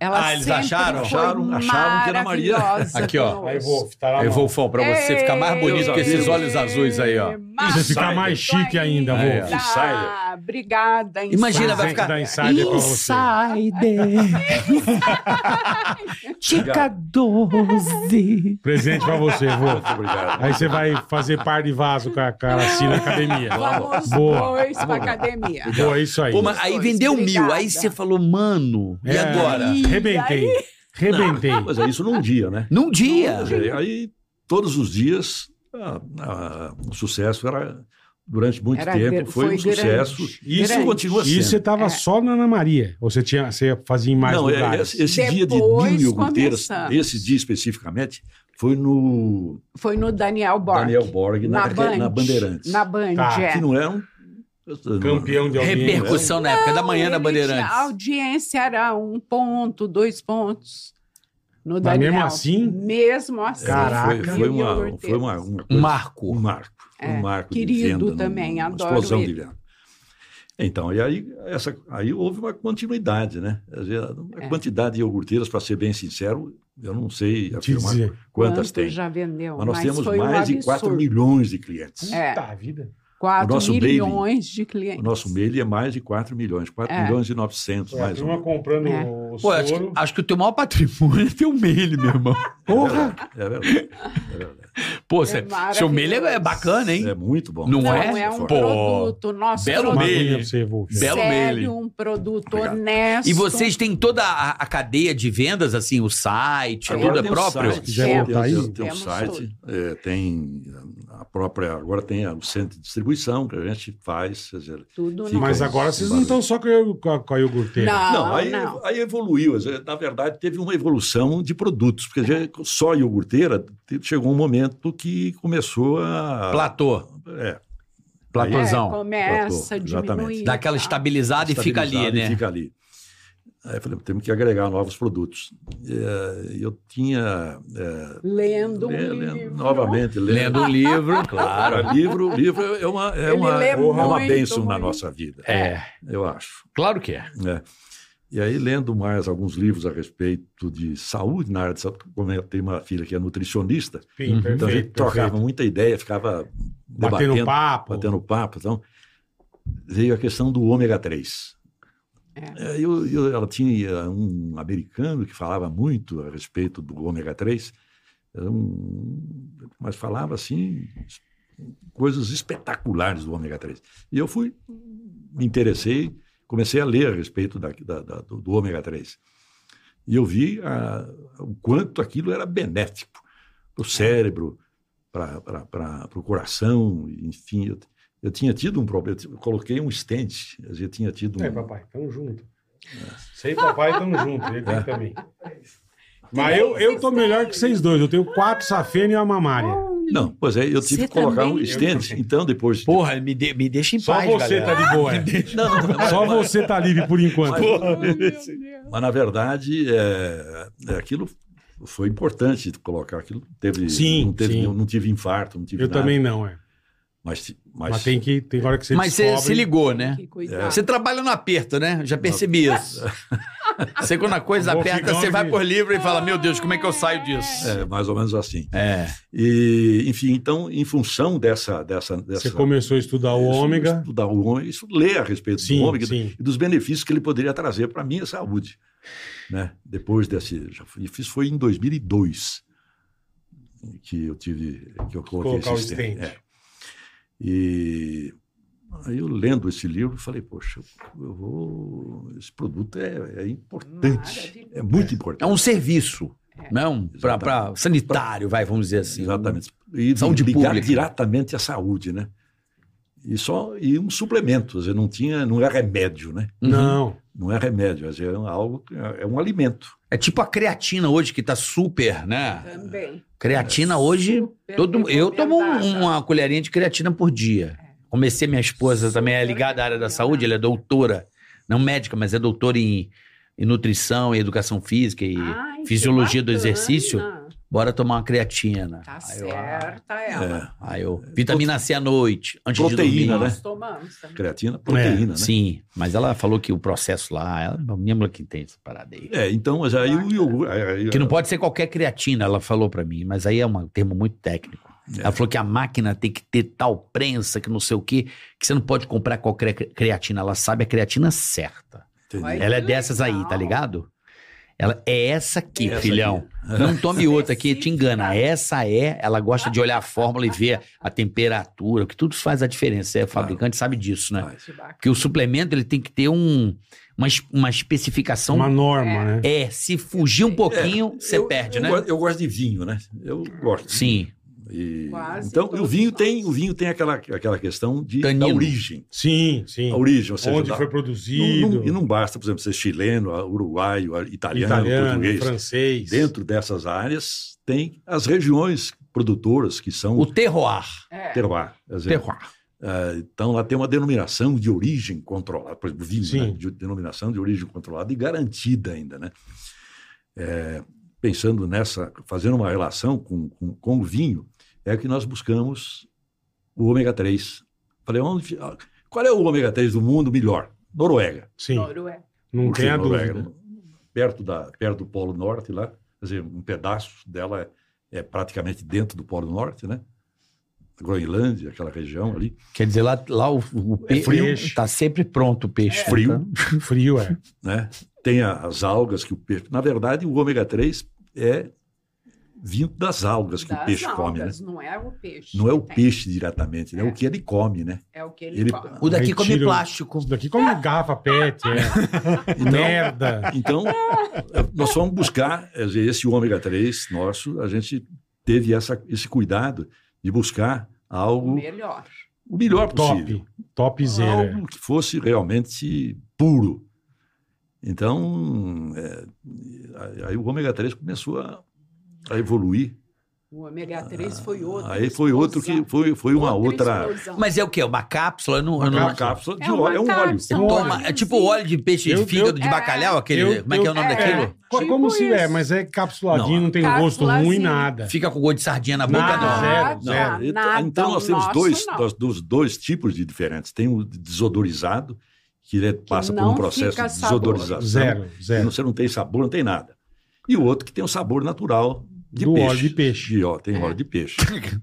C: Ela
A: Ah, eles
C: sempre
A: acharam?
C: foi
D: Acharam- acharam que Ana Maria- *laughs*
C: maravilhosa
A: Aqui, ó.
C: conosco.
B: Aí, Wolf, tá lá.
A: Eu
B: não.
A: vou falar pra você ficar
C: É,
A: mais bonito com esses olhos azuis aí, ó.
B: Você
C: Mas-
B: ficar mais chique ainda,
A: Aí,
B: Wolf.
A: ó.
C: Ah, Obrigada.
A: Imagina, vai
B: Presente
A: ficar-
B: da Insider pra você.
A: *laughs*
D: Dica
E: 12.
B: Presente pra você, Wolf.
D: Muito obrigado.
B: Aí você vai fazer par de vaso com a cara assim na academia.
C: Vamos
B: Boa.
C: dois pra academia.
B: Boa, é isso aí.
A: Pô, mas aí
C: Pois,
A: vendeu mil,
C: obrigada.
A: aí você falou, mano, e
B: É.
A: agora?
B: Rebentei. Rebentei.
D: Mas é isso num dia, né?
A: Num dia.
D: Quer dizer, Aí, todos os dias, a- a- o sucesso era, durante muito
C: Era
D: tempo,
C: gra-
D: foi, um
C: foi grande.
D: sucesso. E Isso
C: Grande.
D: continua
B: E
D: sendo.
B: isso você tava
C: É.
B: só na Ana Maria? Ou você, tinha, você fazia em mais
D: Não, é-
A: assim,
B: lugares?
D: esse, esse dia de
C: Depois
D: mil iogurteiras,
C: começamos.
D: esse dia especificamente, foi no
C: Foi no Daniel Borg.
D: Daniel Borg,
C: na,
D: na,
C: Band.
D: na Bandeirantes.
C: Na Band,
B: Tá,
C: é.
D: Que não era um...
B: Campeão de audiência.
A: Repercussão na época da manhã na
C: Então, Ele tinha- A
A: Bandeirantes.
C: audiência era um ponto, dois pontos. No
B: Mas
C: Daniel.
B: mesmo assim?
C: Mesmo assim.
B: Caraca.
D: É, Foi,
C: E
D: foi,
C: o
D: uma,
C: iogurteiro.
D: foi uma, uma
A: Um
D: coisa- Um
A: marco.
D: marco.
C: É,
D: Um marco de
C: querido
D: venda. num-
C: também,
D: uma
C: adoro
D: explosão
C: ele.
D: de venda. Então, e aí, essa, aí houve uma continuidade, né? Quer dizer, A
C: É.
D: quantidade de iogurteiras, para ser bem sincero, eu não sei
B: Te
D: afirmar
B: dizer.
D: quantas
C: Quanto
D: tem.
C: já vendeu.
D: mas nós temos
C: foi um
D: mais de 4
C: absurdo.
D: milhões de clientes.
C: É.
B: Puta vida.
C: 4
D: O nosso
C: milhões de
D: O
C: clientes.
D: nosso MEI é mais de 4 milhões, 4
C: É.
D: milhões e 900,
B: Foi a
D: mais um. ou
B: turma
D: menos.
B: comprando
C: É.
B: o o
A: um. Pô, acho,
B: soro.
A: que- acho que o teu maior patrimônio *laughs* é teu mail, meu irmão.
B: Porra!
D: É verdade. É, verdade.
A: Pô,
C: É
A: cê- seu
C: maravilhoso.
A: mail é bacana, hein?
D: é muito bom.
A: Não
C: Não,
A: é?
C: é,
A: Pô,
C: um produto. Nosso
A: belo
B: Uma
C: produto.
A: meio.
B: aguinha pra você, Wolf.
A: Belo
C: sério,
A: meio.
C: um produto
D: Obrigado.
C: honesto.
A: E vocês têm toda a, a cadeia de vendas, assim, o site,
D: Agora
A: tudo é
D: tem o
A: próprio?
D: site,
B: Quiser
D: tem-
B: voltar aí?
D: tem- Tem um
C: Temos
D: site, é, tem a própria, agora tem o centro de distribuição que a gente faz. quer dizer,
C: Tudo né?
D: Fica
B: Mas
D: aí.
B: agora vocês não estão só com a- com a, com a iogurteira.
A: Ah,
C: Não,
D: Não,
C: não.
D: aí, aí evoluiu. Na verdade, teve uma evolução de produtos, porque já só a iogurteira te- chegou um momento que começou a.
A: Platô.
D: É,
C: É,
A: Platôzão.
C: começa a
D: Platô, exatamente.
C: diminuir.
A: Dá aquela
C: tá?
A: estabilizada e fica ali,
D: estabilizada e
A: né?
D: Fica ali. Aí eu falei, temos que agregar novos produtos. É, eu tinha. é,
C: Lendo um
D: lê- lê-
C: livro.
D: novamente,
A: Lendo um livro, claro.
D: Claro, *laughs* livro, livro é uma, é
C: Ele
D: uma,
C: lê
D: é uma
C: muito, né?
D: bênção na
C: muito.
D: nossa vida,
A: É,
D: eu acho.
A: *laughs* claro que é.
D: né? E aí, lendo mais alguns livros a respeito de saúde, na área de saúde, como eu tenho uma filha que é nutricionista,
B: Sim,
A: Uhum.
D: então a gente
B: perfeito,
D: trocava
B: perfeito.
D: muita ideia, ficava
B: Batendo um
D: debatendo,
B: papo.
D: batendo papo. Então, veio a questão do ômega 3.
C: É.
D: Eu, eu- ela tinha um americano que falava muito a respeito do ômega 3, era um- mas falava assim coisas espetaculares do ômega 3. E eu fui, me interessei, comecei a ler a respeito da- da- da- do, do ômega 3. E eu vi a- o quanto aquilo era benéfico para o cérebro, para o coração, enfim. Eu, eu tinha tido um problema, eu coloquei um stent, eu tinha tido um...
B: É, papai, tamo junto. Sei, papai, tamo junto. Ele
A: *laughs*
B: tem também. Mas eu, eu tô melhor que vocês dois. Eu tenho quatro safena e uma mamária.
D: Não, pois é, eu tive
C: Você
D: que colocar um
C: também?
D: stent, então depois...
A: Porra, me, de- me deixa em
B: Só
A: paz,
B: você
A: galera.
B: tá de boa. é.
D: Não, não, não,
B: Só você tá livre por enquanto.
D: Mas-
C: *laughs* Oh,
D: *laughs*
C: meu Deus.
D: Mas, na verdade, é, é, aquilo foi importante de colocar aquilo. Teve,
B: Sim,
D: não, teve
B: sim.
D: nenhum- não tive infarto, não tive
B: eu
D: nada.
B: também não, é.
D: Mas, ti- mas,
B: Mas tem que. Tem hora que você
A: Mas você
B: descobre. É.
A: se ligou, né?
C: Que
D: É.
C: cuidado.
A: Você trabalha no aperto, né? Já percebi
B: *laughs*
A: isso. Você, quando a coisa
B: Vou
A: aperta,
B: ficar
A: você vai
B: de-
A: por livro e fala: Meu Deus, como é que eu saio disso?
D: é, mais ou menos assim.
A: É.
D: E, enfim, então, em função dessa... dessa, dessa
B: Você começou a estudar o
D: isso,
B: ômega.
D: Estudar o ômega, isso ler a respeito
B: Sim,
D: do ômega
B: sim.
D: e dos benefícios que ele poderia trazer para a minha saúde. Né? Depois desse... Já, fui- isso foi em 2002 que eu tive... Que eu coloquei
B: Colocar o
D: esse stent.
B: stent.
D: É. E aí eu lendo esse livro, falei, poxa, eu vou... esse produto é, é importante, é muito importante.
A: É um serviço. Não, pra,
D: Exatamente.
A: pra sanitário, vai, vamos dizer assim.
D: Exatamente. E
A: Saúde
D: ligar
A: pública.
D: diretamente à saúde, né? E só e um suplemento, quer dizer, não tinha, não é remédio, né?
A: Uhum.
B: Não.
D: Não é remédio, quer dizer, é algo, que- é um alimento.
A: É tipo a creatina hoje, que tá super, né?
C: Também.
A: Creatina hoje.
C: Super
A: Todo, eu tomo um,
D: um,
C: recomendada.
A: uma colherinha de creatina por dia. Comecei, minha esposa também é ligada à área da saúde, ela é doutora, não médica, mas é doutora em, em nutrição e educação física e
C: Ai, que
A: fisiologia do
C: bacana.
A: exercício. Bora tomar uma creatina.
C: Tá
A: Aí eu,
C: certa ela.
D: É,
A: ah, aí eu- vitamina C à noite, antes de
D: Proteína,
A: dormir.
D: né?
C: Nós tomamos também.
D: creatina, proteína, né?
A: É, Sim, mas ela falou que o processo lá, ela, a minha mulher que tem essa parada aí.
D: É, então, mas aí o iogurte... aí-
A: Que não pode ser qualquer creatina, ela falou pra mim, mas aí é uma- um termo muito técnico. Ela falou que a máquina tem que ter tal prensa, que não sei o quê, que você não pode comprar qualquer cre- creatina. Ela sabe a creatina certa.
D: Entendi.
C: Vai.
A: Ela é dessas aí, tá
C: legal.
A: ligado? Ela é essa aqui,
D: Essa
A: filhão. Não tome outra aqui, te engana. Essa é, ela gosta de olhar a fórmula e ver a temperatura, que tudo isso faz a diferença. É, O
D: Claro.
A: fabricante sabe disso, né?
D: Vai.
C: Que bacana.
A: Porque o suplemento ele tem que ter um, uma, es- uma especificação.
B: Uma norma, né?
A: É, se fugir um pouquinho, você
D: Eu-
A: perde,
D: eu
A: né?
D: gosto- Eu gosto de vinho, né? Eu gosto. de
A: Sim.
D: E-
C: Quase
D: então, e o
C: todos
D: vinho
C: nós.
D: tem, o vinho tem aquela, aquela questão de da
A: Tanino.
D: origem,
B: Sim, sim.
D: a origem, ou seja,
B: Onde
D: da-
B: foi
D: não-
B: produzido.
D: não- e não basta, por exemplo, ser chileno, a- uruguaio, a- italiano,
B: italiano,
D: português.
B: francês.
D: Dentro dessas áreas tem as regiões produtoras que são
A: O
D: o
A: terroir.
D: um
C: É.
D: terroir. Quer dizer,
A: Terroir.
D: ah, então lá tem uma denominação de origem controlada, por exemplo, vinho,
B: Sim.
D: né? de denominação de origem controlada e garantida ainda, né? É, pensando nessa, fazendo uma relação com, com, com o vinho, é que nós buscamos o ômega 3. Falei, onde, ah, qual é o ômega 3 do mundo melhor? Noruega.
B: Sim,
C: Noruega.
B: não
D: Por
B: tem
D: que
B: a
D: Noruega?
B: dúvida.
D: Perto, da, perto do Polo Norte lá, quer dizer, um pedaço dela é, é praticamente dentro do Polo Norte, né? Groenlândia, aquela
B: É.
D: região ali.
A: Quer dizer, lá, lá o, o pe-
B: frio. É.
A: Tá sempre pronto o peixe.
D: Frio.
A: Tá?
B: Frio, é.
D: né? Tem a- as algas que o peixe. Na verdade, o ômega 3 é vindo das algas que o
C: das
D: peixe come, né?
C: algas, Não é o peixe.
D: Não é o
C: que tem,
D: peixe diretamente, né?
C: É.
D: O que ele
C: *laughs*
D: come, né?
C: É o que ele,
D: Ele-
C: come.
A: O daqui
B: Aí
A: come
B: tira o-
A: plástico.
B: Isso daqui como garrafa pet,
D: *laughs*
B: é. Merda.
D: Então, eh, nós fomos buscar quer dizer, esse ômega 3 nosso, a gente teve essa, esse cuidado de buscar
C: O
D: algo
C: melhor.
D: o melhor possível.
B: Top. Topzera.
D: Algo que fosse realmente puro. Então, eh, aí- aí o ômega 3 começou a, a evoluir.
C: O ômega 3 foi outro.
D: Ah, aí foi outro que foi, foi uma outra,
A: Mas é o quê? Uma cápsula? Eu não, eu não-
D: uma cápsula de
C: É uma
D: óleo, é um óleo.
C: cápsula.
A: Toma, é tipo óleo de peixe
B: Eu-
A: de
B: eu-
A: fígado de
C: É.
A: bacalhau, aquele.
B: Eu-
A: como é que é o
B: eu-
A: nome
B: é.
A: daquilo?
B: Co-
C: Tipo
B: como se é,
C: isso.
B: mas é capsuladinho, não,
A: Não,
B: tem gosto ruim,
C: capsulazinho.
B: nada.
A: Fica com gosto de sardinha na boca,
B: É. Nada,
A: não.
B: zero.
D: Não,
C: Nada,
D: então-
C: Ah, É, nada,
D: então nós temos
C: nosso
D: dois,
C: não.
D: nós temos dois tipos de diferentes. Tem o desodorizado, que ele passa por
C: não
D: um processo
C: fica
D: de
C: sabor.
D: desodorização.
B: Zero,
D: E
B: zero.
D: Você não tem sabor, não tem nada. E o outro que tem o sabor natural de
B: Do
D: peixe.
B: óleo de peixe.
D: ó, tem
C: É.
D: óleo
C: *laughs*
D: de peixe.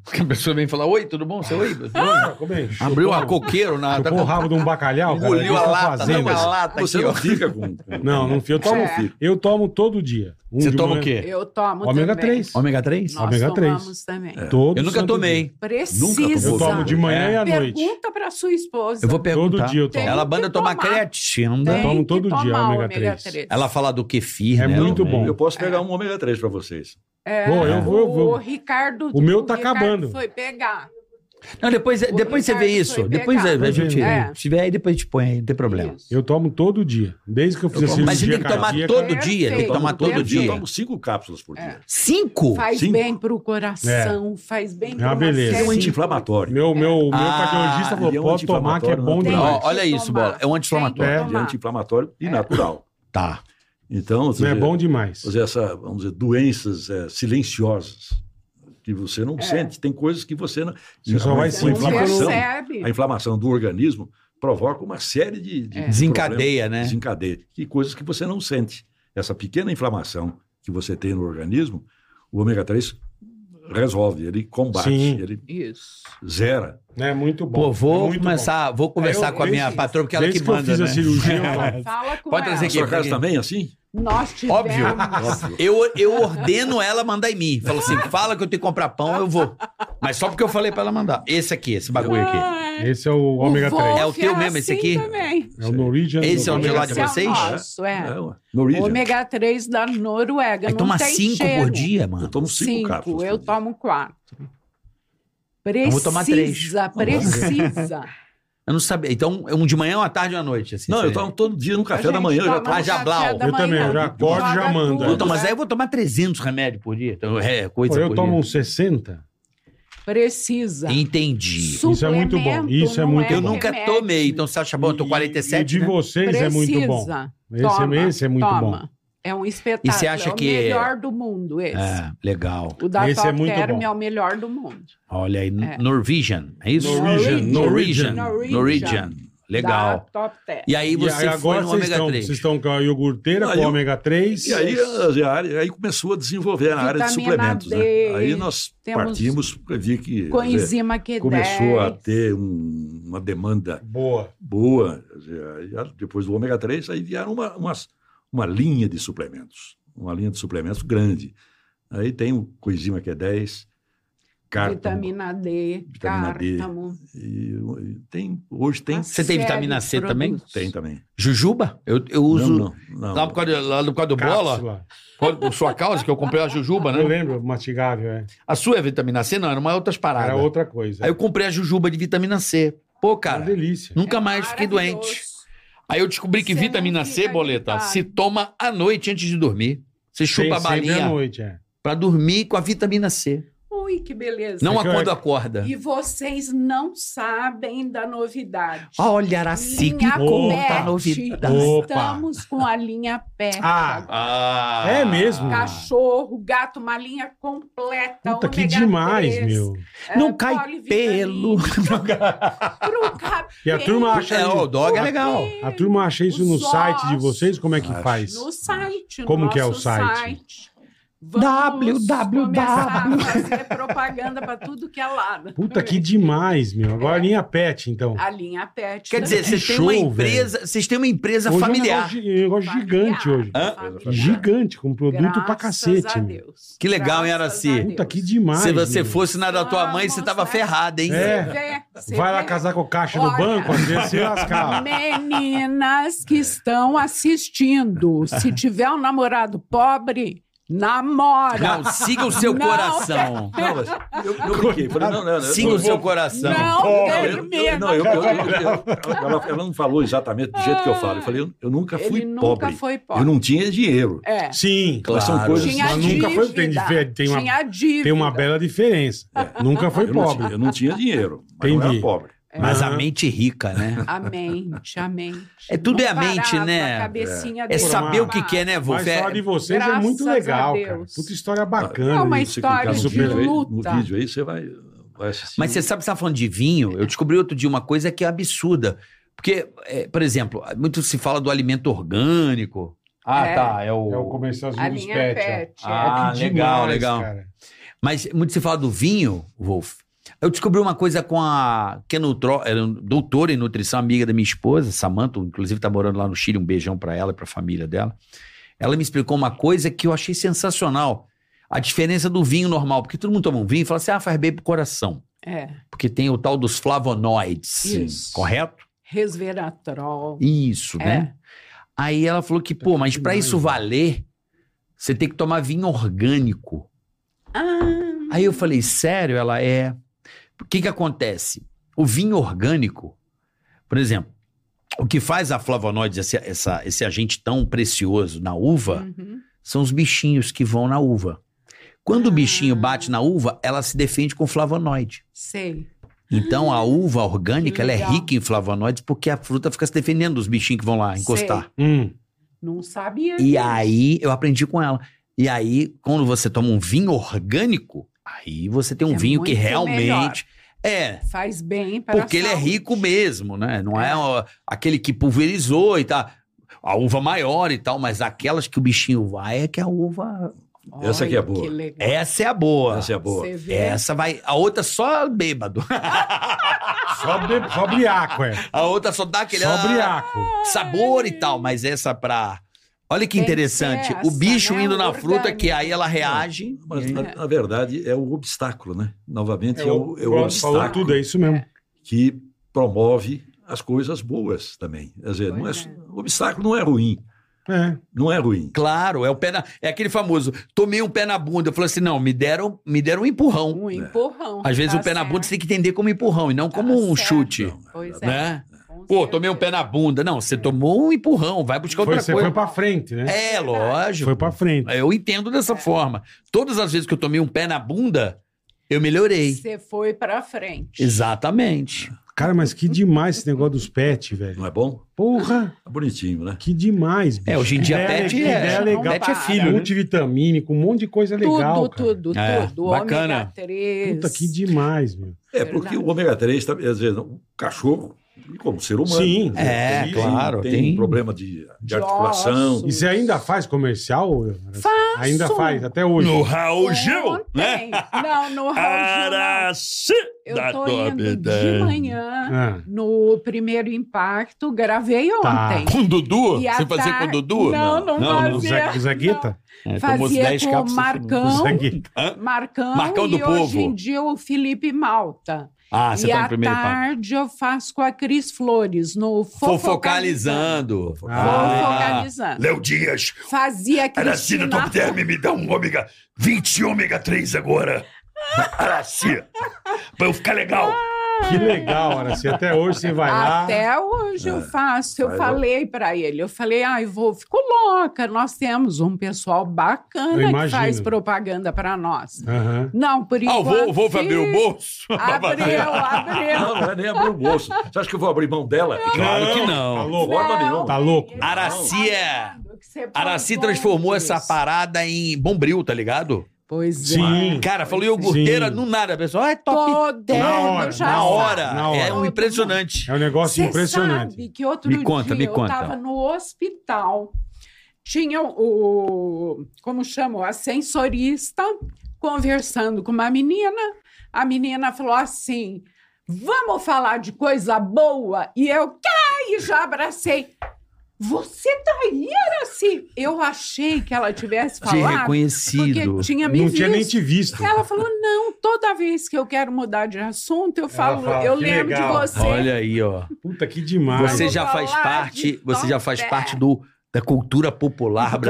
A: Porque a pessoa vem falar: Oi, tudo bom? Você é oi?
C: Ah!
B: Como é? Chupou-
A: Abriu a coqueiro na. tá
D: né?
B: Chupou o
A: com-
B: rabo de um bacalhau, cara. O que
A: Engoliu a
B: tá
A: lata,
B: fazendo?
A: não, a lata
D: Você
A: aqui,
D: não
A: ó.
D: fica com. com-
B: *laughs* Não, não, eu tomo,
C: É.
B: eu tomo todo dia. Um
A: Você
B: de
A: toma
B: manhã.
A: o quê?
C: Eu tomo
B: Ômega
C: também.
B: 3.
A: Ômega 3?
C: Nós
B: Ômega três.
C: tomamos também.
B: Todo
A: Eu nunca
B: santo dia.
A: tomei.
C: Precisa.
D: É. tomou.
B: Eu tomo de manhã
A: É.
B: e à noite.
C: Pergunta para sua esposa.
A: Eu vou
B: Todo
A: perguntar.
B: dia eu tomo. É.
A: Ela
C: Tem
A: manda
C: que
A: tomar
C: tomar.
B: eu
A: creatina.
B: tomo
C: Tem
B: todo
C: que
B: dia
C: tomar
B: ômega
C: ômega
B: três.
C: 3.
A: Ela fala do kefir,
B: É
A: né?
B: muito
A: também.
B: bom.
D: Eu posso pegar um ômega 3 para vocês.
C: É,
B: Pô, eu vou- eu vou.
C: O Ricardo.
B: O meu tá
C: Ricardo
B: acabando.
C: Foi pegar.
A: Não, depois, é,
C: O
A: depois você vê
C: Ricardo
A: isso.
C: foi
A: Depois a,
C: pegar.
A: a gente.
C: É.
A: Se tiver aí, depois a gente põe aí, não tem problema.
C: Isso.
B: Eu tomo todo dia. Desde que eu fiz a
D: Eu tomo.
B: cirurgia
A: Mas você tem que tomar
B: cardíaca- é
A: todo dia. Tem que
C: Perfeito.
A: tomar todo
D: Todo dia eu
A: dia.
D: tomo cinco cápsulas
C: É.
D: por dia.
A: Cinco?
C: Faz
D: Cinco.
C: bem pro coração, faz bem
B: Ah,
C: pro
B: beleza.
D: É um
C: assim,
B: Sim.
D: anti-inflamatório.
B: Meu, meu, meu
A: Ah,
B: cardiologista falou,
D: ele é um
B: pode tomar que é bom
D: anti-inflamatório,
C: Tem
B: demais.
A: Ó, olha
C: que
A: isso,
C: tomar.
A: Bola, é um anti-inflamatório.
C: Tem que
D: Ele é
C: tomar.
D: anti-inflamatório e
C: É.
D: natural.
A: Tá.
D: Então, quer
B: É
D: dizer,
B: bom demais.
D: Quer dizer, essa, vamos dizer, doenças eh, silenciosas que você
C: É.
D: não sente. Tem coisas que você não.
B: Você só vai
C: Você não
B: sentir quando-
D: inflamação,
C: percebe.
D: a inflamação do organismo provoca uma série de,
C: É.
D: de
A: Desencadeia,
D: problemas,
A: né?
D: Desencadeia. E coisas que você não sente. Essa pequena inflamação que você tem no organismo, o ômega 3 resolve, ele combate,
B: Sim.
D: ele
C: Isso.
D: zera.
B: É muito bom.
A: Pô,
B: é
A: vou
B: muito
A: começar, vou conversar
B: Eu-
A: com a minha
B: desde-
A: patroa, porque
B: bom.
A: ela
B: Desde
A: que
B: que, eu
A: manda,
B: fiz a
A: né?
B: cirurgia,
C: Ela Então, fala com
A: Pode trazer
C: ela.
D: Na sua
A: que-
D: casa também, é assim?
C: Nós tivemos.
A: Óbvio. Eu, eu ordeno ela mandar em mim. Fala assim, fala que eu tenho que comprar pão, eu vou. Mas só porque eu falei pra ela mandar. Esse aqui, esse bagulho aqui.
C: Ah,
B: esse é o ômega 3.
C: Wolf
A: É o teu mesmo, esse
C: assim
A: aqui?
C: também.
B: É o Norwegian.
A: Esse é o
B: o
A: de lá de
C: Esse é o
A: vocês?
C: nosso, é.
D: ué.
C: O
D: Norwegian.
C: ômega 3 da Noruega.
A: Aí
C: não tá
A: toma
C: tem
A: cinco
C: cheiro.
A: por dia,
D: Eu
A: mano.
D: tomo cinco, cápsulas.
C: eu
D: por dia.
C: tomo quatro. Precisa,
A: vou tomar três.
C: *laughs* precisa.
A: Eu não sabia. Então, um de manhã, uma tarde e uma noite. Assim,
D: Não, eu
A: seria.
D: tomo todo dia no
C: A
D: café da
C: gente
D: manhã, eu já
C: toma
D: tomo.
A: Ah, já
C: café
A: blau.
C: da
B: Eu também,
C: manhã,
B: já acordo,
C: joga
B: já manda.
C: tudo,
A: Puta, mas
C: né?
A: aí eu vou tomar 300 remédios por dia. Então, é, coisa
B: Pô, eu
A: por
B: tomo
A: dia.
B: uns 60.
C: Precisa.
A: Entendi.
B: Isso é muito bom, isso é
C: Suplemento
B: muito
C: não
A: Eu
B: bom.
A: nunca
C: remédio.
A: tomei. Então, você acha bom? Eu tô
B: E-
A: 47,
B: E de
A: né?
B: vocês é muito bom.
C: Precisa.
B: Esse,
C: Toma,
B: é, esse é muito
C: toma.
B: bom.
C: É um espetáculo.
A: E você acha
C: é o
A: que-
C: melhor do mundo esse.
A: É, legal.
C: O da
B: Esse é
C: Top
B: muito
C: Term
B: bom.
C: é o melhor do mundo.
A: Olha aí,
C: É.
A: Norwegian, é isso?
B: Norwegian,
A: Norwegian.
B: Norwegian.
A: Norwegian.
C: Norwegian.
A: Legal.
C: Da Top Term.
A: E aí
B: E
A: você
B: aí
A: foi
B: agora
A: no
B: vocês
A: ômega
B: estão,
A: 3.
B: vocês estão com a iogurteira,
D: Aí
B: com o
D: eu-
B: ômega 3.
D: E aí,
A: ah?
D: a- a área- aí começou a desenvolver a área de
C: Vitamina
D: suplementos. né?
C: D,
D: Aí nós
C: temos
D: partimos para ver que quer dizer,
C: Coenzima Q10.
D: começou a ter um- uma demanda
B: Boa.
D: boa. quer dizer, aí, a- Depois do ômega 3, aí vieram uma, umas- uma linha de suplementos. Uma linha de suplementos grande. Aí tem o coenzima é Q10, cártamo.
C: Vitamina D,
D: Vitamina D.
C: cártamo.
D: E, e tem, hoje tem,
C: uma
A: Você tem vitamina C
C: série de
A: também?
C: Tá produtos.
D: tem também.
A: Jujuba? Eu, eu uso. é?
D: Não, não, não.
A: Lá por causa, do- lá por causa do bola,
B: Cápsula.
A: por, por sua causa, que eu comprei a jujuba,
B: Eu
A: né?
B: lembro, mastigável, é.
A: A sua é vitamina C? Não, era uma outras paradas.
B: Era outra coisa.
A: Tá, né? Aí eu comprei a jujuba de vitamina C. Pô,
B: Uma
A: cara,
B: delícia.
A: nunca mais fiquei doente.
C: É Maravilhoso.
A: Aí eu descobri que
C: Você
A: vitamina
C: não
A: C,
C: fica
A: boleta,
C: gripado.
A: se toma à noite antes de dormir. Você
B: Tem
A: chupa a
B: sempre à
A: balinha
B: noite, é.
A: pra dormir com a vitamina C.
C: Ui, que beleza.
A: Não
B: É que eu-
A: quando acorda.
C: E vocês não sabem da novidade.
A: Olha,
C: linha
B: conta
C: Pet.
A: novidade.
C: Estamos com a linha Pet.
B: Ah,
A: Ah,
B: É mesmo?
C: Cachorro, gato, uma linha completa.
B: puta, que
C: ômega
B: demais,
C: 3,
B: meu.
C: é,
A: Não cai pelo.
C: polivitamínico, *laughs* pro cabelo.
B: E a turma acha
A: É, o
B: isso,
A: dog é legal.
B: a turma acha isso no
C: Os
B: site de
C: ossos.
B: vocês, como é que
D: Acho.
B: faz?
C: No site. no
B: Como que é o
C: nosso
B: site?
C: Vamos
E: www.
C: começar a fazer propaganda para tudo que é lado.
B: Puta que demais, meu. Agora a linha pet, então.
C: É. A linha pet.
A: Quer dizer,
B: Que
A: vocês têm uma
B: show,
A: empresa, vocês têm uma empresa
B: Hoje é um
A: familiar.
B: negócio gi- um negócio gigante hoje.
A: Hã?
B: Gigante, com produto pra cacete, meu.
A: Que legal, hein, Araci?
B: Puta que demais.
A: Se você
B: meu.
A: fosse na da tua mãe, você tava
C: Vamos, né?
A: ferrado, hein?
B: É. Vai lá
C: casar.
B: casar com o caixa no
C: Olha.
B: banco, às vezes
C: *laughs*
B: se lascar.
C: Meninas que estão assistindo, se tiver um namorado pobre, namora.
A: Não, siga o seu
C: Não.
A: coração.
D: Não, mas eu, eu brinquei. Falei, não, não, não.
A: Siga
D: eu-
A: o seu coração.
C: Não,
B: Pobre.
D: Não,
C: tem
D: eu- eu-
C: medo.
D: não, eu- eu- eu- eu- ela, ela não falou exatamente do jeito que eu falo. Eu falei, eu, eu nunca fui
C: Ah, Ele nunca
D: pobre.
C: foi pobre.
D: Eu não tinha dinheiro.
C: É.
B: Sim,
A: Claro.
D: Mas são coisas
C: Tinha
B: Mas
D: que
B: nunca
C: dívida.
B: foi- tem dife- tem uma-
C: Tinha dívida.
B: tem uma bela diferença.
A: É.
B: Nunca foi
D: eu, não
B: pobre.
D: tinha, eu não tinha dinheiro, mas não
B: Entendi.
D: era pobre.
A: Mas a
B: Aham.
A: mente rica, né?
C: A mente, a mente.
A: É, tudo
C: Não
A: é a mente,
C: parava,
A: né?
C: A cabecinha
A: É
C: dele
A: saber
C: não
A: o que quer, né,
B: Mas
A: Wolf?
B: a
A: É-
B: história de vocês é
C: Graças
B: muito
C: a
B: legal,
C: Deus.
B: cara. Puta história bacana.
C: É uma
B: hein?
D: Você
C: história
D: clicar no
B: de
D: vídeo aí-
C: luta.
D: No vídeo aí você vai, vai assistir.
A: Mas você sabe que você tá falando de vinho? Eu descobri outro dia uma coisa que é absurda. Porque, é, por exemplo, muito se fala do alimento orgânico. Ah,
C: É.
A: tá. É
B: É o
A: o.
B: comercialzinho
C: A é
B: dos
C: linha
B: pet. ó.
C: pet.
B: Ó,
A: Ah,
B: que
A: legal,
B: demais,
A: legal.
B: cara.
A: Mas muito se fala do vinho, Wolf. Eu descobri uma coisa com a. que é nutro- era um doutora em nutrição, amiga da minha esposa, Samantha, inclusive tá morando lá no Chile, um beijão pra ela e pra família dela. Ela me explicou uma coisa que eu achei sensacional. A diferença do vinho normal, porque todo mundo toma um vinho e fala assim: ah, faz bem pro coração.
C: É.
A: Porque tem o tal dos flavonoides.
C: Isso.
A: Correto?
C: Resveratrol.
A: Isso,
C: É.
A: né? Aí ela falou que, pô, mas pra isso valer, você tem que tomar vinho orgânico.
C: Ah,
A: Aí eu falei, sério? Ela é. O que que acontece? O vinho orgânico, por exemplo, o que faz a flavonoide, esse, essa- esse agente tão precioso na uva,
C: uhum.
A: são os bichinhos que vão na uva. Quando o bichinho
C: Ah.
A: bate na uva, ela se defende com flavonoide.
C: sei.
A: Então a uva orgânica
C: que
A: ela é
C: Hum. legal.
A: rica em flavonoides porque a fruta fica se defendendo dos bichinhos que vão lá
C: Sei.
A: encostar.
B: Hum,
C: Não sabia.
A: E aí eu aprendi com ela. E aí, quando você toma um vinho orgânico, aí você tem um
C: É
A: vinho que
C: muito
A: realmente
C: melhor.
A: é.
C: Faz bem para a
A: Porque ele é
C: saúde.
A: rico mesmo, né? Não é,
C: É.
A: ó, aquele que pulverizou e tá. A uva maior e tal, mas aquelas que o bichinho vai é que a uva.
D: Essa aqui é
C: Olha,
D: boa.
C: Que legal.
A: Essa é a boa.
D: Essa é a boa.
C: Você vê.
A: Essa vai. A outra só bêbado. *laughs*
B: só, be- só briaco, é.
A: a outra só dá aquele.
B: Só
A: ah,
B: briaco.
A: sabor e tal, mas essa pra. Olha que
C: Tem que
A: interessante.
C: ser
A: o
C: essa,
A: bicho
C: né? É.
A: indo na
C: Orgânica.
A: fruta, que aí ela reage.
D: Mas,
A: e
B: é-
A: aí-
D: na, na verdade, é o obstáculo, né? Novamente, é, o, é o
B: Falou
D: obstáculo
B: tudo, é isso mesmo.
D: que promove as coisas boas também. Quer dizer, não é,
C: Pois é.
D: o obstáculo não é ruim.
B: É.
D: Não é ruim.
A: Claro, é o pé na- é aquele famoso, tomei um pé na bunda, eu falei assim, não, me deram, me deram um empurrão.
B: É.
C: Um empurrão.
A: Às vezes
C: tá
A: o pé na
C: certo.
A: bunda você tem que entender como empurrão e não como
C: Tá
A: um
C: certo.
A: chute,
C: Pois é.
A: né?
C: Com
A: Pô, tomei um
C: certeza.
A: pé na bunda. Não, você tomou um empurrão, vai buscar
B: Foi,
A: outra
B: você
A: coisa.
B: foi pra frente, né?
A: É, lógico.
B: Foi pra frente.
A: Eu entendo
C: É.
A: dessa forma. Todas as vezes que eu tomei um pé na bunda, eu melhorei.
C: Você foi pra frente.
A: Exatamente.
B: Cara, mas que demais esse negócio dos pets, velho.
D: Não é bom?
B: Porra,
D: Tá bonitinho, né?
B: que demais, bicho.
A: É, hoje em dia
B: Que
A: pet
B: ideia-
A: é-
B: que ideia legal.
C: pet é filho,
B: Cara,
C: né?
B: Multivitamínico, um monte de coisa legal,
C: tudo,
B: cara.
C: tudo,
A: É,
C: tudo.
A: bacana.
C: Ômega 3.
B: Puta, que demais, meu.
D: É, porque
C: Verdade.
D: o ômega 3, tá, quer dizer, o cachorro, como ser humano.
B: Sim,
D: quer dizer,
A: é,
D: tem-
A: claro,
D: Tem,
A: tem-
D: problema de, de
C: De
D: articulação.
C: osso.
B: E você ainda faz comercial?
C: Faço.
B: Ainda faz, até hoje.
A: Raul né?
C: Ontem. Não, no Raul Gil. não. Eu tô indo
A: né? é.
C: de manhã
B: Ah,
C: no primeiro impacto, gravei
B: Tá.
C: ontem.
A: Com o Dudu?
C: E à
A: Você fazia com o
C: tarde-
A: Dudu?
C: Não, não, fazia.
B: o Zé- o Zagueta?
A: não. É, tomou os
C: Fazia
A: 10
C: com o
A: capos,
B: O
C: Marcão,
B: Zagueta.
C: Marcão,
A: Marcão do
C: e hoje
A: Povo.
C: em dia o Felipe Malta.
A: Ah, você
C: e
A: tá
C: à
A: no primeiro impacto.
C: tarde eu faço com a Cris Flores no Fofocalizando.
A: Fofocalizando.
B: Ah.
C: Fofocalizando.
A: Léo Dias,
C: Fazia a
A: Aracida
C: Cristina...
A: assim Top Term, me dá um ômega 20 e ômega 3
C: *laughs*
A: agora. Araci, pra eu ficar legal.
B: Que legal, Araci. Até hoje você vai lá.
C: Até hoje
A: É.
C: eu faço. Eu
D: Vai lá.
C: falei pra ele, eu falei, ai, vou, fico louca. Nós temos um pessoal
B: Eu
C: bacana que
B: imagino. É.
C: faz propaganda pra nós.
B: Aham.
C: Não, por
A: Ah, o
C: enquanto.
A: Wolf, Wolf abriu o bolso?
C: *laughs*
A: *laughs*
C: Abriu, abriu.
D: Não, não é nem abrir o bolso. Você acha que eu vou abrir mão dela?
A: Claro que
B: Tá
A: não.
B: louco?
D: Forma nenhuma.
B: Tá louco?
A: Araci é...
C: tá Falando que você
A: Araci
C: propõe
A: transformou
C: isso.
A: essa parada em bombril, tá ligado?
C: Pois é.
B: Sim.
A: Cara, falou iogurteira
B: Sim.
A: no nada, pessoal. Ah, é top.
C: Podemos,
B: Na hora,
C: eu já
A: Na
B: Nossa,
A: hora.
B: na hora.
A: É um impressionante.
B: É um negócio
C: Você
B: impressionante.
C: sabe que outro
A: Me conta,
C: dia
A: me
C: eu
A: conta.
C: estava no hospital Tinha o, como chamou, a sensorista conversando com uma menina. A menina falou assim: vamos falar de coisa boa. E eu, que? E já abracei. Você tá aí, Araci? Eu achei que ela tivesse
A: Te
C: falado.
A: reconhecido.
C: Porque tinha me
B: Não tinha nem
C: visto.
B: te visto.
C: Ela falou: não, toda vez que eu quero mudar de assunto, eu falo,
B: fala,
C: eu
B: "Que
C: lembro
B: legal."
C: de você.
A: Olha aí, ó.
B: Puta, que demais.
A: Você
C: vou
A: já faz
C: falar
A: parte,
C: de é.
A: você já faz
C: Tom
A: parte do, da cultura popular
B: Cara, é um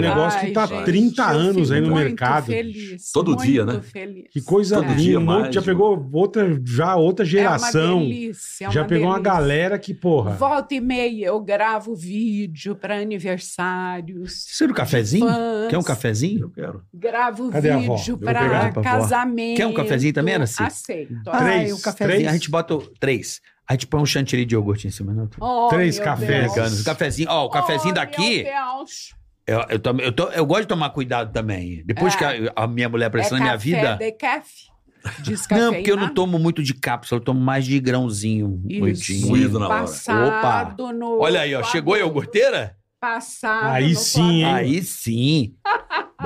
A: brasileira.
B: negócio que tá
C: gente,
B: 30
C: eu
B: anos aí
C: fico
B: no
C: muito
B: mercado.
C: Feliz,
D: Todo
C: muito
D: dia, né?
C: Feliz.
B: Que coisa
D: Todo
B: linda.
D: dia
B: um monte
D: mais,
B: já
A: né?
D: mano.
B: pegou outra, já outra geração.
C: É uma delícia, é
B: já
C: uma
B: pegou uma
C: delícia.
B: galera que, porra.
C: Volta e meia eu gravo vídeo para aniversários.
A: Você quer um cafezinho?
C: fãs.
A: Quer um cafezinho?
D: Eu quero.
C: Gravo
B: Cadê a avó?
C: vídeo
B: Eu
D: vou pegar
C: para
A: pra avó.
C: casamento.
A: Quer um cafezinho também, Araci?
C: Aceito.
B: Ah, Três,
A: Ah, um cafezinho.
B: três?
A: A gente bota o- três. A gente põe um chantilly de iogurte em cima. Não, tô
C: Oh,
B: Três
C: meu
B: cafés.
C: Deus.
A: brincando. O cafezinho, ó, o cafezinho
C: Oh,
A: daqui,
C: Meu Deus.
A: eu, eu, tomo- eu, to- eu gosto de tomar cuidado também. Depois
C: É.
A: que a, a minha mulher
C: É
A: pressionou na minha
C: café
A: vida...
C: decaf?
A: Não, porque eu não
C: Descafeinado?
A: tomo muito de cápsula, eu tomo mais de grãozinho.
C: Isso.
A: Moidinho.
D: Moído na hora.
C: Passado no.
A: Um Olha aí, ó. Chegou a iogurteira?
C: Passado.
B: Aí
C: no
B: sim, Sim. hein?
A: Aí sim.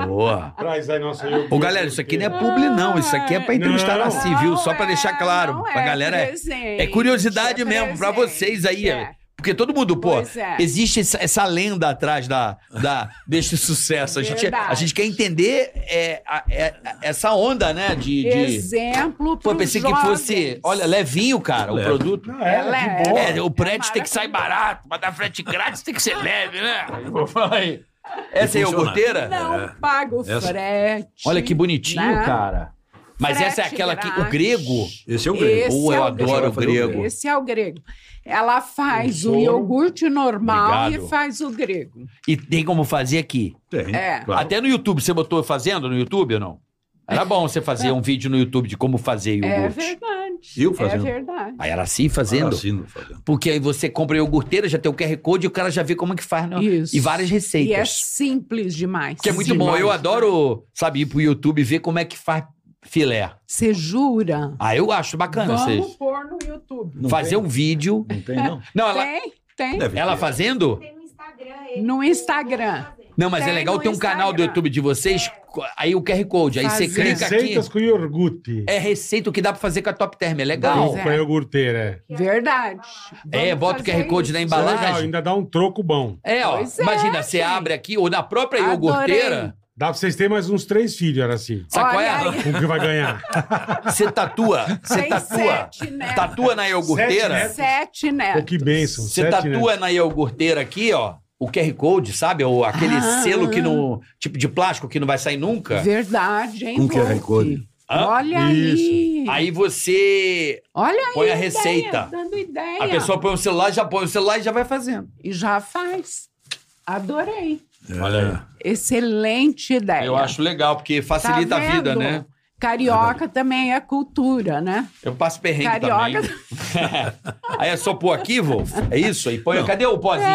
A: Boa.
B: Traz aí nossa
A: Ô, galera, isso aqui não é publi, não. Isso aqui é pra entrevistar
B: Não.
A: a
C: Não é,
A: civil, só pra deixar claro.
C: não
A: Pra galera. é-
C: presente,
A: é curiosidade
C: é
A: mesmo, pra
C: presente,
A: vocês aí,
C: é.
A: Porque todo mundo, pô,
C: Pois é.
A: existe essa, essa lenda atrás da, da, deste sucesso. A gente,
C: Verdade.
A: a gente quer entender é, a- é- a- essa onda, né? De. de...
C: Exemplo
A: Pô,
C: pro
A: eu pensei que fosse. Olha, levinho, cara,
D: Leve.
A: o produto.
B: Não, é,
C: Ela
B: de
C: é-
B: boa.
A: É, o prédio
C: É
A: tem que sair barato, mas dar frete grátis tem que ser leve, né? Fala aí. Essa é
D: E
A: a
D: funciona.
A: iogurteira?
C: Não
D: É.
C: paga o
D: Essa-
C: frete.
A: Olha que bonitinho,
C: né?
A: cara. Mas essa é
C: Frete
A: aquela que o
C: grátis.
A: grego.
D: Esse é o grego.
C: Esse
A: Ou eu
C: é o
A: adoro o
D: grego.
A: grego.
C: Esse é o grego. Ela faz
B: Um
C: o
B: soro.
C: iogurte normal
A: Obrigado.
C: e faz o grego.
A: E tem como fazer aqui.
D: Tem,
C: É.
D: claro.
A: Até no YouTube. Você botou fazendo no YouTube ou não? Era bom você fazer um vídeo no YouTube de como fazer
C: É
A: iogurte.
C: verdade.
D: Eu um-
C: É
D: fazendo.
C: verdade.
A: Aí era assim fazendo.
D: Assassino fazendo.
A: Porque aí você compra a iogurteira, já tem o QR Code e o cara já vê como é que faz. Né?
C: Isso.
A: E várias
C: E é
A: receitas.
C: simples demais.
A: que é muito bom. Eu adoro, sabe, ir pro YouTube e ver como é que faz filé.
C: Você jura?
A: Ah, eu acho bacana.
C: Vamos
A: vocês.
C: pôr no YouTube.
D: Não
A: fazer
D: tem?
A: um vídeo.
D: Não tem,
A: *laughs*
D: não.
A: Não, ela,
C: Tem, tem.
D: Deve
A: ela
D: ter.
A: fazendo?
C: No Instagram.
A: Não, mas é
C: Tem
A: legal
C: no
A: ter um canal do
C: Instagram. É.
A: YouTube de vocês, aí o QR Code. Aí você
C: Fazer.
A: clica aqui.
B: Receitas com iogurte.
A: É receita o que dá pra fazer com a Top Term. É
B: Com-
A: legal.
C: Pois
B: Com iogurteira.
C: Verdade.
A: É,
C: Vamos
A: bota o
C: fazer
A: QR Code na
C: isso.
B: É.
A: embalagem.
B: Legal, ainda dá um troco bom.
A: É, ó.
C: Pois é,
A: imagina, você
C: gente.
A: abre aqui, ou na própria
C: Adorei.
A: iogurteira,
B: Dá pra vocês terem mais uns três filhos, era assim.
A: sabe qual
C: Olha
A: é?
C: aí.
B: O que vai
C: *laughs*
B: ganhar?
A: Você tatua. *laughs* Você tá
C: Tem
A: tatua.
C: sete, né?
A: Tatua na iogurteira.
B: netos.
C: Sete
B: Pô,
C: netos.
B: que bênção.
A: Você tá
B: sete né?
A: tatua
B: netos.
A: na iogurteira aqui, ó. O QR Code, sabe? Ou aquele
C: Ah.
A: selo que não. Tipo de plástico que não vai sair nunca.
C: Verdade, hein,
D: Um QR
C: Wolf?
D: Code.
A: Hã?
C: Olha
B: Isso.
C: aí.
A: Ah, Aí você.
C: Olha aí.
A: Põe a
C: ideia,
A: receita.
C: Dando ideia.
A: A pessoa põe o celular, já põe o celular e já vai fazendo.
C: E já faz. Adorei.
D: É, Olha
C: Excelente ideia.
A: Eu acho legal, porque
C: É, Tá
A: facilita a vida,
C: vendo?
A: né?
C: Carioca também é cultura, né?
A: Eu passo perrengue
C: Carioca.
A: também. *laughs* aí é só pôr aqui, Wolf? É isso? Aí põe. Cadê o pozinho?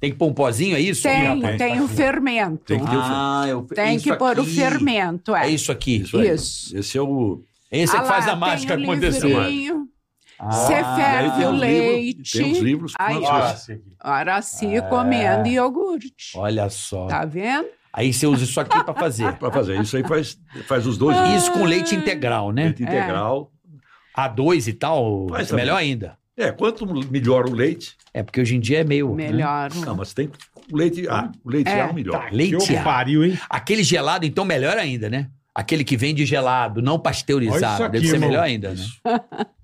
A: Tem que pôr um pozinho, é isso?
C: Tem,
D: Tem,
C: tem,
D: tá
C: o fermento.
D: Tem que ter o fermento.
A: Ah, eu...
C: Tem
A: isso
C: que pôr o
A: aqui.
C: fermento, é.
A: É isso aqui.
D: Isso aí.
C: Isso.
D: Esse é o.
A: Esse é que
C: Ah
A: faz
C: lá,
A: a mágica
C: tem o
A: acontecer.
C: livrinho. Você
A: Ah,
D: Aí
C: ferve
D: tem
C: o
D: uns livros-
C: É leite.
D: Tem uns livros.
C: Aí,
D: Nossa,
B: Olha
C: ó.
B: esse aqui.
C: Araci comendo iogurte.
A: Olha só.
C: Tá vendo?
A: Aí você usa isso aqui pra
C: *laughs*
A: fazer.
D: Ah, Pra fazer isso aí faz, faz os dois.
A: Isso com leite integral, né?
C: É.
D: Leite integral.
A: A2 e tal,
D: Faz também.
A: melhor ainda.
D: É. quanto melhor o leite.
A: É, porque hoje em dia é
C: Uhum.
A: meio. né?
C: Melhor.
D: Não, mas tem o leite A. O leite
C: É.
D: A é o melhor.
A: Leite
B: Que
A: A.
B: pariu, hein?
A: Aquele gelado, então, melhor ainda, né? Aquele que vende gelado, não
B: Olha isso
A: pasteurizado.
B: aqui,
A: Deve ser
B: irmão.
A: melhor ainda, né?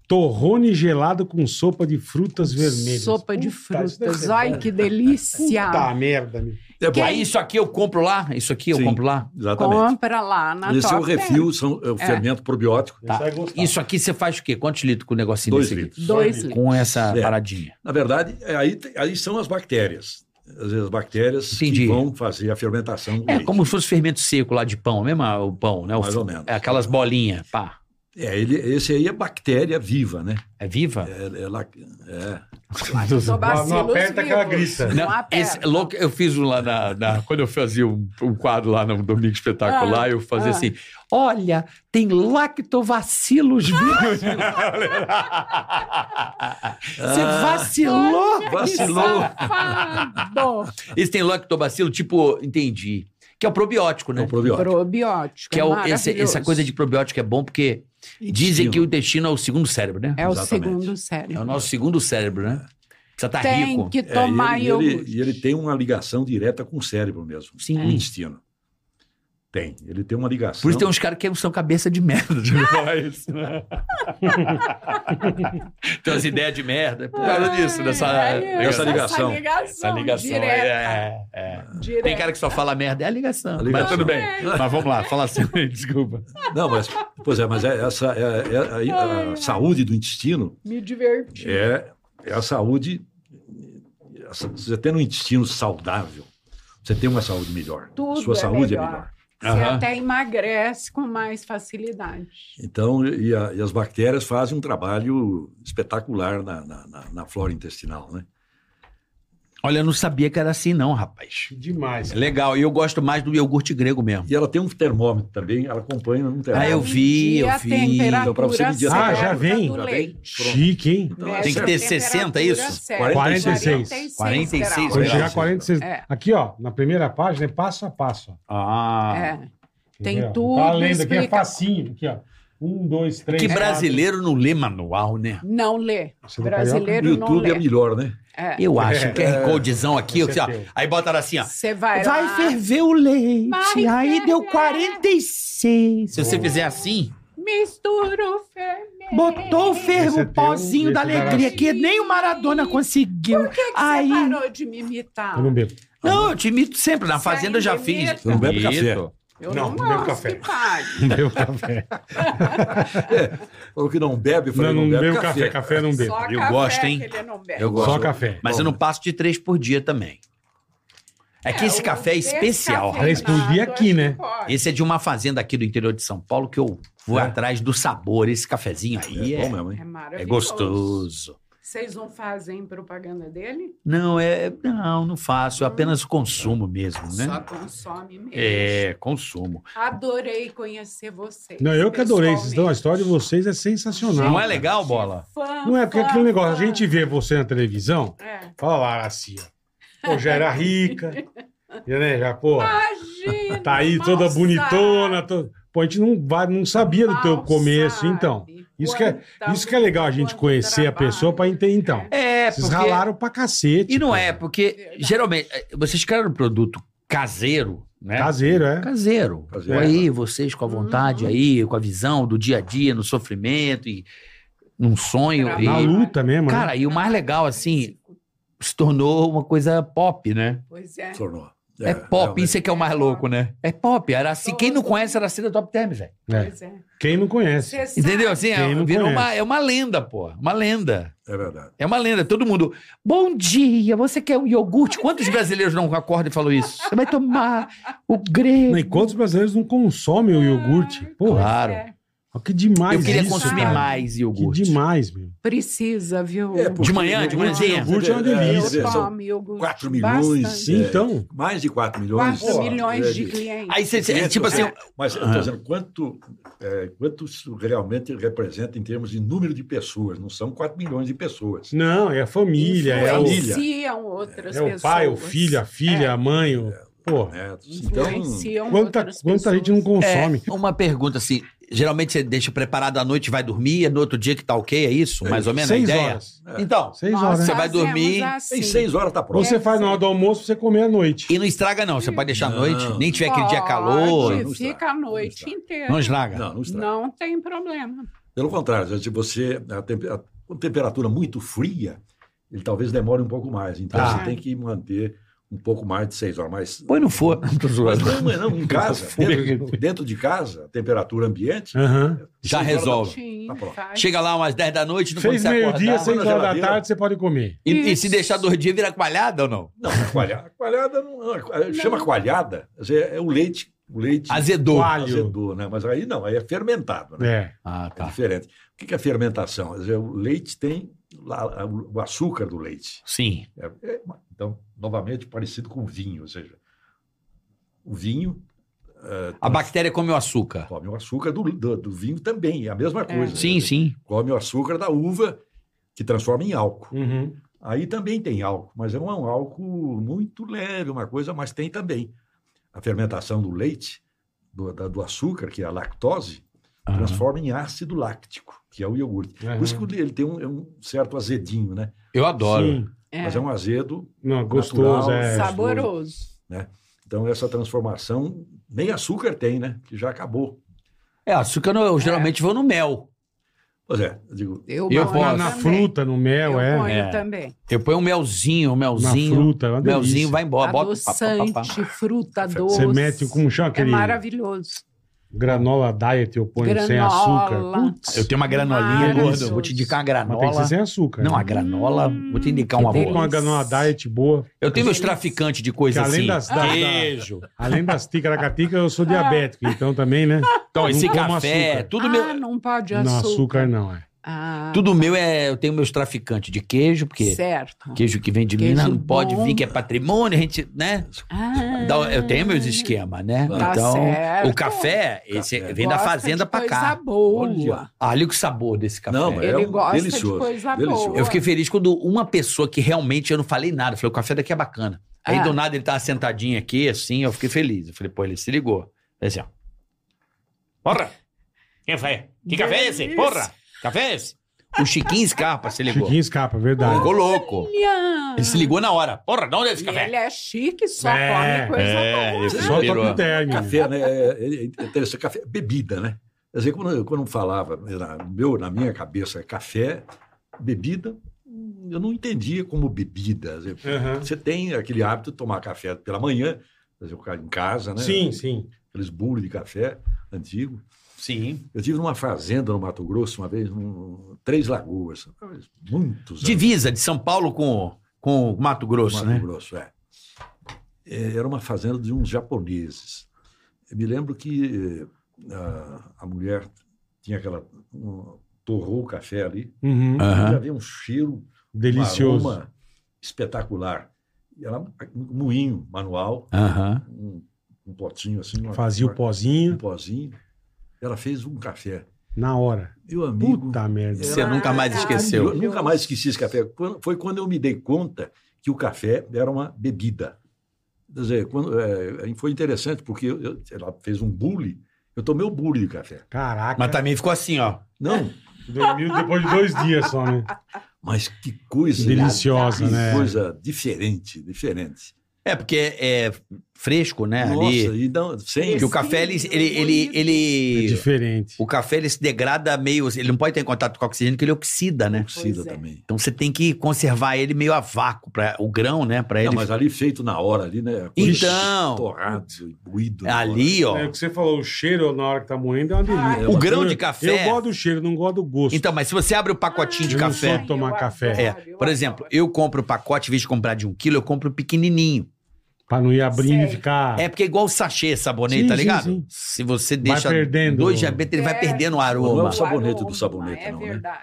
B: Torrone gelado com sopa de frutas vermelhas.
C: Sopa de
B: Puta, isso deve
C: frutas.
B: ser
C: Olha
B: bom.
C: que delícia.
B: Puta merda, meu.
D: É bom.
A: Aí "Ah, isso aqui eu compro lá, isso aqui eu
D: Sim.
A: compro lá.
D: Exatamente.
C: Compra lá na
D: Esse é o
C: Top Ten.
D: refil, são, é o fermento probiótico.
B: Você vai gostar.
A: Tá, Isso aqui você faz o quê? Quantos litros com o negocinho
D: Dois
A: desse aqui?
D: litros.
C: Dois
B: Só
C: litros.
A: Com essa
D: É.
A: paradinha.
D: Na verdade, é aí, te- aí são as bactérias. Às vezes as bactérias
A: Entendi.
D: que vão fazer a fermentação do
A: É
D: leite.
A: como se fosse fermento seco lá de pão, mesmo ah, o pão, né? O
D: Mais
A: f-
D: ou menos.
A: É aquelas bolinhas, pá.
D: É, ele, esse aí é bactéria viva, né?
A: É viva?
D: É, é lá- é.
C: Lactobacilos
B: Não aperta que ela
C: vivos. *laughs*
B: grita.
A: Não,
C: aperta.
A: esse louco, eu fiz um lá na, na- Quando eu fazia um, um quadro lá no Domingo Espetacular,
C: Ah,
A: eu fazia
C: ah.
A: assim: olha, tem lactovacilos
D: *laughs*
A: vivos. Você vacilou?
C: Olha que
D: Vacilou.
C: safado.
A: Esse tem lactobacilo, tipo, entendi. Que é o probiótico, né?
D: É um probiótico.
C: Probiótico.
A: que é o- esse-
C: maravilhoso.
A: essa coisa de probiótico é bom porque dizem
D: Intestino.
A: que o intestino é o segundo cérebro, né?
C: É o
D: Exatamente.
C: segundo
A: É, o
C: sério.
A: nosso segundo cérebro, né? Você tá
C: Tem
A: rico.
C: que
D: É,
C: tomar
D: e, ele, e ele-
C: iogurte.
D: e ele tem uma ligação direta com o cérebro mesmo.
A: Sim.
D: Com o intestino. Tem. Ele tem uma ligação.
A: Por isso tem um uns caras que são cabeça de merda de falar isso. né? *laughs* tem umas ideias de merda. É por causa disso, dessa
C: Ai, ai,
D: dessa ligação.
A: Essa ligação aí,
C: direta,
A: é, é.
C: direta.
A: Tem cara que só fala merda, é a ligação.
D: A ligação.
A: Mas tudo bem.
C: É.
A: Mas vamos lá, fala assim, *laughs* desculpa.
D: Não, mas, pois é, mas é essa é- é- é- a saúde do intestino
C: Me diverti.
D: é, é a saúde. essa- Você tendo um intestino saudável, você tem uma saúde melhor.
C: Tudo
D: Sua
C: é
D: saúde
C: melhor.
D: é melhor.
C: Você
A: Aham.
C: até emagrece com mais facilidade.
D: Então, e, a- e as bactérias fazem um trabalho espetacular na, na- na- na flora intestinal, né?
A: Olha, eu não sabia que era assim, não, rapaz.
B: Demais.
A: É Legal, e eu gosto mais do iogurte grego mesmo.
D: E ela tem um termômetro também, ela acompanha um termômetro.
A: Ah, eu vi,
C: Medir
A: eu
C: a
A: vi.
C: temperatura
D: Então, pra você medir a
C: certa
B: temperatura. Ah, já vem?
C: do
D: Já vem?
C: leite.
D: Pronto.
B: Chique, hein?
D: Então,
C: Mexe
A: Tem que
C: a
A: ter
D: certo.
A: 60, é isso?
C: temperatura certa.
B: 46.
A: 46
C: graus.
B: Quando
A: Legal.
B: chegar a 46.
C: É.
B: Aqui, ó, na primeira página, é passo a passo. ó.
A: Ah.
C: É. Tem
B: Entendeu?
C: tudo
B: Tá lendo aqui, é
C: explicado.
B: facinho. Aqui, ó. Um, dois, três.
A: Que
B: quatro.
A: brasileiro não lê manual, né?
C: Não lê.
B: Você não
D: O
C: Brasileiro não
D: YouTube é
C: lê.
D: melhor, né? *laughs*
C: É.
A: Eu acho que é
B: É.
A: codezão aqui, assim,
B: Você
A: ó.
B: tem.
A: aí botaram assim, ó.
C: Você vai, lá.
E: Vai ferver o leite.
C: Vai
E: aí
C: ferver.
E: deu 46.
A: Se você fizer assim,
C: Mistura o fermento.
E: Botou o fermo,
B: Esse é
E: o
B: teu,
E: pozinho da
B: esse da
E: alegria
B: Araci.
E: que nem o Maradona conseguiu.
C: Por que, que
E: Aí-
C: você parou de me imitar?
B: Eu não bebo.
A: Não, eu te imito sempre. Na fazenda eu já
C: ainda
A: fiz.
C: imita?
D: Você não bebe café?
A: Imito.
C: Eu
B: Não, não
C: não,
B: bebo
C: gosto
B: café.
C: que pare.
B: Não bebo *laughs* café.
D: Falou que não bebe, eu falei,
B: Não,
D: não,
B: não
D: bebe
B: bebo
D: café.
B: café. Café eu não bebo.
C: Só
A: Eu
C: café
A: gosto, hein?
C: que ele não bebe.
A: Eu gosto.
B: Só café.
A: Mas eu não passo de três por dia também. É que esse
C: o
A: café é especial.
C: descafeinado,
B: Três por dia aqui, né?
C: acho que pode.
A: Esse é de uma fazenda aqui do interior de São Paulo que eu vou
B: É.
A: atrás do sabor. Esse cafezinho aí
D: É bom
A: é,
D: mesmo, hein?
C: É
A: é,
C: maravilhoso.
A: gostoso.
C: Vocês não fazem propaganda dele?
A: Não, é. Não, não faço. Eu apenas consumo mesmo,
C: Só
A: né?
C: consome mesmo.
A: É, consumo.
C: Adorei conhecer vocês.
B: Não, eu que adorei. Vocês estão, a história de vocês é sensacional.
A: Não é legal, bola?
C: Fã,
B: Não é porque
C: fã,
B: aquele negócio, a
C: fã.
B: gente vê você na televisão,
C: É.
B: fala lá, Aracia. Pô, já
A: *laughs*
B: era rica, já, né? Já, pô,
C: Imagina,
B: *laughs* tá aí
C: mal
B: toda
C: sabe,
B: bonitona. to- Pô, a gente não, vai, não sabia do teu
C: mal
B: começo,
C: sabe
B: então. Isso que, é,
C: quanta
B: isso que é legal a gente
C: quanto
B: conhecer a
C: trabalho.
B: pessoa pra entender, então.
A: É,
B: Vocês ralaram pra cacete.
A: E não
B: pô.
A: é, porque
C: Verdade.
A: geralmente eh, vocês criaram um produto caseiro, né?
B: Caseiro, é.
A: Caseiro.
D: Caseiro.
A: Aí, vocês com a vontade aí, com a visão do dia a dia, no sofrimento e num sonho.
C: Trabalho.
B: Na
A: E,
B: luta mesmo, né?
A: cara, e o mais legal, assim, se tornou uma coisa pop, né?
C: Pois é.
D: Tornou.
A: É, pop, isso é que é o mais louco, né? É pop. Araci, quem não
C: Todo.
A: conhece Araci da Top Term, velho?
B: É.
C: Pois é.
B: Quem não conhece.
C: Você sabe,
A: Entendeu? Assim,
B: Quem
A: é,
B: não
A: virou
B: conhece.
A: uma, é uma lenda, pô. Uma lenda.
D: É verdade.
A: É uma lenda. Todo mundo.
E: Bom dia, você quer um iogurte?
A: Quantos brasileiros não acordam e falam isso?
E: Você vai tomar o grego.
B: E quantos brasileiros não consomem o iogurte?
C: pois
B: Porra,
A: claro.
C: é.
B: olha que demais
A: Eu queria
B: isso,
A: consumir
B: cara.
A: mais iogurte.
B: Que demais, meu.
C: Precisa, viu?
D: É, porque-
A: De manhã, de manhãzinha.
B: Iogurte é uma delícia.
D: é,
C: Eu
D: são
C: tomo iogurte.
D: 4 milhões.
C: bastante.
B: Sim,
D: é,
B: então.
D: Mais de 4 milhões.
C: 4
D: é,
C: milhões de clientes.
A: Aí você, é, tipo assim,
D: Mas eu estou dizendo, quanto, é, quanto isso realmente representa em termos de número de pessoas? Não são 4 milhões de pessoas.
B: Não, é a família, é o,
D: Família.
C: Influenciam outras
B: é o
C: pessoas.
B: pai, o filho, a
A: É.
B: filha, a mãe. O... Pô,
D: Né? Então,
C: Influenciam
B: quanta,
C: É, outras
B: quanta
C: pessoas.
B: gente não consome?
A: é, uma pergunta assim, geralmente você deixa preparado à noite, vai dormir, e no outro dia que tá ok, é isso? Mais ou menos a
B: Seis
A: ideia?
B: horas.
A: Então,
B: Seis
C: Nós
B: horas.
A: Você
B: né?
A: vai
C: fazemos
A: dormir
D: em
C: assim.
D: 6 horas está pronto.
B: Você faz na hora do almoço, você come à noite.
A: e não estraga não, você pode deixar à noite, nem
D: é
A: tiver aquele dia
C: Pode,
A: calor,
C: Fica
D: não estraga,
C: a noite
D: não
C: inteira.
A: não estraga.
D: Não, não estraga. Tá
C: Não tem problema.
D: Pelo contrário, se você a tempe- a- com temperatura muito fria, ele talvez demore um pouco mais. Então
A: Tá.
D: você tem que manter um pouco mais de seis horas. Mas,
A: Põe no forno.
B: *laughs*
A: Tô
D: mas
A: zoando.
D: não, mas não, em
A: *laughs*
D: casa, dentro, dentro de casa, a temperatura ambiente,
B: Aham.
A: Já
D: seis horas da
A: resolve.
C: Sim,
D: Tá bom.
C: faz.
A: Chega lá umas 10 da noite, não pode
B: Fez
A: se
B: meio-dia,
A: acordar.
B: seis
D: Põe na
B: horas da
D: geladeira.
B: tarde, você pode comer.
A: E, e se deixar dois dias, vira coalhada ou não?
D: Não, a coalhada, a coalhada não, a- a- chama coalhada, quer dizer, é o leite O leite
A: Azedou.
B: Alho.
D: azedou, né? Mas aí não, aí é fermentado, né?
B: É.
A: Ah,
D: É
A: tá.
D: diferente. O que que é fermentação? Quer dizer, O leite tem lá- o açúcar do leite.
A: Sim.
D: É, é, então, novamente, parecido com o vinho, ou seja, o vinho eh,
A: A bactéria come o açúcar.
D: come o açúcar do, do- do vinho também, é a mesma coisa.
A: Sim, sim.
D: Come o açúcar da uva, que transforma em álcool.
B: Uhum.
D: Aí também tem álcool, mas é um álcool muito leve, uma coisa, mas tem também. A fermentação do leite, do, da- do açúcar, que é a lactose,
A: Aham.
D: transforma em ácido láctico, que é o iogurte. Por isso que ele tem um, é um certo azedinho, né?
A: Eu adoro.
B: Sim.
C: É,
D: Mas é um azedo,
B: Não, gostoso,
D: Natural,
B: é.
C: saboroso.
D: então essa transformação, nem açúcar tem, né? Que já acabou.
A: É, açúcar não- eu geralmente vou no mel.
D: Pois é, eu digo,
A: Eu
C: ponho
B: Na,
A: gosto.
B: na
C: também.
B: fruta, no mel,
C: Eu
B: é.
C: ponho
A: É.
C: também.
A: Eu ponho um melzinho, um
B: Na
A: melzinho.
B: fruta, é uma
A: melzinho
B: delícia.
A: vai embora. Bota pá,
C: Adoçante,
A: pá, pá, pá.
C: fruta doce.
B: Você mete o como chama
C: É
B: aquele
C: maravilhoso.
B: granola diet, eu ponho sem açúcar.
C: Granola.
B: Putz,
A: Eu tenho uma granolinha,
B: Maravilhoso.
A: gordo. Vou te indicar uma
B: mas tem que ser
A: granola.
B: sem açúcar.
A: Não, a
B: né?
A: granola,
C: Hum,
A: vou te indicar uma
B: Põe
A: boa.
B: com uma granola diet boa.
A: Eu tenho meus traficantes de coisa
B: Que além
A: assim.
B: das- da- da-
A: Queijo.
B: Além das
A: *laughs*
B: ticaracaticas, eu sou
A: É.
B: diabético, então também, né?
A: Então, esse
B: Não como
A: café,
B: açúcar.
A: tudo
C: ah,
A: meu.
C: não pode
B: não,
C: açúcar.
B: açúcar não, é.
C: Ah,
A: Tudo meu é. Eu tenho meus traficantes de queijo, porque
C: certo.
A: queijo que vem de
C: Queijo
A: Minas não pode
C: bom.
A: vir, que é patrimônio, a gente, né?
C: Ah,
A: Dá- Eu tenho meus esquemas, né?
C: Tá
A: então,
C: certo.
A: o café, esse
D: Café.
A: vem da fazenda pra cá.
C: Coisa boa.
D: Olha.
A: Ah, olha o sabor desse café.
D: Não, mas é
C: Ele
D: um
C: gosta de
D: delicioso.
C: coisa
D: delicioso.
C: boa.
A: Eu fiquei feliz quando uma pessoa que realmente eu não falei nada, eu falei, o café daqui é bacana. Aí
C: Ah.
A: do nada ele tava sentadinho aqui, assim, eu fiquei feliz. Eu falei, pô, ele se ligou. Falei assim, ó. Porra! Quem foi? Que café é esse? Porra! Café é esse? O Chiquinho Scarpa se ligou.
B: Chiquinho escapa, verdade.
A: Ficou louco.
C: Olha.
A: Ele se ligou na hora. Porra, de onde é esse
C: E
A: café?
C: ele é chique, só
B: É.
C: come coisa boa.
A: ele
B: Só top term.
D: Café, né? É é interessante. Café, é bebida, né? Quer dizer, quando, eu- quando eu falava, né, na, meu, na minha cabeça, café, bebida, hum, eu não entendia como bebida. Quer dizer,
B: Aham.
D: Você tem aquele hábito de tomar café pela manhã, quer dizer, o cara em casa, né?
B: Sim, sim.
D: Aqueles burros de café antigo.
A: Sim.
D: Eu tive numa fazenda no Mato Grosso uma vez, num, Três Lagoas, muitos anos.
A: Divisa de São Paulo com, com o Mato Grosso,
D: Mato
A: né?
D: Grosso, é. É, Era uma fazenda de uns japoneses. Eu me lembro que eh, a, a mulher tinha aquela. Um, torrou o café ali,
B: Uhum.
D: já
A: Aham.
D: havia um cheiro, um
B: Delicioso.
D: aroma espetacular. E ela, um moinho manual,
A: Aham.
D: um, um potinho assim. uma-
B: Fazia o
D: uma- Um
B: pozinho
D: pozinho. Ela fez um café.
B: na hora.
D: Meu amigo.
B: Puta merda.
A: Você nunca mais
D: é Eu
A: esqueceu.
D: nunca mais esqueci esse café. Quando- foi quando eu me dei conta que o café era uma bebida. Quer dizer, quando, é, foi interessante, porque eu- eu- ela fez um bule, eu tomei o bule de café.
B: Caraca.
A: Mas também ficou assim, ó.
D: Não,
B: Dormiu depois de dois dias só, né?
D: mas que coisa.
B: Deliciosa,
D: Que
B: né?
D: coisa diferente, diferente.
A: É, porque é fresco, né?
D: Nossa,
A: ali.
D: e não, sem.
A: Porque o café, ele. ele, ele,
B: É
A: ele-
B: diferente.
A: o café ele se degrada meio. Ele não pode ter em contato com o oxigênio, porque ele oxida, né?
D: Oxida
C: Pois é.
D: também.
A: Então você tem que conservar ele meio a vácuo, pra, o grão, né? Pra ele.
D: Não, mas ali feito na hora, ali, né?
A: Então.
D: Torrado, buído. na
A: ali,
B: É o
A: ó.
B: que você falou, o cheiro na hora que tá moendo é uma delícia.
A: O grão
B: Eu-
A: de café-
B: Eu gosto do cheiro, não gosto do gosto.
A: Então, mas se você abre o pacotinho de
B: Eu não
A: café.
B: sou tomar café.
A: É, por exemplo, eu compro o pacote, em vez de comprar de um quilo, eu compro pequenininho.
B: Pra não ir abrindo e
C: Sei.
B: ficar.
A: É porque é igual o sachê, sabonete,
B: Sim,
A: tá
B: sim,
A: ligado?
B: sim.
A: Se você deixa
B: perdendo.
A: dois diabetes, ele vai
C: É.
A: perdendo o aroma.
D: Não, sabonete do sabonete,
C: é
D: não, né?
C: verdade.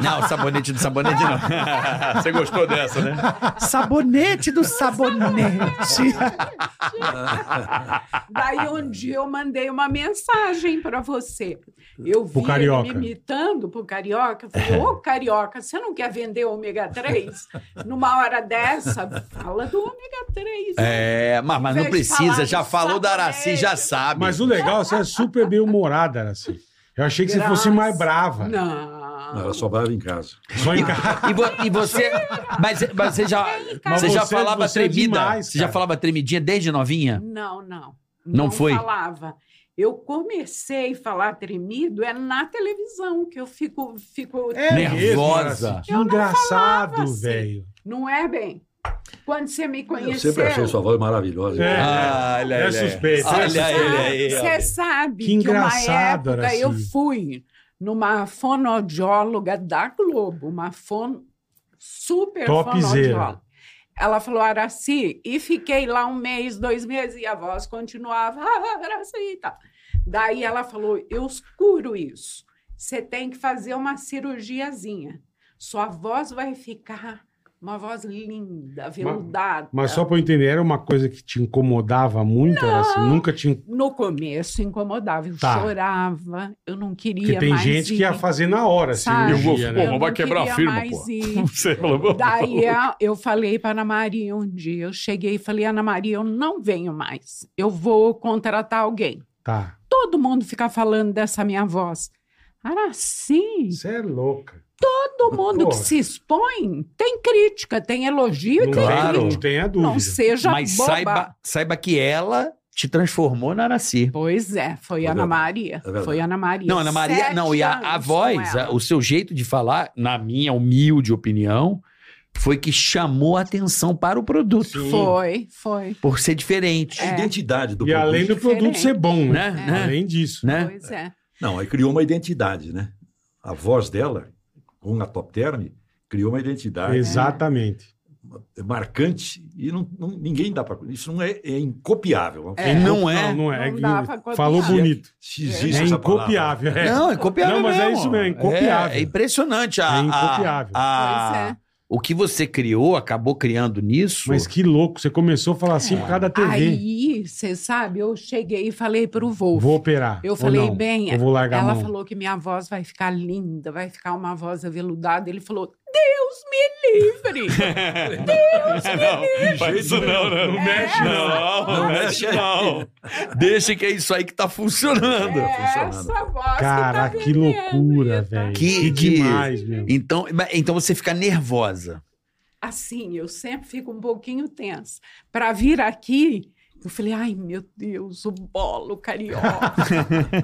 A: Não, o sabonete do sabonete não. *laughs* Você gostou dessa, né?
E: Sabonete do sabonete.
C: *laughs* Daí um dia eu mandei uma mensagem para você. Eu vi
B: Pro Carioca.
C: ele me imitando pro Carioca. Falei, ô Carioca, você não quer vender ômega 3? Numa hora dessa, fala do ômega 3.
A: É, mas, mas
C: Em
A: não
C: vez de falar
A: precisa, já
C: de
A: falou da Araci,
C: sabonete.
A: já sabe.
B: Mas o legal, você é super bem humorada, assim. Eu achei que você fosse mais brava.
A: é
C: Não.
D: hora. Ela só vai em casa.
B: Só
A: *laughs*
B: em casa.
A: E, vo- e você. Mas, mas você já,
B: Mas
A: você já
B: você-
A: falava
B: você é
A: tremida.
B: demais,
A: você já
B: cara.
A: falava tremidinha desde novinha?
C: Não, não.
A: Não foi?
C: falava. Eu comecei a falar tremido é na televisão, que eu fico. fico
B: É mesmo,
A: Nervosa.
B: Araci. Que
C: Eu não
B: engraçado,
C: falava assim.
B: velho.
C: Não é bem? Quando você me
D: Eu
C: conheceu.
D: sempre achei sua voz maravilhosa.
B: É.
A: olha
B: É
A: ele aí.
B: suspeito, é
A: Olha
B: suspeito.
A: ele aí.
C: Você
A: olha.
C: sabe
B: Que
C: que,
B: engraçado, assim.
C: uma época
B: Araci.
C: eu fui numa fonoaudióloga da Globo, uma fono super
B: Topzera.
C: fonoaudióloga. Ela falou Araci, e fiquei lá um mês, dois meses, e a voz continuava, "Ah, Araci e tal. Daí ela falou: eu curo isso. Você tem que fazer uma cirurgiazinha. Sua voz vai ficar uma voz linda, aveludada.
B: Mas só pra eu entender, era uma coisa que te incomodava muito? Era assim, nunca te. in-
C: No começo incomodava, eu
B: Tá.
C: chorava, eu não queria
B: Porque tem
C: é mais
B: gente que ia
C: ir.
B: fazer na hora,
C: Sabe?
B: cirurgia,
C: Eu
B: né?
F: Pô, mas vai
C: não
F: quebrar a
C: queria
F: firma,
C: mais
F: pô.
C: ir.
F: Não sei, pelo amor de
A: *laughs*
C: Daí a- eu falei para Ana Maria um dia, eu cheguei e falei, Ana Maria, eu não venho mais, eu vou contratar alguém.
B: Tá.
C: Todo mundo fica falando dessa minha voz. Araci,
B: Você é louca.
C: todo mundo
B: Porra.
C: que se expõe tem crítica, tem elogio e
B: não,
C: tem
B: tem,
A: Claro.
B: não tenha dúvida.
C: Não seja
A: Mas
C: boba.
A: saiba, saiba que ela te transformou na Araci.
C: Pois é, foi
D: É
C: Ana
D: verdade,
C: Maria.
D: é verdade.
C: foi Ana Maria.
A: Não, Ana Maria,
C: Sete
A: não, e a, a
C: anos com
A: voz,
C: ela.
A: a- o seu jeito de falar, na minha humilde opinião, foi que chamou a atenção para o produto.
B: Sim.
C: Foi, foi.
A: Por ser diferente.
D: A
C: É.
D: identidade do
B: E além do
D: produto.
B: produto ser bom, né?
A: Né? Né?
B: Além disso.
A: Né?
C: Pois é.
D: Não, aí criou uma identidade, né? A voz dela, com a Top Term, criou uma
A: É.
D: identidade
B: Exatamente.
D: marcante e não, não- ninguém dá para... Isso não é, é incopiável.
A: E Não é.
B: Não, não é.
C: Não dá pra
B: Falou
C: copiar.
B: bonito.
D: Se existe
B: é
D: essa palavra.
B: incopiável. É.
A: Não, é copiável.
B: Não, mas é
A: mesmo.
B: isso mesmo, é incopiável.
A: É, é impressionante a.
B: É
A: a-
B: incopiável. Ah.
A: a-
C: Pois é.
A: O que você criou, acabou criando nisso. *laughs*
B: Mas que louco, você começou a falar assim por causa da TV.
C: Aí, você sabe, eu cheguei e falei pro Wolf.
B: Vou operar.
C: Eu
B: ou
C: falei,
B: não?
C: bem,
B: Eu vou largar
C: Ela
B: a mão.
C: falou que minha voz vai ficar linda, vai ficar uma voz aveludada. Ele falou, Deus me livre!
B: *laughs*
F: não, faz isso não,
C: É.
F: não. Não mexe, não. Não mexe, não. Deixa que é isso aí que tá funcionando.
C: É.
D: funcionando.
C: Essa voz
B: Cara,
C: que, tá
B: que loucura, velho.
A: Que- que- é
B: demais, meu.
A: Então, mas- então você fica nervosa.
C: Assim, eu sempre fico um pouquinho tensa. Para vir aqui, eu falei, ai, meu Deus, o bolo
B: *laughs*
C: carioca.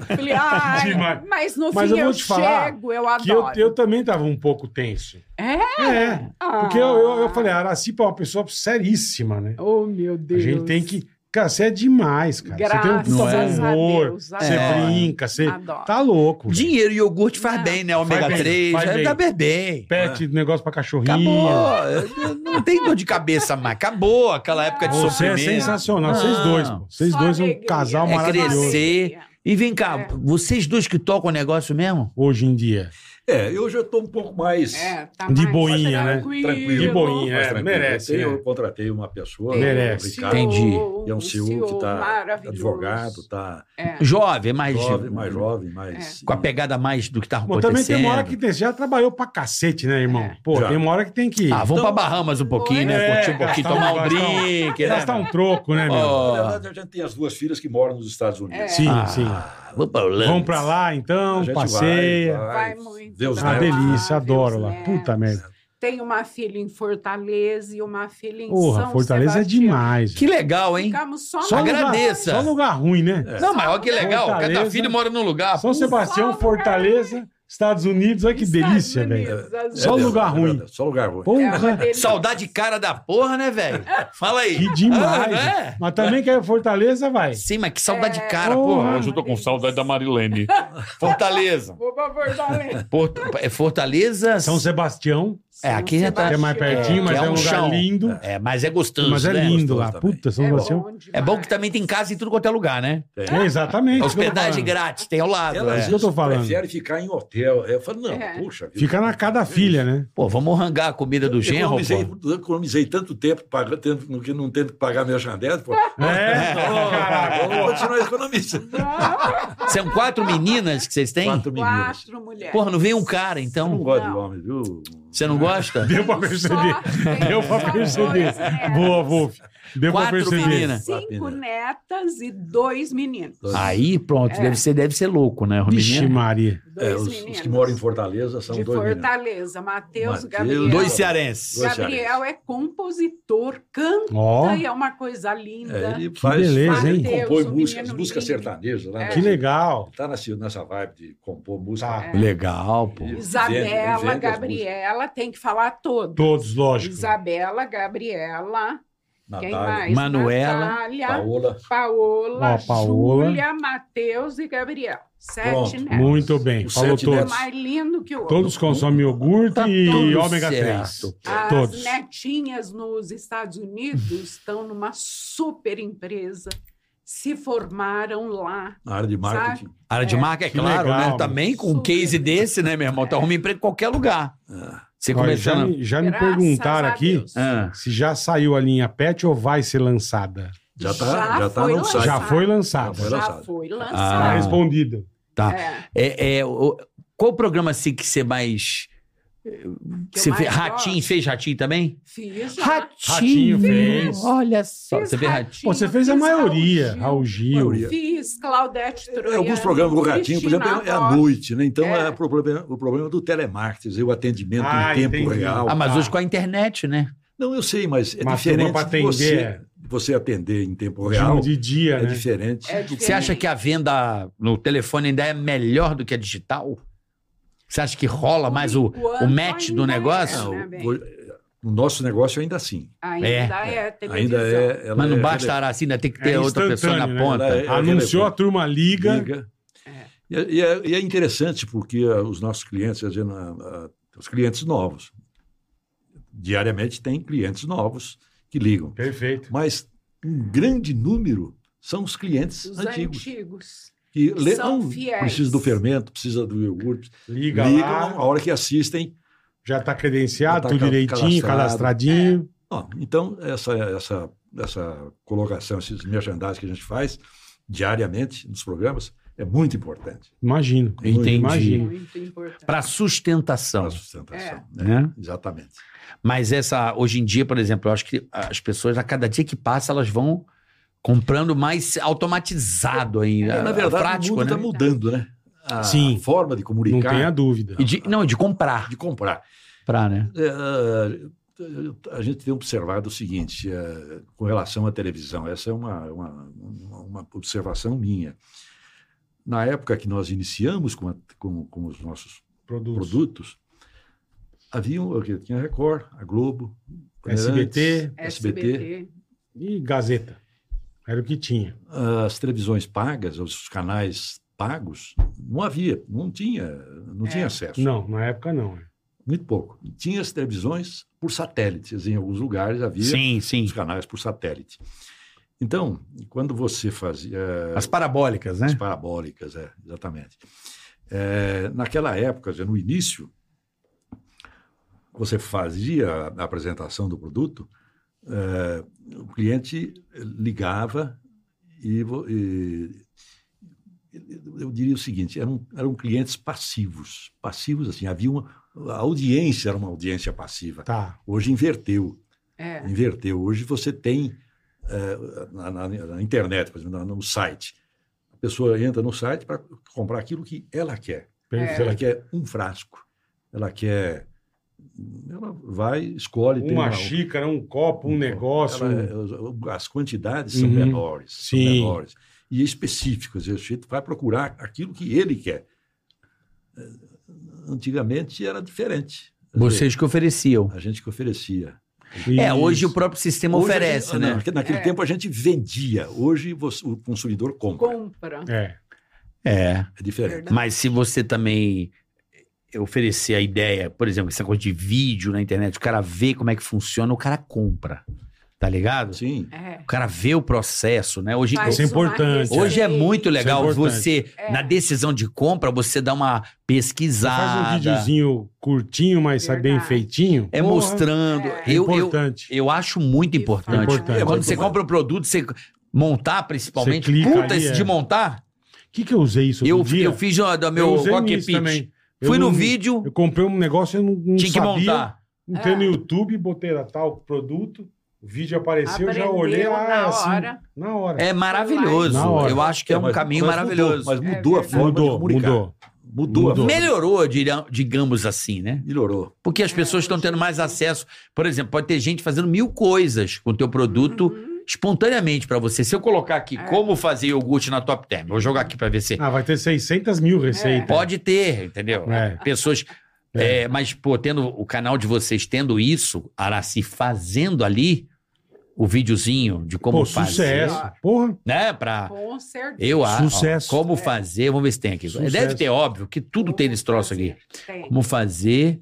C: falei, ai,
B: Demais.
C: mas no
B: Mas
C: fim
B: eu vou
C: eu,
B: te falar
C: chego, eu adoro.
B: Que eu, eu também tava um pouco tenso.
C: É?
B: É.
C: Ah.
B: Porque eu, eu, eu falei, a Aracipa é uma pessoa seríssima, né?
C: Oh, meu
B: A
C: Deus.
B: gente tem que. Cara, você é demais, cara. você tem um puta
A: é.
C: Graças
B: bom
C: a
B: humor,
C: Deus,
B: você
C: adoro.
B: brinca, você.
C: Adoro.
B: Tá louco. velho.
A: Dinheiro e iogurte faz
C: Não.
A: bem, né? Ômega
B: bem,
A: 3,
B: faz
A: é,
B: bem.
A: dá bem bem.
B: Pet, negócio pra cachorrinho.
A: né? Acabou. Não tem dor de cabeça mais. Acabou aquela época de
B: Você é
A: sofrimento.
B: sensacional,
A: Não.
B: vocês dois, pô. Vocês
C: Só
B: dois são um
C: alegria.
B: casal
A: É
B: maravilhoso
A: crescer. E vem cá,
C: É.
A: vocês dois que tocam o negócio mesmo?
B: hoje em dia.
D: É, eu já estou um pouco mais...
C: É, tá
B: De
C: mais
B: boinha, né?
C: tranquilo.
D: Tranquilo.
B: De boinha,
D: mais
B: é,
D: tranquilo.
B: merece,
D: Eu, tenho-
B: né?
D: eu contratei uma pessoa,
C: Tem
B: Merece.
D: o
C: um
D: Ricardo,
A: Entendi.
C: CEO,
D: e é um CEO que
A: tá
D: está
C: maravilhoso.
D: advogado, está
C: É.
A: Jovem, mais
D: jovem, mais jovem, mais... É,
A: Com a pegada mais do que tá
B: Bom,
A: acontecendo.
B: também tem uma hora que tem- você já trabalhou pra cacete, né, irmão?
C: É.
B: Pô,
D: Já.
B: tem uma hora que tem que Então-
A: Ah, vamos pra Bahamas um pouquinho, né?
B: É,
A: Curtir um pouquinho,
B: gastar
A: tomar
B: um-
A: um
B: gastar um-
A: drink, né?
B: gastar um troco, né, meu?
A: Ó,
D: Na verdade, a gente tem as duas filhas que moram nos Estados Unidos.
C: É.
B: Sim,
A: Ah,
B: sim.
A: vamos pra Orlando.
B: Vão pra lá,
D: A
B: então,
D: gente
B: passeia. É
C: Vai muito.
D: Deus
B: Uma
C: vai.
D: dá.
B: delícia,
C: Ah,
B: adoro
C: Deus
B: lá.
C: né?
B: Puta merda.
C: Tem uma filha em Fortaleza e uma filha em
B: Porra,
C: São
B: Fortaleza é
C: Sebastião.
B: demais.
A: Que legal, hein?
C: Ficamos só,
A: Só
C: na-
B: lugar-
A: agradeça. É.
B: só lugar ruim, né?
A: Não, mas olha que legal. Cada
B: Fortaleza.
A: filho mora num lugar.
B: São Sebastião,
C: só lugar
B: Fortaleza, Estados Unidos. Olha que
C: né? Estados
B: delícia,
C: Unidos,
B: velho.
C: as-
B: Só
C: é
D: Deus,
B: lugar
D: é
B: ruim.
D: verdade, Só lugar
C: uma
D: ruim.
B: Porra,
C: delícia.
A: Saudade cara da porra, né, velho? Fala aí.
B: que demais.
A: Ah, não é?
B: Mas também que é Fortaleza, vai.
A: Sim, mas que saudade
C: É.
A: cara,
B: Porra.
A: porra.
F: Hoje Ah, eu tô com saudade da Marilene.
A: *laughs* Fortaleza.
C: Vou pra Fortaleza.
A: Porto, é Fortaleza.
B: São Sebastião,
A: É, aqui já tá-
B: que é mais pertinho, mas
A: que
B: é,
A: é um
B: um lugar
A: chão.
B: lindo.
A: É, mas é gostoso.
B: Mas é
A: né?
B: lindo
D: Gostoso
B: lá.
D: também.
B: Puta, São
C: É
B: Sebastião.
D: assim?
C: bom,
A: É bom que também tem casa em tudo quanto é lugar, né?
B: É, exatamente. isso que eu tô
A: Hospedagem
B: falando.
A: grátis, tem ao lado.
D: Ela
A: é.
D: às
B: isso que eu tô
D: vezes,
B: falando.
D: prefere ficar em hotel. Eu falo, não,
C: É.
D: puxa. vida.
B: Fica na cada filha, né?
A: Pô, vamos rangar a comida do genro,
D: economizei,
A: pô.
D: economizei tanto tempo pagando, tendo, que não tendo que pagar minha
C: *laughs*
D: janela, pô.
B: É,
D: Caraca,
B: caraca.
D: vamos continuar economizando.
C: Ah,
A: Ah, São quatro meninas que vocês têm?
D: Quatro meninas.
C: Quatro mulheres.
A: Porra, não vem um cara,
D: Eu não
A: então.
D: gosto de
C: Não.
D: homem, viu?
A: Você não gosta?
B: Deu pra perceber. Deu pra perceber. Boa, Wolf. Deu pra
A: Quatro
B: perceber.
A: meninas.
C: Cinco netas e dois meninos.
D: Dois.
A: Aí, pronto,
C: É.
A: deve, ser, deve ser louco, né?
B: Vixe,
A: Menino?
B: Maria.
C: Dois
D: É, os, os
C: meninos.
D: que moram em Fortaleza são
C: De
D: dois meninos.
C: Fortaleza, Matheus,
D: Mateus,
C: Gabriel.
A: Dois
D: Dois
A: cearenses.
D: Dois
C: Gabriel é compositor, canta
B: Ó,
C: e é uma coisa linda.
D: É, ele
B: Que
D: faz,
B: beleza,
D: faz-
B: hein?
D: ele compõe
C: Mateus, o
D: músicas,
C: menino
D: músicas
C: lindo. É.
D: sertanejas. Lá,
B: que legal.
D: Tá nessa, nessa vibe de compor música.
B: Tá.
A: Legal, pô.
D: Ele
C: Isabela,
D: vende- vende as
C: Gabriela, tem que falar todos.
B: Todos, lógico.
C: Isabela, Gabriela, Quem
D: Natália,
C: mais?
A: Manuela,
C: Natália,
D: Paola.
C: Paola,
B: Ó, Paola.
C: Júlia, Matheus e Gabriel. Sete
D: Pronto.
C: netos.
B: Muito bem,
D: Os
B: falou
D: sete
B: todos.
D: netos.
C: Mais lindo que o outro.
B: Todos consomem iogurte
A: Tá
B: e
A: tudo
B: ômega
A: certo.
B: 3.
C: As
B: Todos.
C: netinhas nos
B: *laughs*
C: Estados Unidos estão numa super empresa, se formaram lá.
D: Na área de marketing.
A: A área de
C: É.
A: marca, é
B: Que
A: claro,
B: legal,
A: né?
B: mano.
A: Também com um case desse, né, meu irmão? Tu arruma emprego em qualquer lugar. Você
B: Ah. Olha, Já,
A: começando...
B: me- já me
C: Graças
B: perguntaram
C: a
B: aqui
C: Deus.
A: Ah.
B: se já saiu a linha PET ou vai ser lançada.
D: Já está
C: Já
D: já tá
C: foi
D: no site.
B: Já
C: Lançada.
B: foi lançada.
D: Já foi
C: Já
D: lançado.
C: foi
B: Tá
A: Ah.
C: lançado.
B: respondido.
A: Tá.
C: É,
A: É, é, o- qual o programa assim que você mais...
C: Que eu
A: Você
C: mais
A: fez, ratinho,
C: gosto.
A: fez ratinho também?
C: fiz já.
B: Ratinho fez.
E: Olha só.
C: Fiz
A: você vê ratinho.
B: Pô, você
C: Ratinho,
B: fez a
C: fiz
B: maioria,
C: Raul
B: Raul Gil.
D: Maioria.
C: Gil, Fiz Claudete
A: É,
C: Troiano.
D: Alguns programas com o Ratinho, por exemplo, é à noite, né? Então
C: É.
D: é, o problema, o problema do telemarketing, o atendimento
B: Ah,
D: em tempo
B: entendi.
D: real.
A: Ah, mas
B: Tá.
A: hoje com a internet, né?
D: Não, eu sei, mas é
B: Mas
D: diferente
B: turma pra
D: de você,
B: atender.
D: você atender em tempo
B: De-
D: real.
B: De dia,
D: é
B: né?
D: diferente.
C: É
A: Você acha
C: diferente.
A: que a venda no telefone ainda é melhor do que a digital? Você acha que rola mais o, o
C: Enquanto
A: match do
C: ainda é,
A: negócio?
D: Não,
C: né, bem?
D: o- o nosso negócio ainda assim.
C: Ainda
A: É.
C: é,
D: Ainda
C: televisão.
D: é. ela
A: Mas não
D: é-
A: basta arar assim, ainda tem que ter
B: É
A: outra pessoa na
B: instantâneo, né?
A: ponta.
D: É,
B: Anunciou,
D: relevante.
B: a turma liga.
D: liga. E é- E, é, e é interessante porque ah, os nossos clientes, quer dizer, na- ah, os clientes novos, diariamente tem clientes novos que ligam.
B: Perfeito.
D: Mas um grande número são os clientes
C: Os
D: antigos.
C: antigos.
D: Que
C: são
D: le- não,
C: fiéis.
D: precisa do fermento, precisa do iogurte.
B: Liga,
D: Ligam a
B: lá,
D: hora que assistem.
B: já tá credenciado,
D: Já tá
B: tudo
D: ca-
B: direitinho,
D: cadastrado.
B: cadastradinho.
D: Ó, então, essa, essa, essa colocação, esses merchandising que a gente faz diariamente nos programas é muito importante
B: Imagino.
A: Entendi.
B: Imagino.
C: Muito importante.
A: Para
D: para
A: sustentação.
D: a sustentação.
C: É.
D: né?
A: Então. Né?
D: Exatamente.
A: Mas essa, hoje em dia, por exemplo, eu acho que as pessoas, a cada dia que passa, elas vão comprando mais automatizado ainda.
D: É, na verdade,
A: prático,
D: o mundo
A: né?
D: está mudando, né? A
B: Sim.
D: forma de
B: Não
D: comunicar,
B: tenha dúvida.
A: E de- não, e de comprar.
D: de comprar.
A: Pra, né?
D: É, a gente tem observado o seguinte, é, com relação à televisão, essa é uma, uma, uma- uma observação minha. Na época que nós iniciamos com, a- com- com os nossos
B: Produtos.
D: produtos, havia um- ok, tinha a Record, a Globo,
B: SBT.
D: Bandeirantes, SBT,
B: E Gazeta. Era o que tinha.
D: as televisões pagas, os canais pagos, não havia, não tinha, não tinha acesso.
B: Não, na época não. é.
D: Muito pouco. Tinha as televisões por satélites. Em alguns lugares havia
A: Sim, sim.
D: os canais por satélite. Então, quando você fazia
A: As parabólicas, né?
D: as parabólicas, é, exatamente. É, naquela época, já no início, você fazia a apresentação do produto, é, o cliente ligava e, vo- e- eu diria o seguinte, eram, eram clientes passivos, passivos assim, havia uma a audiência era uma audiência passiva.
B: Tá.
D: Hoje inverteu,
C: É.
D: inverteu. Hoje você tem eh, na, na- na internet, por exemplo, na- no site. A pessoa entra no site para comprar aquilo que ela quer. Ela
C: É,
B: Perfeito.
D: quer um frasco. Ela quer. Ela vai, escolhe. tem
B: Uma
D: lá o-
B: xícara, um copo, um negócio.
A: é
D: ela- é,
B: um-
D: os- as quantidades são
B: Uhum.
D: menores. são
B: Sim.
D: menores. E específicas. O sujeito vai procurar aquilo que ele quer. Eh, Antigamente era diferente. Quer dizer,
A: Vocês que ofereciam.
D: A gente que oferecia.
A: É, hoje
B: um Isso.
A: o próprio sistema
D: Hoje a
A: oferece,
D: gente-
A: né?
D: naque- Naquele
C: É.
D: tempo a gente vendia. Hoje você- o consumidor compra.
C: Compra.
B: É.
A: É.
D: É diferente.
C: Verdade.
A: Mas se você também oferecer a ideia, por exemplo, essa coisa de vídeo na internet, o cara vê como é que funciona, o cara compra. Tá ligado?
D: Sim.
C: É.
A: O cara vê o processo, né? Hoje,
C: Faz
B: Isso é
C: uma
B: importante.
C: receita.
A: hoje é muito legal
B: Isso é importante.
A: você,
C: É.
A: na decisão de compra, você dá uma
B: Faz um
A: pesquisada.
B: videozinho curtinho, mas sai bem
C: Verdade.
B: feitinho.
A: é
B: Porra,
A: mostrando.
C: É.
B: É
A: Eu, eu,
B: importante.
A: eu acho muito
C: Que
A: importante.
C: faz.
B: Importante.
A: Quando você
D: Importante.
A: compra o produto, você montar principalmente.
B: Você clica
A: Puta,
B: ali,
A: esse
B: é.
A: de montar.
B: O que, que eu usei isso
A: Eu,
B: outro dia?
A: eu fiz ó, do meu
B: usei
A: cockpit.
B: nisso também. Eu
A: Fui no
B: não-
A: vídeo,
B: Eu comprei um negócio, eu não, não
A: tinha que
B: sabia.
A: montar.
B: Entrei no
C: Ah.
B: YouTube, botei lá tal produto, o vídeo apareceu, eu já
C: Aprendeu
B: olhei lá
C: na
B: assim,
C: hora.
B: na hora.
A: É maravilhoso.
B: Na hora.
A: Eu acho que é, um
D: mas-
A: caminho
D: mas
A: maravilhoso.
D: Mudou, mas mudou
C: É
D: a
C: verdade.
D: forma de
B: mudou,
D: comunicar.
B: mudou.
D: Mudou. a
B: Mudou.
D: forma.
A: Melhorou, diria- digamos assim, né?
D: Melhorou.
A: Porque
C: É,
A: as pessoas estão tendo mais acesso. Por exemplo, pode ter gente fazendo mil coisas com o teu produto
C: Uhum.
A: espontaneamente pra você. Se eu colocar aqui como fazer iogurte na Top Term, vou jogar aqui pra ver se...
B: Ah, vai ter 600 mil receitas.
A: Pode ter, entendeu?
B: É.
A: Pessoas... é, mas, pô, tendo o canal de vocês tendo isso, Araci, fazendo ali, o videozinho de como
B: Pô,
A: fazer.
B: sucesso. Porra,
A: Né? Pra,
C: Com certeza.
A: eu acho.
B: Sucesso.
A: Como fazer, vamos ver se tem aqui. É,
B: Sucesso.
A: Deve ter, óbvio, que tudo tem nesse troço aqui.
C: Tem,
A: Como fazer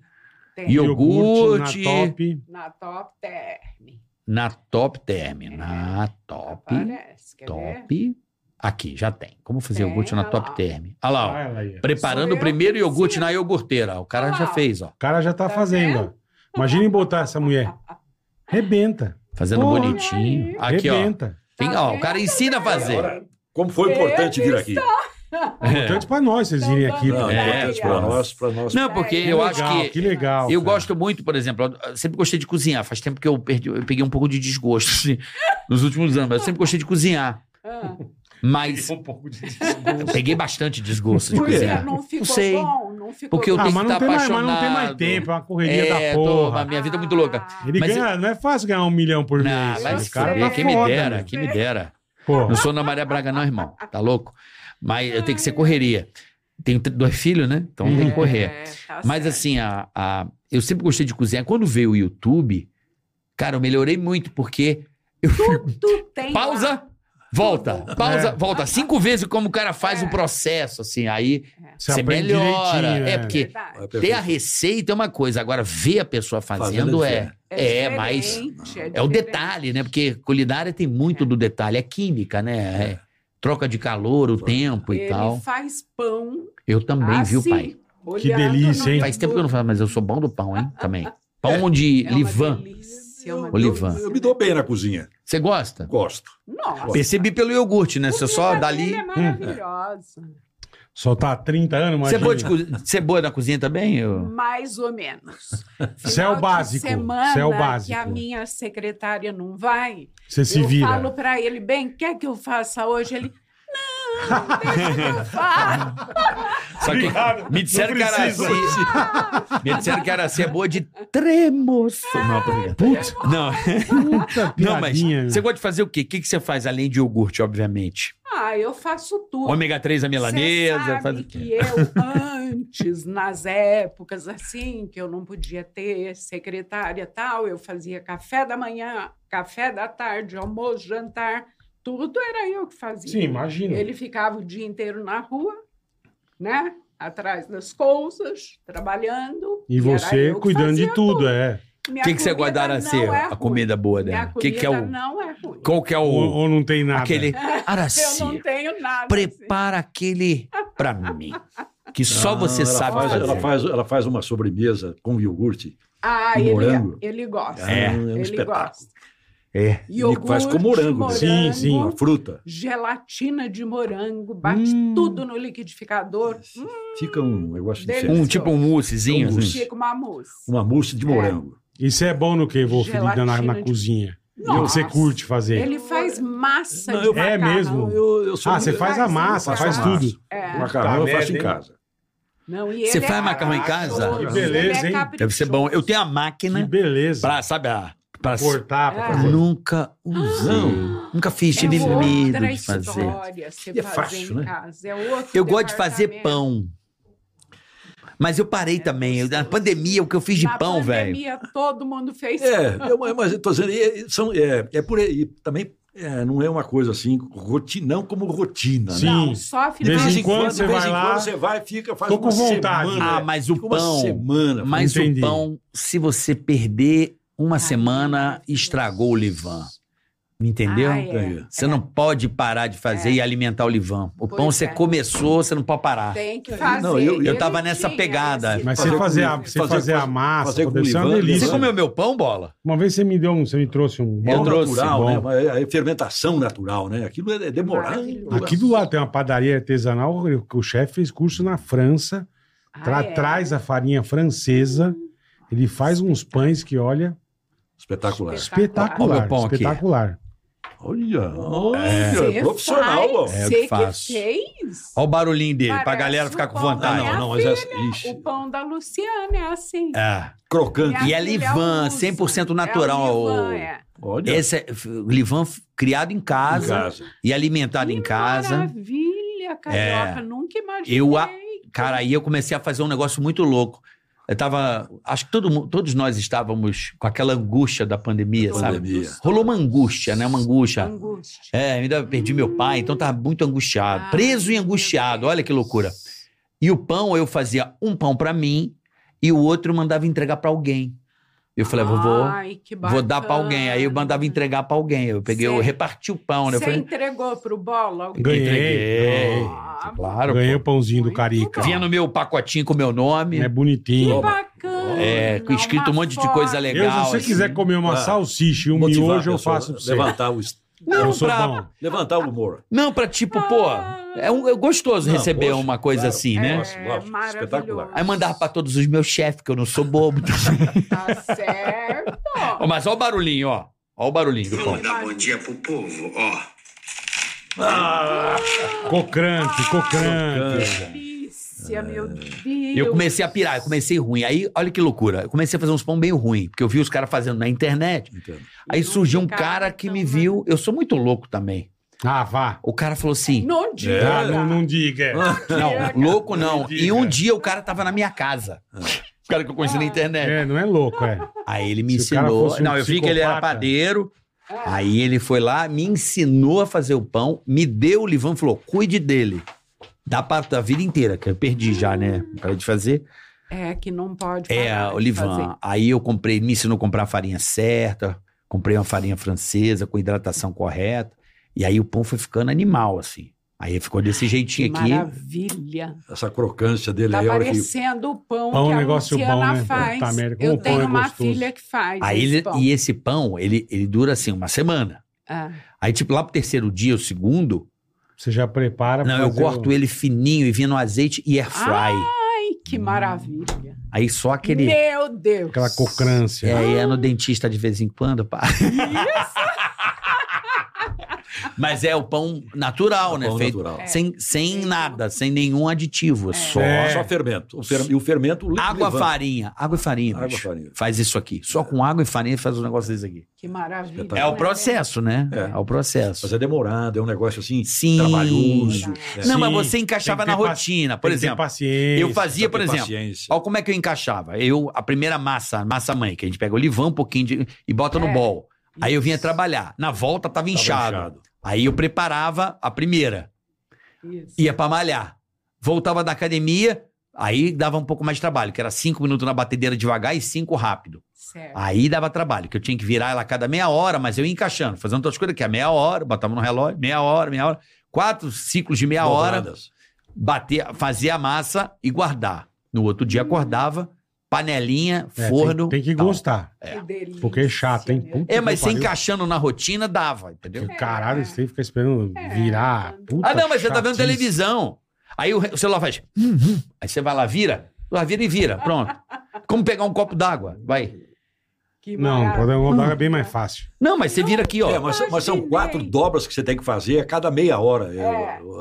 C: tem.
A: e eu- Iogurte.
B: na top.
C: Na top term.
A: na top term. Na top,
C: Aparece, quer ver?
A: top. Aqui, já tem. Como fazer
C: Tem,
A: iogurte na
C: olha
A: top
C: lá.
A: term. Olha lá, ó.
B: Ah, ela aí, ó.
A: Preparando
C: Sou
A: o
C: eu
A: primeiro
C: que
A: iogurte
C: ensino.
A: na iogurteira. O cara
C: Olha
A: já
C: lá.
A: fez, ó.
B: O cara já tá,
C: Tá
B: fazendo,
C: vendo?
B: ó. Imaginem botar essa mulher. Rebenta.
A: Fazendo
B: Olha
A: bonitinho. Aqui, ó.
B: rebenta.
A: Tem-
C: Tá
A: ó, o cara ensina a fazer.
D: Agora, como foi importante vir aqui.
B: É Importante pra nós vocês virem aqui.
C: Não,
B: pô.
D: Não,
A: É,
D: importante para nós, para nós.
A: Não, porque
B: Que
A: eu
B: legal,
A: acho que.
B: Que legal.
A: Eu
B: cara.
A: gosto muito, por exemplo, eu sempre gostei de cozinhar. Faz tempo que eu, perdi, eu peguei um pouco de desgosto assim, nos últimos anos, mas eu sempre gostei de cozinhar.
C: Ah,
A: Mas
B: um
A: eu peguei bastante desgosto de
D: Por quê?
A: cozinhar.
C: Não ficou
A: Não sei.
C: bom? Não ficou
A: Porque eu
B: Ah,
A: tenho
B: mas
A: que
B: não,
A: estar
B: tem mais, mas
A: apaixonado.
B: não tem mais tempo, é uma correria
A: É,
B: da
A: tô-
B: porra.
A: a minha vida é
C: Ah,
A: muito louca.
B: Ele
A: Mas
B: ganha, não é fácil ganhar um milhão por mês.
A: Não, vai
B: Os
A: se
B: caras
A: fuder,
B: tá
A: quem me
B: foda,
A: dera,
B: meu.
A: quem me dera.
B: Porra.
A: Não sou Ana Maria Braga, não, irmão. Tá louco? Mas eu tenho que ser correria. Tenho tr- dois filhos, né? Então tem que correr.
C: É, tá
A: Mas
C: certo.
A: assim, a, a- eu sempre gostei de cozinhar. Quando veio o YouTube, cara, eu melhorei muito, porque eu.
C: Tudo
A: *laughs*
C: tem lá. Ah, tá.
A: Pausa! Volta, pausa,
B: É.
A: volta. Cinco vezes como o cara faz
C: É.
A: o processo, assim. Aí
B: Você
A: Você
B: aprende
A: melhora,
B: direitinho.
A: é
B: né?
A: porque-
C: Verdade.
A: ter
D: É
A: a
D: perfeito.
A: receita é uma coisa, agora ver a pessoa fazendo
D: Fazendo é
A: é.
D: diferente.
A: É, mas.
C: diferente,
A: É o
C: diferente.
A: detalhe, né? Porque culinária tem muito do detalhe. É química, né? É troca de calor, o tempo e
C: Ele
A: tal.
C: faz pão.
A: Eu também, viu,
C: assim,
A: pai?
C: olhando
B: delícia,
C: no
B: hein?
A: Faz tempo que eu não faço, mas eu sou bom do pão, hein?
C: *laughs*
A: Também. Pão de
C: É uma
A: Livan.
C: delícia, é uma
A: Ô, Livan.
C: delícia.
D: Eu me dou bem na cozinha,
A: Você gosta?
D: gosto.
C: Nossa.
F: Percebi pelo iogurte, né? Você só
C: comida
F: dali.
C: dele É
A: Hum,
C: maravilhosa.
B: Só tá há 30 anos,
A: Você é,
B: imagina.
A: boa de cozi- você é boa na cozinha também? Eu...
C: Mais
A: *laughs*
C: ou menos.
B: Isso é o
C: Final de
B: básico,
C: Semana
B: isso é o
C: que a
B: básico.
C: minha secretária não vai,
B: Você se
C: eu
B: vira.
C: falo pra ele, bem, quer que eu faça hoje? Ele, não, deixa
B: *laughs*
C: que eu faço.
A: Só que me disseram que era assim. Me disseram que era assim, é boa de tremoço. Não, tô brincando.
B: Putz,
A: Não,
C: é
B: puta
A: não, mas
B: piadinha. né?
A: você gosta de fazer o quê? O que que você faz além de iogurte, obviamente?
C: Ah, eu faço tudo.
A: Ômega 3 a
C: Cê
A: milanesa,
C: sabe
A: faz o quê?
C: que eu
A: *laughs*
C: antes, nas épocas assim, que eu não podia ter secretária e tal, eu fazia café da manhã, café da tarde, almoço, jantar, tudo era eu que fazia.
B: Sim, imagina.
C: Ele ficava o dia inteiro na rua, né? Atrás das coisas, trabalhando.
B: E você cuidando de tudo, é.
A: O que, que você gosta
C: guardara
A: a ser a comida boa
C: é Minha
A: dela? O
C: comida
A: que, que é o.
C: não é ruim.
A: Qual que é
B: Ou,
A: o.
B: ou não tem nada.
A: Aquele.
C: Eu não
A: Araci,
C: tenho assim. nada.
A: prepara aquele pra mim. Que só
D: Não,
A: você
D: Ah, ela
A: sabe
D: faz-
A: fazer.
D: Ela faz, ela faz uma sobremesa com iogurte.
C: Ah,
D: Com
C: ele,
D: morango?
C: ele gosta.
D: É, é um
C: ele
D: espetáculo.
C: gosta.
A: É.
C: Iogurte,
D: faz com morango, né?
B: Sim, sim.
D: Uma fruta.
C: Gelatina de morango, bate
B: Hum.
C: tudo no liquidificador. Hum,
D: Fica um negócio
C: Delícia.
D: diferente.
A: Um tipo um moussezinho.
D: Um mousse.
A: assim.
C: Fica uma mousse.
D: Uma mousse de morango.
B: Isso é bom no que, vô, ferida na,
C: Gelatina
B: na
C: de-
B: cozinha. E
C: Nossa.
B: você curte fazer.
C: Ele faz massa
D: Não,
C: de
D: eu-
B: É
C: macarrão.
B: mesmo?
D: Eu- eu sou
B: Ah,
D: muito-
B: você faz a
C: Faz
B: massa,
C: tudo,
B: faz
C: faz
B: tudo.
C: É.
D: Macarrão eu
B: Puta
D: faço em
B: merda, hein?
D: casa.
C: Não, e
A: Você
C: ele
A: faz
C: é
A: macarrão em casa?
C: caprichoso,
B: Que beleza,
C: ele é
B: hein?
C: caprichoso.
A: Deve ser bom. Eu tenho a
B: Que
C: né?
A: máquina
B: beleza.
A: pra, sabe, a. Pra...
B: Cortar, pra
C: É.
B: fazer.
A: Ah. Nunca usei. Nunca fiz, tive
C: é outra
A: medo de fazer.
C: história se
D: E é
C: fazer
D: fácil,
C: em
D: né?
C: casa. É outro
A: Eu gosto de fazer
C: departamento. É,
A: pão. Mas eu parei também. Eu- Na pandemia, o que eu fiz de
C: Na
A: pão, velho.
C: pandemia, todo mundo fez
D: É, eu- eu- mas eu tô dizendo, é, é, são, é, é por aí. Também é, não é uma coisa assim, rotina, não como rotina,
B: Sim.
D: né?
C: Não, só a
B: De vez em
C: final-
B: quando
D: de
B: você
D: vez
B: vai
D: em
B: lá,
D: quando você vai, fica, faz
B: tô com
D: uma
B: vontade.
D: semana.
A: Ah, mas o
D: fica uma
A: pão.
D: semana.
A: Mas
B: Entendi.
A: o pão, se você perder uma
C: Ai,
A: semana,
C: meu Deus.
A: estragou o Livan. Entendeu?
C: Ah, é.
A: Você não pode parar de fazer
C: É.
A: e alimentar o Livan. O
C: Pois
A: pão você
C: é.
A: começou, você Ah. não pode parar.
C: Tem que fazer.
D: Não, eu- eu
C: Ele
A: tava nessa
C: tinha
A: pegada.
C: esse um Ah,
B: Mas
D: Fazer
B: você fazer, a,
D: com-
B: você
D: fazer-
B: fazer a
D: fazer-
B: massa,
D: fazer com
B: deve ser uma
D: Livan,
B: delícia.
A: Você
D: Livan.
A: comeu meu pão, bola?
B: Uma vez você me deu um, você me trouxe um
D: É
B: bom.
D: natural,
B: bom.
D: né? Mas É, é fermentação natural, né? Aquilo é, é demorado.
C: Maravilhoso.
B: Aqui do lado tem uma padaria artesanal, o- o chefe fez curso na França,
C: Ah,
B: tra-
C: é?
B: traz a farinha francesa, ele faz uns pães que, olha,
D: Espetacular.
B: espetacular,
A: Olha o meu pão aqui.
B: espetacular.
D: Olha, olha,
C: Você
D: é profissional, ó.
C: faz,
A: É, eu
C: Você
A: que faço.
C: que fez.
A: Olha o barulhinho dele, pra
C: Parece
A: galera ficar
C: um
A: com
C: pão,
D: Ah,
A: vontade.
D: não,
C: minha
D: não, mas é, ixi,
C: O pão da Luciana é assim.
A: É.
D: crocante.
A: E é
C: Minha filha
A: Livan,
C: usa.
A: 100%
C: É o
A: natural.
C: Livan, é.
D: Olha,
A: Esse é f- Livan f- criado em
D: em
A: casa
D: casa.
A: e alimentado tá em
C: Que
A: casa.
C: Maravilha, carioca.
A: É.
C: Nunca imaginei.
A: Eu a- Cara, aí eu comecei a fazer um negócio muito louco. Eu tava. Acho que todo, mu- todos nós estávamos com aquela angústia da pandemia, sabe?
D: Pandemia.
A: Rolou uma angústia, né? Uma angústia.
C: Angústia.
A: É, ainda perdi meu pai, então tava muito angustiado.
C: Ah,
A: preso e
C: meu
A: angustiado,
C: Deus.
A: olha que loucura. E o pão, eu fazia um pão pra mim e o outro eu mandava entregar pra alguém. Eu
C: Ah,
A: falei, vovô,
C: Ai, que
A: vou dar pra alguém. Aí eu mandava entregar pra alguém. Eu peguei, eu
C: Cê-
A: reparti o pão, né? Eu
C: Você
A: falei,
C: entregou pro Bola? algum-
B: Ganhei.
A: entreguei.
C: Ah,
A: É, Claro.
B: Ganhei o
A: pô.
B: pãozinho do
C: Muito
B: Carica.
C: bom.
A: Vinha no meu pacotinho com o meu nome.
B: É bonitinho.
C: Que bacana.
A: É, com escrito um monte de
C: foto.
A: coisa legal.
B: Eu, se você
A: assim.
B: quiser comer uma
D: Ah,
B: salsicha e um
D: Motivar a
B: miojo, eu
D: pessoa,
B: faço pra você.
D: Levantar o, est-
A: Não,
B: eu sou
A: pra-
B: bom.
D: levantar o humor.
A: Não, pra tipo, pô, é, um, é gostoso
D: Não,
A: receber
D: poxa,
A: uma coisa
D: claro.
A: assim, né?
D: Nossa, lógico,
C: maravilhoso.
D: espetacular.
A: Aí mandar pra todos os meus chefes, que eu não sou *laughs* bobo.
C: Tá certo.
A: Ó, Mas ó o barulhinho, ó. Ó o barulhinho do pão.
B: Cocrante, cocrante.
C: Delícia, meu Deus.
A: É. Eu comecei a pirar, eu comecei ruim. Aí, olha que loucura. Eu comecei a fazer uns pão meio ruim, porque eu vi os caras fazendo na internet.
D: Entendo.
A: Aí
C: E
A: surgiu um
C: não ficaram
A: cara que
C: tão
A: me
C: ruim.
A: viu. Eu sou muito louco também.
B: Ah, vá.
A: O cara falou assim:
C: Não diga.
B: Ah, não, não diga.
A: Ah. Não, louco não.
B: Me diga.
A: E um dia o cara tava na minha casa. O cara que eu
C: Ah.
A: conheci na internet.
B: É, não é louco, é.
A: Aí ele me
B: Se o cara
A: ensinou.
B: fosse um
A: não, eu vi que ele era
B: psicopata.
A: padeiro. Aí ele foi lá, me ensinou a fazer o pão, me deu o livão e falou: cuide dele. Da parte da vida inteira, que eu perdi já, né? Para de fazer.
C: É, que não pode
A: É,
C: parar
A: o
C: de
A: livão.
C: fazer.
A: Aí eu comprei, me ensinou a comprar a farinha certa, comprei uma farinha francesa com hidratação correta. E aí o pão foi ficando animal, assim. Aí ficou desse
C: Que
A: jeitinho aqui.
C: maravilha.
D: Essa crocância dele
C: Tá
D: aí, a hora que
C: parecendo o pão,
B: Pão, é um
C: que a
B: negócio bom,
C: Luciana
B: né?
C: faz.
B: Puta merda, como
C: Eu
B: o pão
C: tenho
B: é
C: uma
B: gostoso.
C: filha que faz
A: Aí
C: esse
A: ele,
C: pão.
A: e esse pão, ele, ele dura assim uma semana.
C: Ah,
A: Aí, tipo, lá pro terceiro dia, o segundo,
B: Você já prepara pra
A: não, eu
B: fazer
A: corto
B: o...
A: ele fininho e vinha no azeite e air fry.
C: Ai, que maravilha.
A: Aí só aquele.
C: Ah! Meu Deus.
B: Aquela cocrância.
A: É, é no dentista de vez em quando,
C: *laughs*
A: pá. Mas é o pão natural,
B: É
D: o
A: né?
D: pão
A: Feito
D: natural.
C: É.
A: sem, sem nada, sem nenhum aditivo. É só
B: É.
D: Só fermento. O fer- E o fermento le-
A: água,
D: levanta.
A: farinha. Água e farinha,
D: Água,
A: bicho.
D: farinha.
A: Faz isso aqui. Só com água e farinha faz um negócio desse aqui.
C: Que maravilha.
D: Espetacular.
A: É o
C: né?
A: processo, né? É,
D: É.
A: o processo.
D: Mas é demorado, é um negócio assim,
A: Sim.
D: trabalhoso. né?
A: Não, mas
B: Sim,
A: você encaixava
B: tem que
A: na
B: ter paci-
A: rotina.
B: Tem
A: Por
B: que ter
A: exemplo,
B: paciência.
A: eu fazia,
D: Precisa
A: por
D: ter
A: exemplo,
D: paciência.
A: Olha como é que eu encaixava. Eu, a primeira massa, massa mãe, que a gente pega o livão um pouquinho de- e bota no
C: É.
A: bol. Aí eu vinha trabalhar. Na volta tava
D: Tava
A: inchado. Aí eu preparava a primeira,
C: Isso.
A: ia pra malhar. Voltava da academia, aí dava um pouco mais de trabalho, que era cinco minutos na batedeira devagar e cinco rápido.
C: Certo.
A: Aí dava trabalho, que eu tinha que virar ela a cada meia hora, mas eu ia encaixando, fazendo outras coisas, que é meia hora, botava no relógio, meia hora, meia hora. Quatro ciclos de meia hora
D: Dobradas.
A: bater, fazer a massa e guardar. No outro dia acordava, panelinha,
B: É, tem-
A: forno.
B: Tem, que
A: tal.
B: gostar.
C: Que delícia.
B: Porque é chato, hein?
C: meu
B: Puta
A: É, mas
B: que
A: você
B: pariu.
A: encaixando na rotina dava, entendeu?
B: Que
C: É.
B: Caralho, você tem que ficar esperando virar. Puta
A: Ah, não, mas você tá vendo
B: chatice.
A: televisão. Aí o, re- o celular faz. hum, hum. Aí você vai lá, vira, lá vira e vira. Pronto. Como pegar um copo d'água? Vai.
C: Que
B: Não, o
C: maravilha.
B: problema da água é bem mais fácil.
A: Não, mas você vira aqui,
D: É,
A: ó.
D: mas, mas são
C: Imaginei.
D: quatro dobras que você tem que fazer a cada meia hora.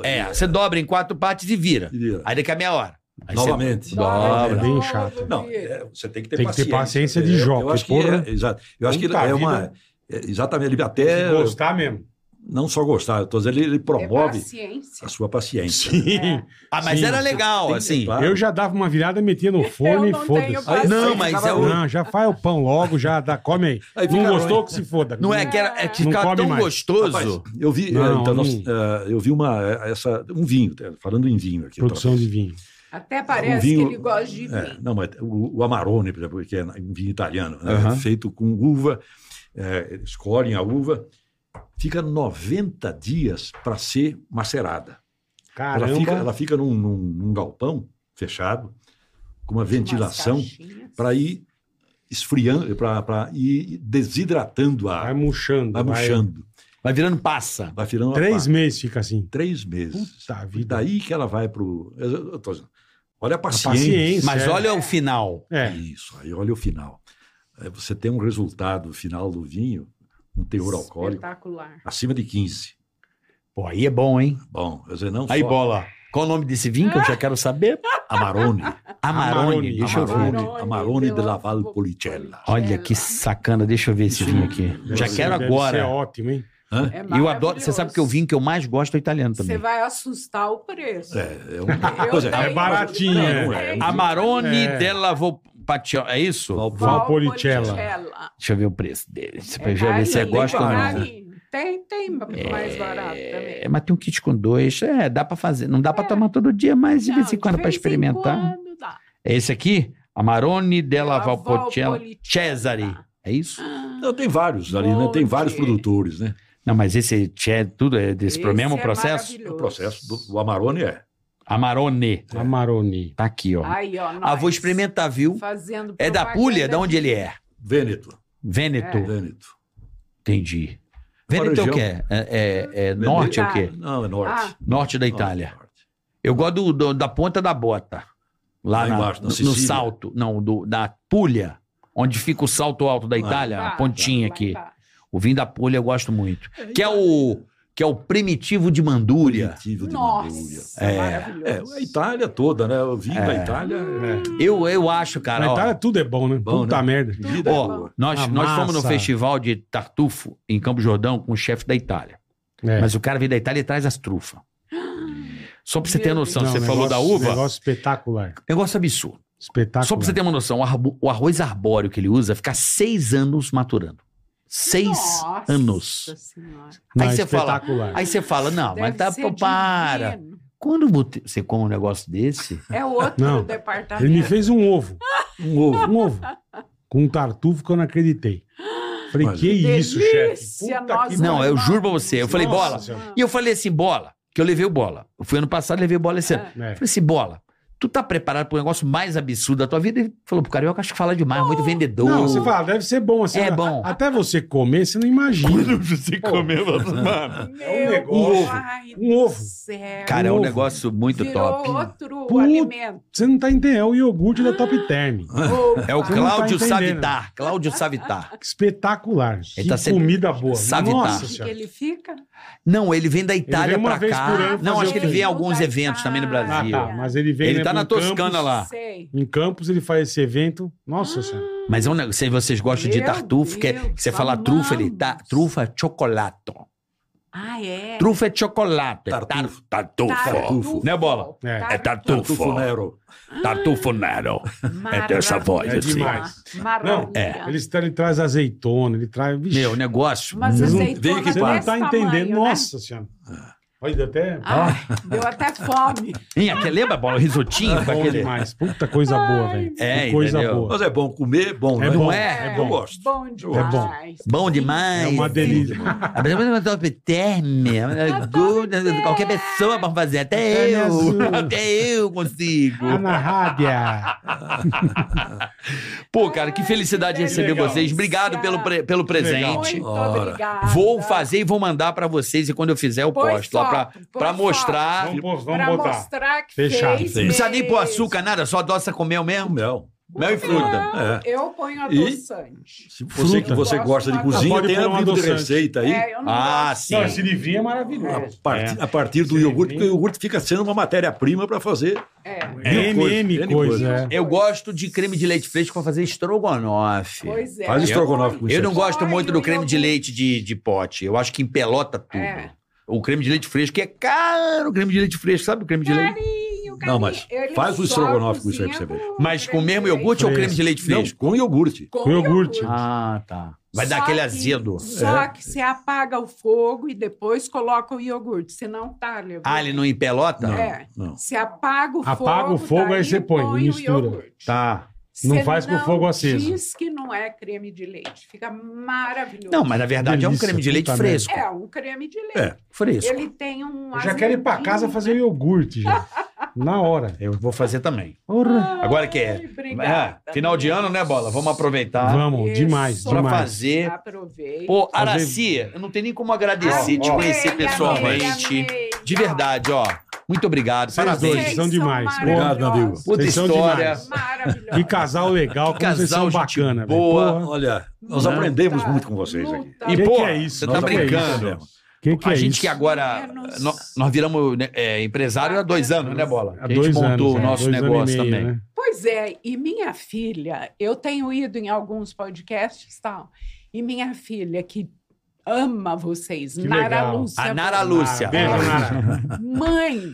C: É.
A: É, você dobra em quatro partes e vira.
D: Vira.
A: Aí daqui a meia hora. Aí você-
D: Novamente.
A: Dobra.
B: É bem chato.
D: Não, é, você tem que ter
B: Tem que ter paciência
D: paciência.
B: de
D: É,
B: jogo,
D: Eu acho que
B: porra.
D: é, exato. Eu acho que
B: Puta
D: é uma.
B: vida.
D: é, exatamente. Ele
B: Tem
A: É.
D: até.
B: que gostar mesmo.
D: Não só gostar, eu tô dizendo, ele, ele promove
C: É paciência.
D: a sua paciência.
B: Sim.
A: Ah, mas
B: Sim.
A: era legal,
D: Tem-
A: assim.
D: claro.
B: Eu já dava uma virada, metia no forno
C: Eu
B: e
C: não tenho
B: foda-se.
C: paciência.
A: Não, mas é o-
B: Não, já faz o pão logo, já dá, come aí.
D: Aí fica
B: não
D: ruim.
B: gostou que se foda.
A: Não é que era é que
B: Não
A: ficava
B: come
A: tão
B: mais.
A: gostoso.
D: Rapaz, eu vi, é,
B: Não, um.
D: então, nós,
B: vinho.
D: é, eu vi uma, é, essa, um vinho, é, falando em vinho aqui.
B: Produção de vinho.
C: Até
D: Um
C: parece
D: vinho-
C: que ele gosta de vinho.
D: É, não, mas o, o Amarone, por exemplo, que é um vinho italiano, né?
A: Aham.
D: feito com uva, é, escolhem a uva, fica 90 dias para ser macerada.
B: Caramba.
D: Ela fica, ela fica num, num- num galpão fechado,
B: Tipo
D: com uma ventilação,
C: Umas caixinhas.
D: para ir esfriando, para ir desidratando a
B: Vai
D: água,
B: murchando.
D: vai murchando,
A: Vai virando passa.
D: vai virando a
B: Três
D: pá.
B: meses fica assim.
D: Três meses.
B: Puta
D: E
B: vida.
D: daí que ela vai para o... Olha a
B: A
D: paciência.
B: paciência.
A: Mas
B: é.
A: olha o final.
B: É.
D: Isso, aí olha o final. Aí Você tem um resultado final do vinho, um teor alcoólico,
C: Espetacular.
D: acima de 15.
A: Pô, aí é bom, hein?
D: Bom, quer dizer, não
A: Aí,
D: só
A: bola. Qual o nome desse vinho que eu já quero saber?
D: Amarone,
A: Amarone.
B: *laughs* Amarone,
A: Deixa eu ver.
D: Amarone. Amarone della Valpolicella.
C: É
A: Olha que sacana. Deixa eu ver esse vinho aqui.
B: Deve
A: Já
B: ser-
A: quero
B: deve ser
A: agora.
B: ótimo, hein?
D: hã?
C: É
A: E eu adoro. Você sabe que o vinho que eu mais gosto é o italiano
C: Você
A: também.
C: vai assustar o preço.
D: É, é uma
B: *laughs*
C: Eu
D: coisa.
C: tenho-
B: É baratinho,
D: Não, não é.
A: Amarone
B: É.
A: della Vo- Patião. É isso?
B: Valpolicella.
A: Deixa eu ver o preço dele. Deixa
C: É
A: eu ver se você
C: carinho,
A: gosta ou não. né?
C: carinho. Tem, tem mais barato também.
A: É, mas tem um kit com dois. É, dá pra fazer. Não dá pra
C: É.
A: tomar todo dia, mas de
C: Não,
A: vez em quando pra
C: vez em
A: experimentar.
C: quando dá.
A: É esse aqui? Amarone della
C: Della Ah.
A: Valpolicella
C: Valpolicella.
A: Cesare. É isso?
D: Não, tem vários ali, né? Tem
C: Bom
D: vários
C: dia.
D: produtores, né?
A: Não, mas esse é tudo é desse
C: Esse
A: mesmo
C: é
A: processo?
D: O
B: um
C: maravilhoso.
D: processo do, do Amarone é.
A: Amarone.
B: Amarone.
A: Tá aqui, ó.
C: Aí, ó,
A: ah, vou
C: nós
A: experimentar, viu?
C: Fazendo
A: É da Puglia? De onde ele é?
D: Vêneto.
A: Vêneto.
C: É.
D: Vêneto.
A: Entendi. Vêneto é o
D: região.
A: quê? É, é- é norte é o quê?
D: Não, é norte.
C: Ah.
A: Norte da Itália.
D: Norte.
A: Eu gosto do- do- da ponta da bota. Lá
D: Lá
A: na-
D: embaixo, na
A: no,
D: Sicília.
A: salto. Não, do- da Puglia. Onde fica o salto alto da Itália,
D: Ah, tá.
A: a pontinha aqui. O vinho da Puglia eu gosto muito. Que é o, que é o primitivo de Mandúria.
D: Primitivo de Mandúria.
C: Nossa,
A: É.
D: É,
C: maravilhoso.
D: a Itália toda, né? O vinho da Itália é
A: Eu, eu acho,
B: Na
A: cara. ó,
B: Itália tudo é bom, né?
D: Bom,
B: Puta
D: né?
B: merda.
D: vida
A: Ó,
D: boa.
A: nós,
B: A
A: nós fomos no
B: massa.
A: festival de Tartufo, em Campo Jordão, com o chefe da Itália.
B: É.
A: Mas o cara veio da Itália e traz as
D: *gasps*
A: trufas. Só pra você ter
C: Meu
A: noção,
B: Não,
A: você
B: negócio-
A: falou da uva, negócio,
B: Negócio espetacular.
A: absurdo.
B: Espetacular.
A: Só pra você ter uma noção, o, arbo- o arroz arbóreo que ele usa fica seis anos maturando. Seis
C: Nossa
A: anos.
C: Senhora.
B: Não, é
A: Aí você fala-
B: espetacular.
A: Aí você fala, não,
C: Deve
A: mas tá,
C: ser
A: pô, para.
C: divino.
A: Quando bote- você come um negócio desse,
C: É outro
B: Não,
C: departamento.
B: Ele me fez um ovo.
D: Um ovo.
B: Um ovo. Com um tartufo que eu não acreditei. Falei,
D: Olha.
B: que isso, chefe?
C: Delícia,
B: Puta
C: nós
B: que-
A: Não,
C: vamos
A: eu
C: lá.
A: juro pra você, eu falei,
B: Nossa
A: bola.
B: Senhora.
A: E eu falei assim, bola, que eu levei o bola. Eu fui ano passado, levei o bola esse ano.
C: Ah.
B: É.
A: Eu Falei assim, bola, tu tá preparado pro negócio mais absurdo da tua vida? Ele falou pro carioca, acho que fala demais, muito vendedor.
B: Não, você fala, *laughs* deve ser bom assim.
A: É
B: né?
A: bom.
B: Até você comer, você não imagina.
F: Você comeu, mano.
C: Meu
B: É um negócio.
C: pai
B: Um ovo.
C: do céu.
A: Cara, é um
B: Novo.
A: negócio muito
C: Virou
A: top.
C: outro
B: Puta.
C: alimento.
B: Você não tá entendendo. É o iogurte da Top Term.
A: *laughs* É o
B: Você não tá
A: Cláudio
B: entendendo.
A: Savitar, Cláudio Savitar.
B: Espetacular. Que
A: tá sendo-
B: comida boa.
A: Savitar.
B: Nossa
C: que
B: senhora.
C: ele fica?
A: Não, ele vem da Itália
B: vem uma
A: pra
B: vez
A: cá.
B: por ano
A: Não,
B: fazer
A: acho que
B: o
A: ele vem em
C: quê?
A: alguns
C: Da
A: eventos também no
C: Itália.
B: Ah,
A: Brasil.
B: tá. Mas ele vem.
A: Ele
B: né,
A: tá
B: em
A: na Toscana
B: Campos-
A: lá.
C: Sei.
B: Em Campos ele faz esse evento. Nossa senhora.
A: Mas é um negócio, se vocês gostam de
C: Meu
A: tartufo, que, é-
C: Deus,
A: que você fala trufa, ele tá.
C: amamos.
A: Trufa é chocolato.
C: Ah, é.
A: Trufa é chocolate. é
D: Tartufo.
A: tar-
B: Tá
A: Tartufo.
D: Tartufo.
A: Né, Bola?
B: É.
A: É tartufo.
D: Tufunero.
A: Tartufo Nero. É dessa voz,
B: É assim. demais. Não,
C: é.
B: Ele, está- ele traz azeitona, ele traz. Vixe,
A: Meu, né? negócio.
C: Mas
B: Vocês não-
C: azeitona
D: Veio que
B: você não
C: desse
B: tá entendendo.
C: tamanho,
B: Nossa senhora. Olha, deu
A: Ah,
B: até.
C: Né? Ai, deu até
B: *laughs*
C: fome.
A: Hein, aquele, lembra, Bola? Risotinho? com
B: é Bom
A: aquele...
B: demais. Puta coisa boa, velho.
A: É,
B: Que coisa
A: entendeu?
B: boa.
D: Mas é bom comer, bom,
B: É
D: né?
B: bom,
A: é?
B: é
D: Eu
B: bom.
D: gosto.
C: Bom demais.
A: Bom demais. Ah,
B: É uma delícia.
A: Terme,
C: É
A: É qualquer pessoa pode fazer, até
B: Terme azul.
A: eu, *laughs* até eu consigo.
B: Ana Rábia.
A: Pô, cara, que felicidade de
C: que
A: receber
B: legal.
A: vocês. Obrigado pelo, pre- pelo presente.
C: Muito
D: Ora.
C: obrigada.
A: Vou fazer e vou mandar pra vocês e quando eu fizer eu
C: Põe
A: posto lá pra,
C: foto, põe
A: pra
C: foto.
A: mostrar.
B: Vamos, pôr- vamos
C: Pra
B: botar.
C: mostrar que
B: Fechado.
C: fez
D: Sim.
A: Não precisa nem pôr
C: mesmo.
A: açúcar, nada, só adoça com mel
D: Com
A: mesmo.
D: mel.
A: Mel e fruta.
D: É.
C: Eu ponho
D: E-
C: adoçante.
D: Se você que
B: Fruta.
D: você gosta de
C: Pode
D: cozinha,
B: pôr
D: tem
B: um
D: a livro de
B: adoçante.
D: receita aí.
C: É, eu não
A: Ah,
C: gosto.
A: sim.
B: Não, esse livrinho é maravilhoso.
D: A partir,
A: É.
D: a partir do iogurte,
B: Sim.
D: porque o iogurte fica sendo uma matéria-prima para fazer.
C: É,
B: É MM
D: N
B: coisa,
D: coisa.
B: é.
A: Eu gosto de creme de leite fresco pra fazer estrogonofe.
C: pois é.
D: Faz estrogonofe com
A: Eu
D: isso.
A: não gosto
C: Olha,
A: muito do
C: eu
A: creme de
C: não-
A: leite de, de pote. Eu acho que empelota tudo.
C: É.
A: O creme de leite fresco que é caro, o creme de leite fresco, sabe o creme de leite?
C: Carinho, carinho.
D: Não, mas
C: Ele
D: faz o
C: só
D: estrogonofe com isso aí pra
C: cozinha
D: você ver.
A: Mas com o mesmo
C: creme de
A: iogurte ou
B: Fresco.
A: creme de leite
D: Não,
A: fresco?
D: com iogurte.
C: leite.
B: Com iogurte.
A: Ah, tá. Vai dar
C: Só
A: aquele
C: que-
A: azedo.
C: Só
D: É.
C: que você apaga o fogo e depois coloca o iogurte, senão tá levando.
A: Ah, ele não empelota?
D: Não,
C: É.
D: não.
C: Você apaga o fogo.
B: Apaga o fogo,
C: daí
B: aí você põe,
C: o
B: mistura.
C: iogurte.
A: Tá.
C: Você
B: Não faz com o
C: não
B: fogo aceso.
C: Diz que não é creme de leite. Fica maravilhoso.
A: Não, mas na verdade é um
B: Delícia,
A: creme de leite
B: puta
A: fresco.
C: É um creme de leite.
D: É.
A: Fresco.
C: Ele tem um.
B: Eu já quero ir pra casa fazer um iogurte, já. Na hora.
A: Eu vou fazer também.
B: Porra.
A: Agora que é.
C: Obrigada.
A: é, final de ano, né, Bola? Vamos aproveitar.
B: Vamos,
C: isso.
B: demais,
A: Tá. pra
B: demais.
A: fazer.
C: Aproveite.
A: Pô,
B: Fazer-
A: Araci, eu não tenho nem como agradecer,
B: Ó,
C: Ah,
A: te
B: ó.
A: conhecer
C: Amei,
A: pessoalmente.
C: amei, amei.
A: De verdade, ó. Muito obrigado.
B: Vocês
A: Parabéns.
B: dois são demais.
D: Obrigado, meu amigo.
B: Vocês
A: Puta
B: são
A: história.
B: demais.
C: Maravilhoso.
B: Que casal legal,
A: Que
B: como vocês
A: casal,
B: são
A: gente
B: bacana. velho.
A: boa.
B: Porra,
D: Olha, nós
A: Não.
D: aprendemos
C: Tá,
D: muito com vocês
C: luta,
D: aqui.
B: Que
A: E,
B: né? que
A: pô,
B: é isso?
A: você
D: Nós
A: tá
D: aprendemos
A: brincando.
D: mesmo.
B: que que
A: a
B: é
A: gente
B: isso?
A: que agora. nó-
C: Menos.
A: Nós, viramos né, é, empresário há dois anos, né, Bola?
B: Há
A: Que a
B: dois
A: gente montou
B: anos,
A: o
B: né?
A: nosso
B: Dois anos e
A: negócio
B: meio,
A: também.
B: né?
C: Pois é, e minha filha, eu tenho ido em alguns podcasts e tal, e minha filha, que ama vocês,
B: Que
C: Nara
B: legal.
C: Lúcia.
A: A Nara
C: falou,
A: Lúcia.
B: Ah, beijo, Nara. né?
A: É.
C: Mãe,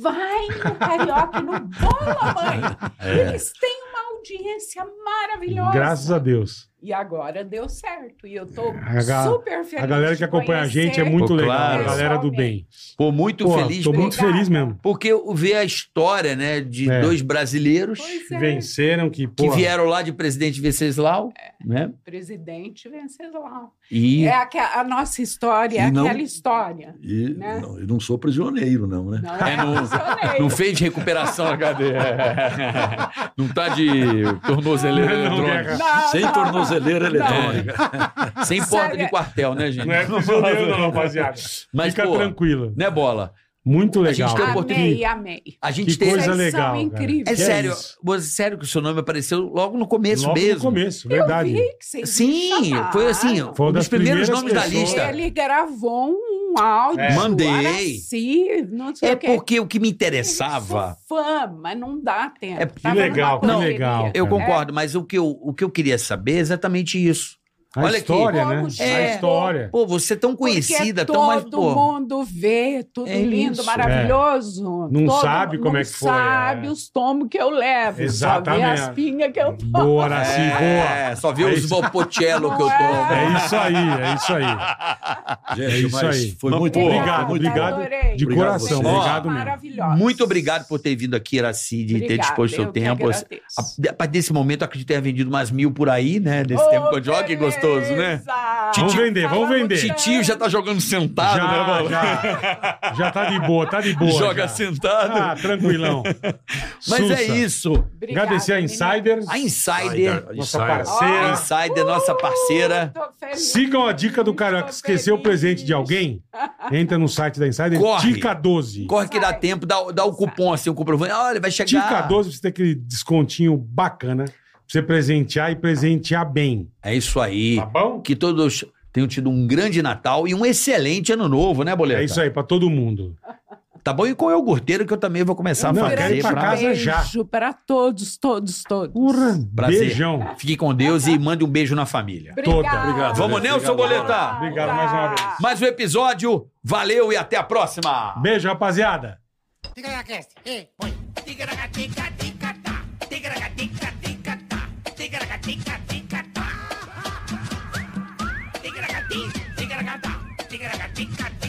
C: vai no Carioca e no Bola, mãe. Eles têm uma audiência maravilhosa.
B: É. Graças a Deus.
C: E agora deu certo. E eu tô
B: É, A ga-
C: super feliz.
B: A galera que
C: de
B: acompanha a gente é
C: conhecer.
B: muito
A: Pô,
B: legal.
A: claro.
B: A galera do bem.
A: Pô, muito
B: Pô,
A: feliz.
B: tô
A: por-
B: muito feliz mesmo.
A: Porque eu ver a história, né, de
B: É.
A: dois brasileiros
C: Pois é,
B: Venceram que,
A: que
B: pô.
A: vieram lá de Presidente Venceslau, né?
C: presidente Venceslau.
A: E
C: É aque- a, nossa história, é
D: E não-
C: aquela história.
D: E
C: Né?
D: não, eu não sou prisioneiro, não, né?
C: Não
A: É,
C: é,
A: não-
C: apaixonei.
A: não fez recuperação na cadeia. *laughs* Não tá de tornozeleira
B: Não, não,
A: eletrônica.
C: *laughs* Não,
D: Sem
C: não.
D: tornozeleira
A: é
D: eletrônica.
A: Sem porta
C: Sabe-
A: de quartel, né, gente?
B: Não
A: *laughs*
B: é prisioneiro, não, rapaziada.
A: Mas,
B: Fica
A: pô,
B: tranquila.
A: Né, bola?
B: Muito
A: a gente
B: legal.
A: tem
B: cara.
A: oportunidade.
C: Amei, amei.
A: A gente
B: Que
A: tem.
B: coisa
C: Vocês são
B: legal. cara.
C: incríveis.
A: É
B: Que
A: sério,
B: isso.
A: é sério que o seu nome apareceu logo no começo
B: Logo
A: mesmo.
B: no começo,
C: Eu
B: verdade.
C: vi que vocês me
A: Sim,
C: chamaram.
A: foi assim,
B: Foi
A: um dos
B: uma das
A: primeiros
B: primeiras
A: nomes da
B: pessoas.
A: lista.
C: Ele gravou um áudio.
B: É.
A: Mandei.
C: Araci, não sei
A: É
C: o quê.
A: porque o que me
C: Eu
A: interessava.
C: sou fã, mas não dá tempo.
A: É-
C: Tava
A: Que
C: numa
B: legal, que
C: correria.
B: legal.
A: Eu
B: É.
A: concordo, mas o que eu, o que eu queria saber é exatamente isso.
B: A
A: Olha aqui.
B: história,
C: Como
B: né?
C: chegou.
B: A história.
A: Pô, você é tão conhecida,
C: Porque
A: tão mais. Pô,
C: todo mundo vê, tudo
A: É
C: lindo,
A: isso.
C: maravilhoso.
B: Não
C: Todo
B: sabe
C: mundo
B: como
C: não
B: é que foi,
C: sabe
B: é.
C: os tomos que eu levo. Só
B: Exatamente.
C: vê as pingas que eu tomo.
B: Boa, Araci, Ah, boa.
A: é, só vê os
B: isso.
A: Valpocello que eu
C: É.
A: tomo.
B: É isso aí, é isso aí. É
D: Gente,
B: isso
D: mas
B: aí.
D: foi muito bom.
B: obrigado,
D: foi muito
B: obrigado.
D: bom.
C: Adorei.
B: De
D: Obrigado a
B: coração,
D: vocês.
B: obrigado mesmo.
C: Maravilhosa.
A: Muito obrigado por ter vindo aqui, Araci, de ter
C: Obrigada,
A: disposto seu
C: eu que
A: tempo.
C: agradeço.
A: A a partir desse momento, eu acredito que tenha vendido umas mil por aí, né? Desse
C: Ô,
A: tempo que eu jogo. Olha que gostoso, né?
C: beleza!
B: Vamos vender, vamos
C: Falamos
B: vender.
C: tanto.
A: Titio já tá jogando sentado, né,
B: Já,
A: Bola?
B: já. Já tá de boa, tá de boa.
A: Joga
B: já.
A: sentado.
B: Ah, tranquilão.
A: Mas
B: Sussa,
A: é isso.
C: Obrigada,
B: Agradecer a
C: meninas.
B: Insiders.
A: A
D: Insider,
A: Insider,
B: Nossa
D: Insider.
A: a
B: parceira.
A: Insider, nossa parceira,
C: Tô feliz.
B: Sigam a dica do cara que
C: Tô
B: esqueceu o
C: feliz.
B: presente de alguém. Entra no site da Insider.
A: Corre.
B: Dica 12.
A: corre que dá tempo, dá, dá o cupom assim, o comprovante. Olha, vai chegar.
B: Dica 12 pra você ter aquele descontinho bacana. Pra você presentear e presentear bem.
A: É isso aí.
B: Tá bom?
A: Que todos tenham tido um grande Natal e um excelente ano novo, né, Boleta?
B: É isso aí, pra todo mundo.
A: Tá bom? E com o iogurteiro que eu também vou começar a
B: Não,
A: fazer.
B: quero ir pra
A: pra-
B: casa já.
C: Um Beijo para todos, todos, todos.
B: Porra,
A: Prazer.
B: beijão.
A: Fique com Deus e mande um beijo na família.
B: Toda.
C: Obrigado.
A: Vamos,
D: né?
A: Nelson Boleta?
B: Obrigado mais uma vez.
A: Mais um episódio. Valeu e até a próxima.
B: Beijo, rapaziada.
G: Ticaracast, eh, põe. Ticaracatica, ticatá. Ticaracatica, ticatá. Ticaracatica, ticatá. Ticaracati, ticaracatá. Ticaracatica, ticatá.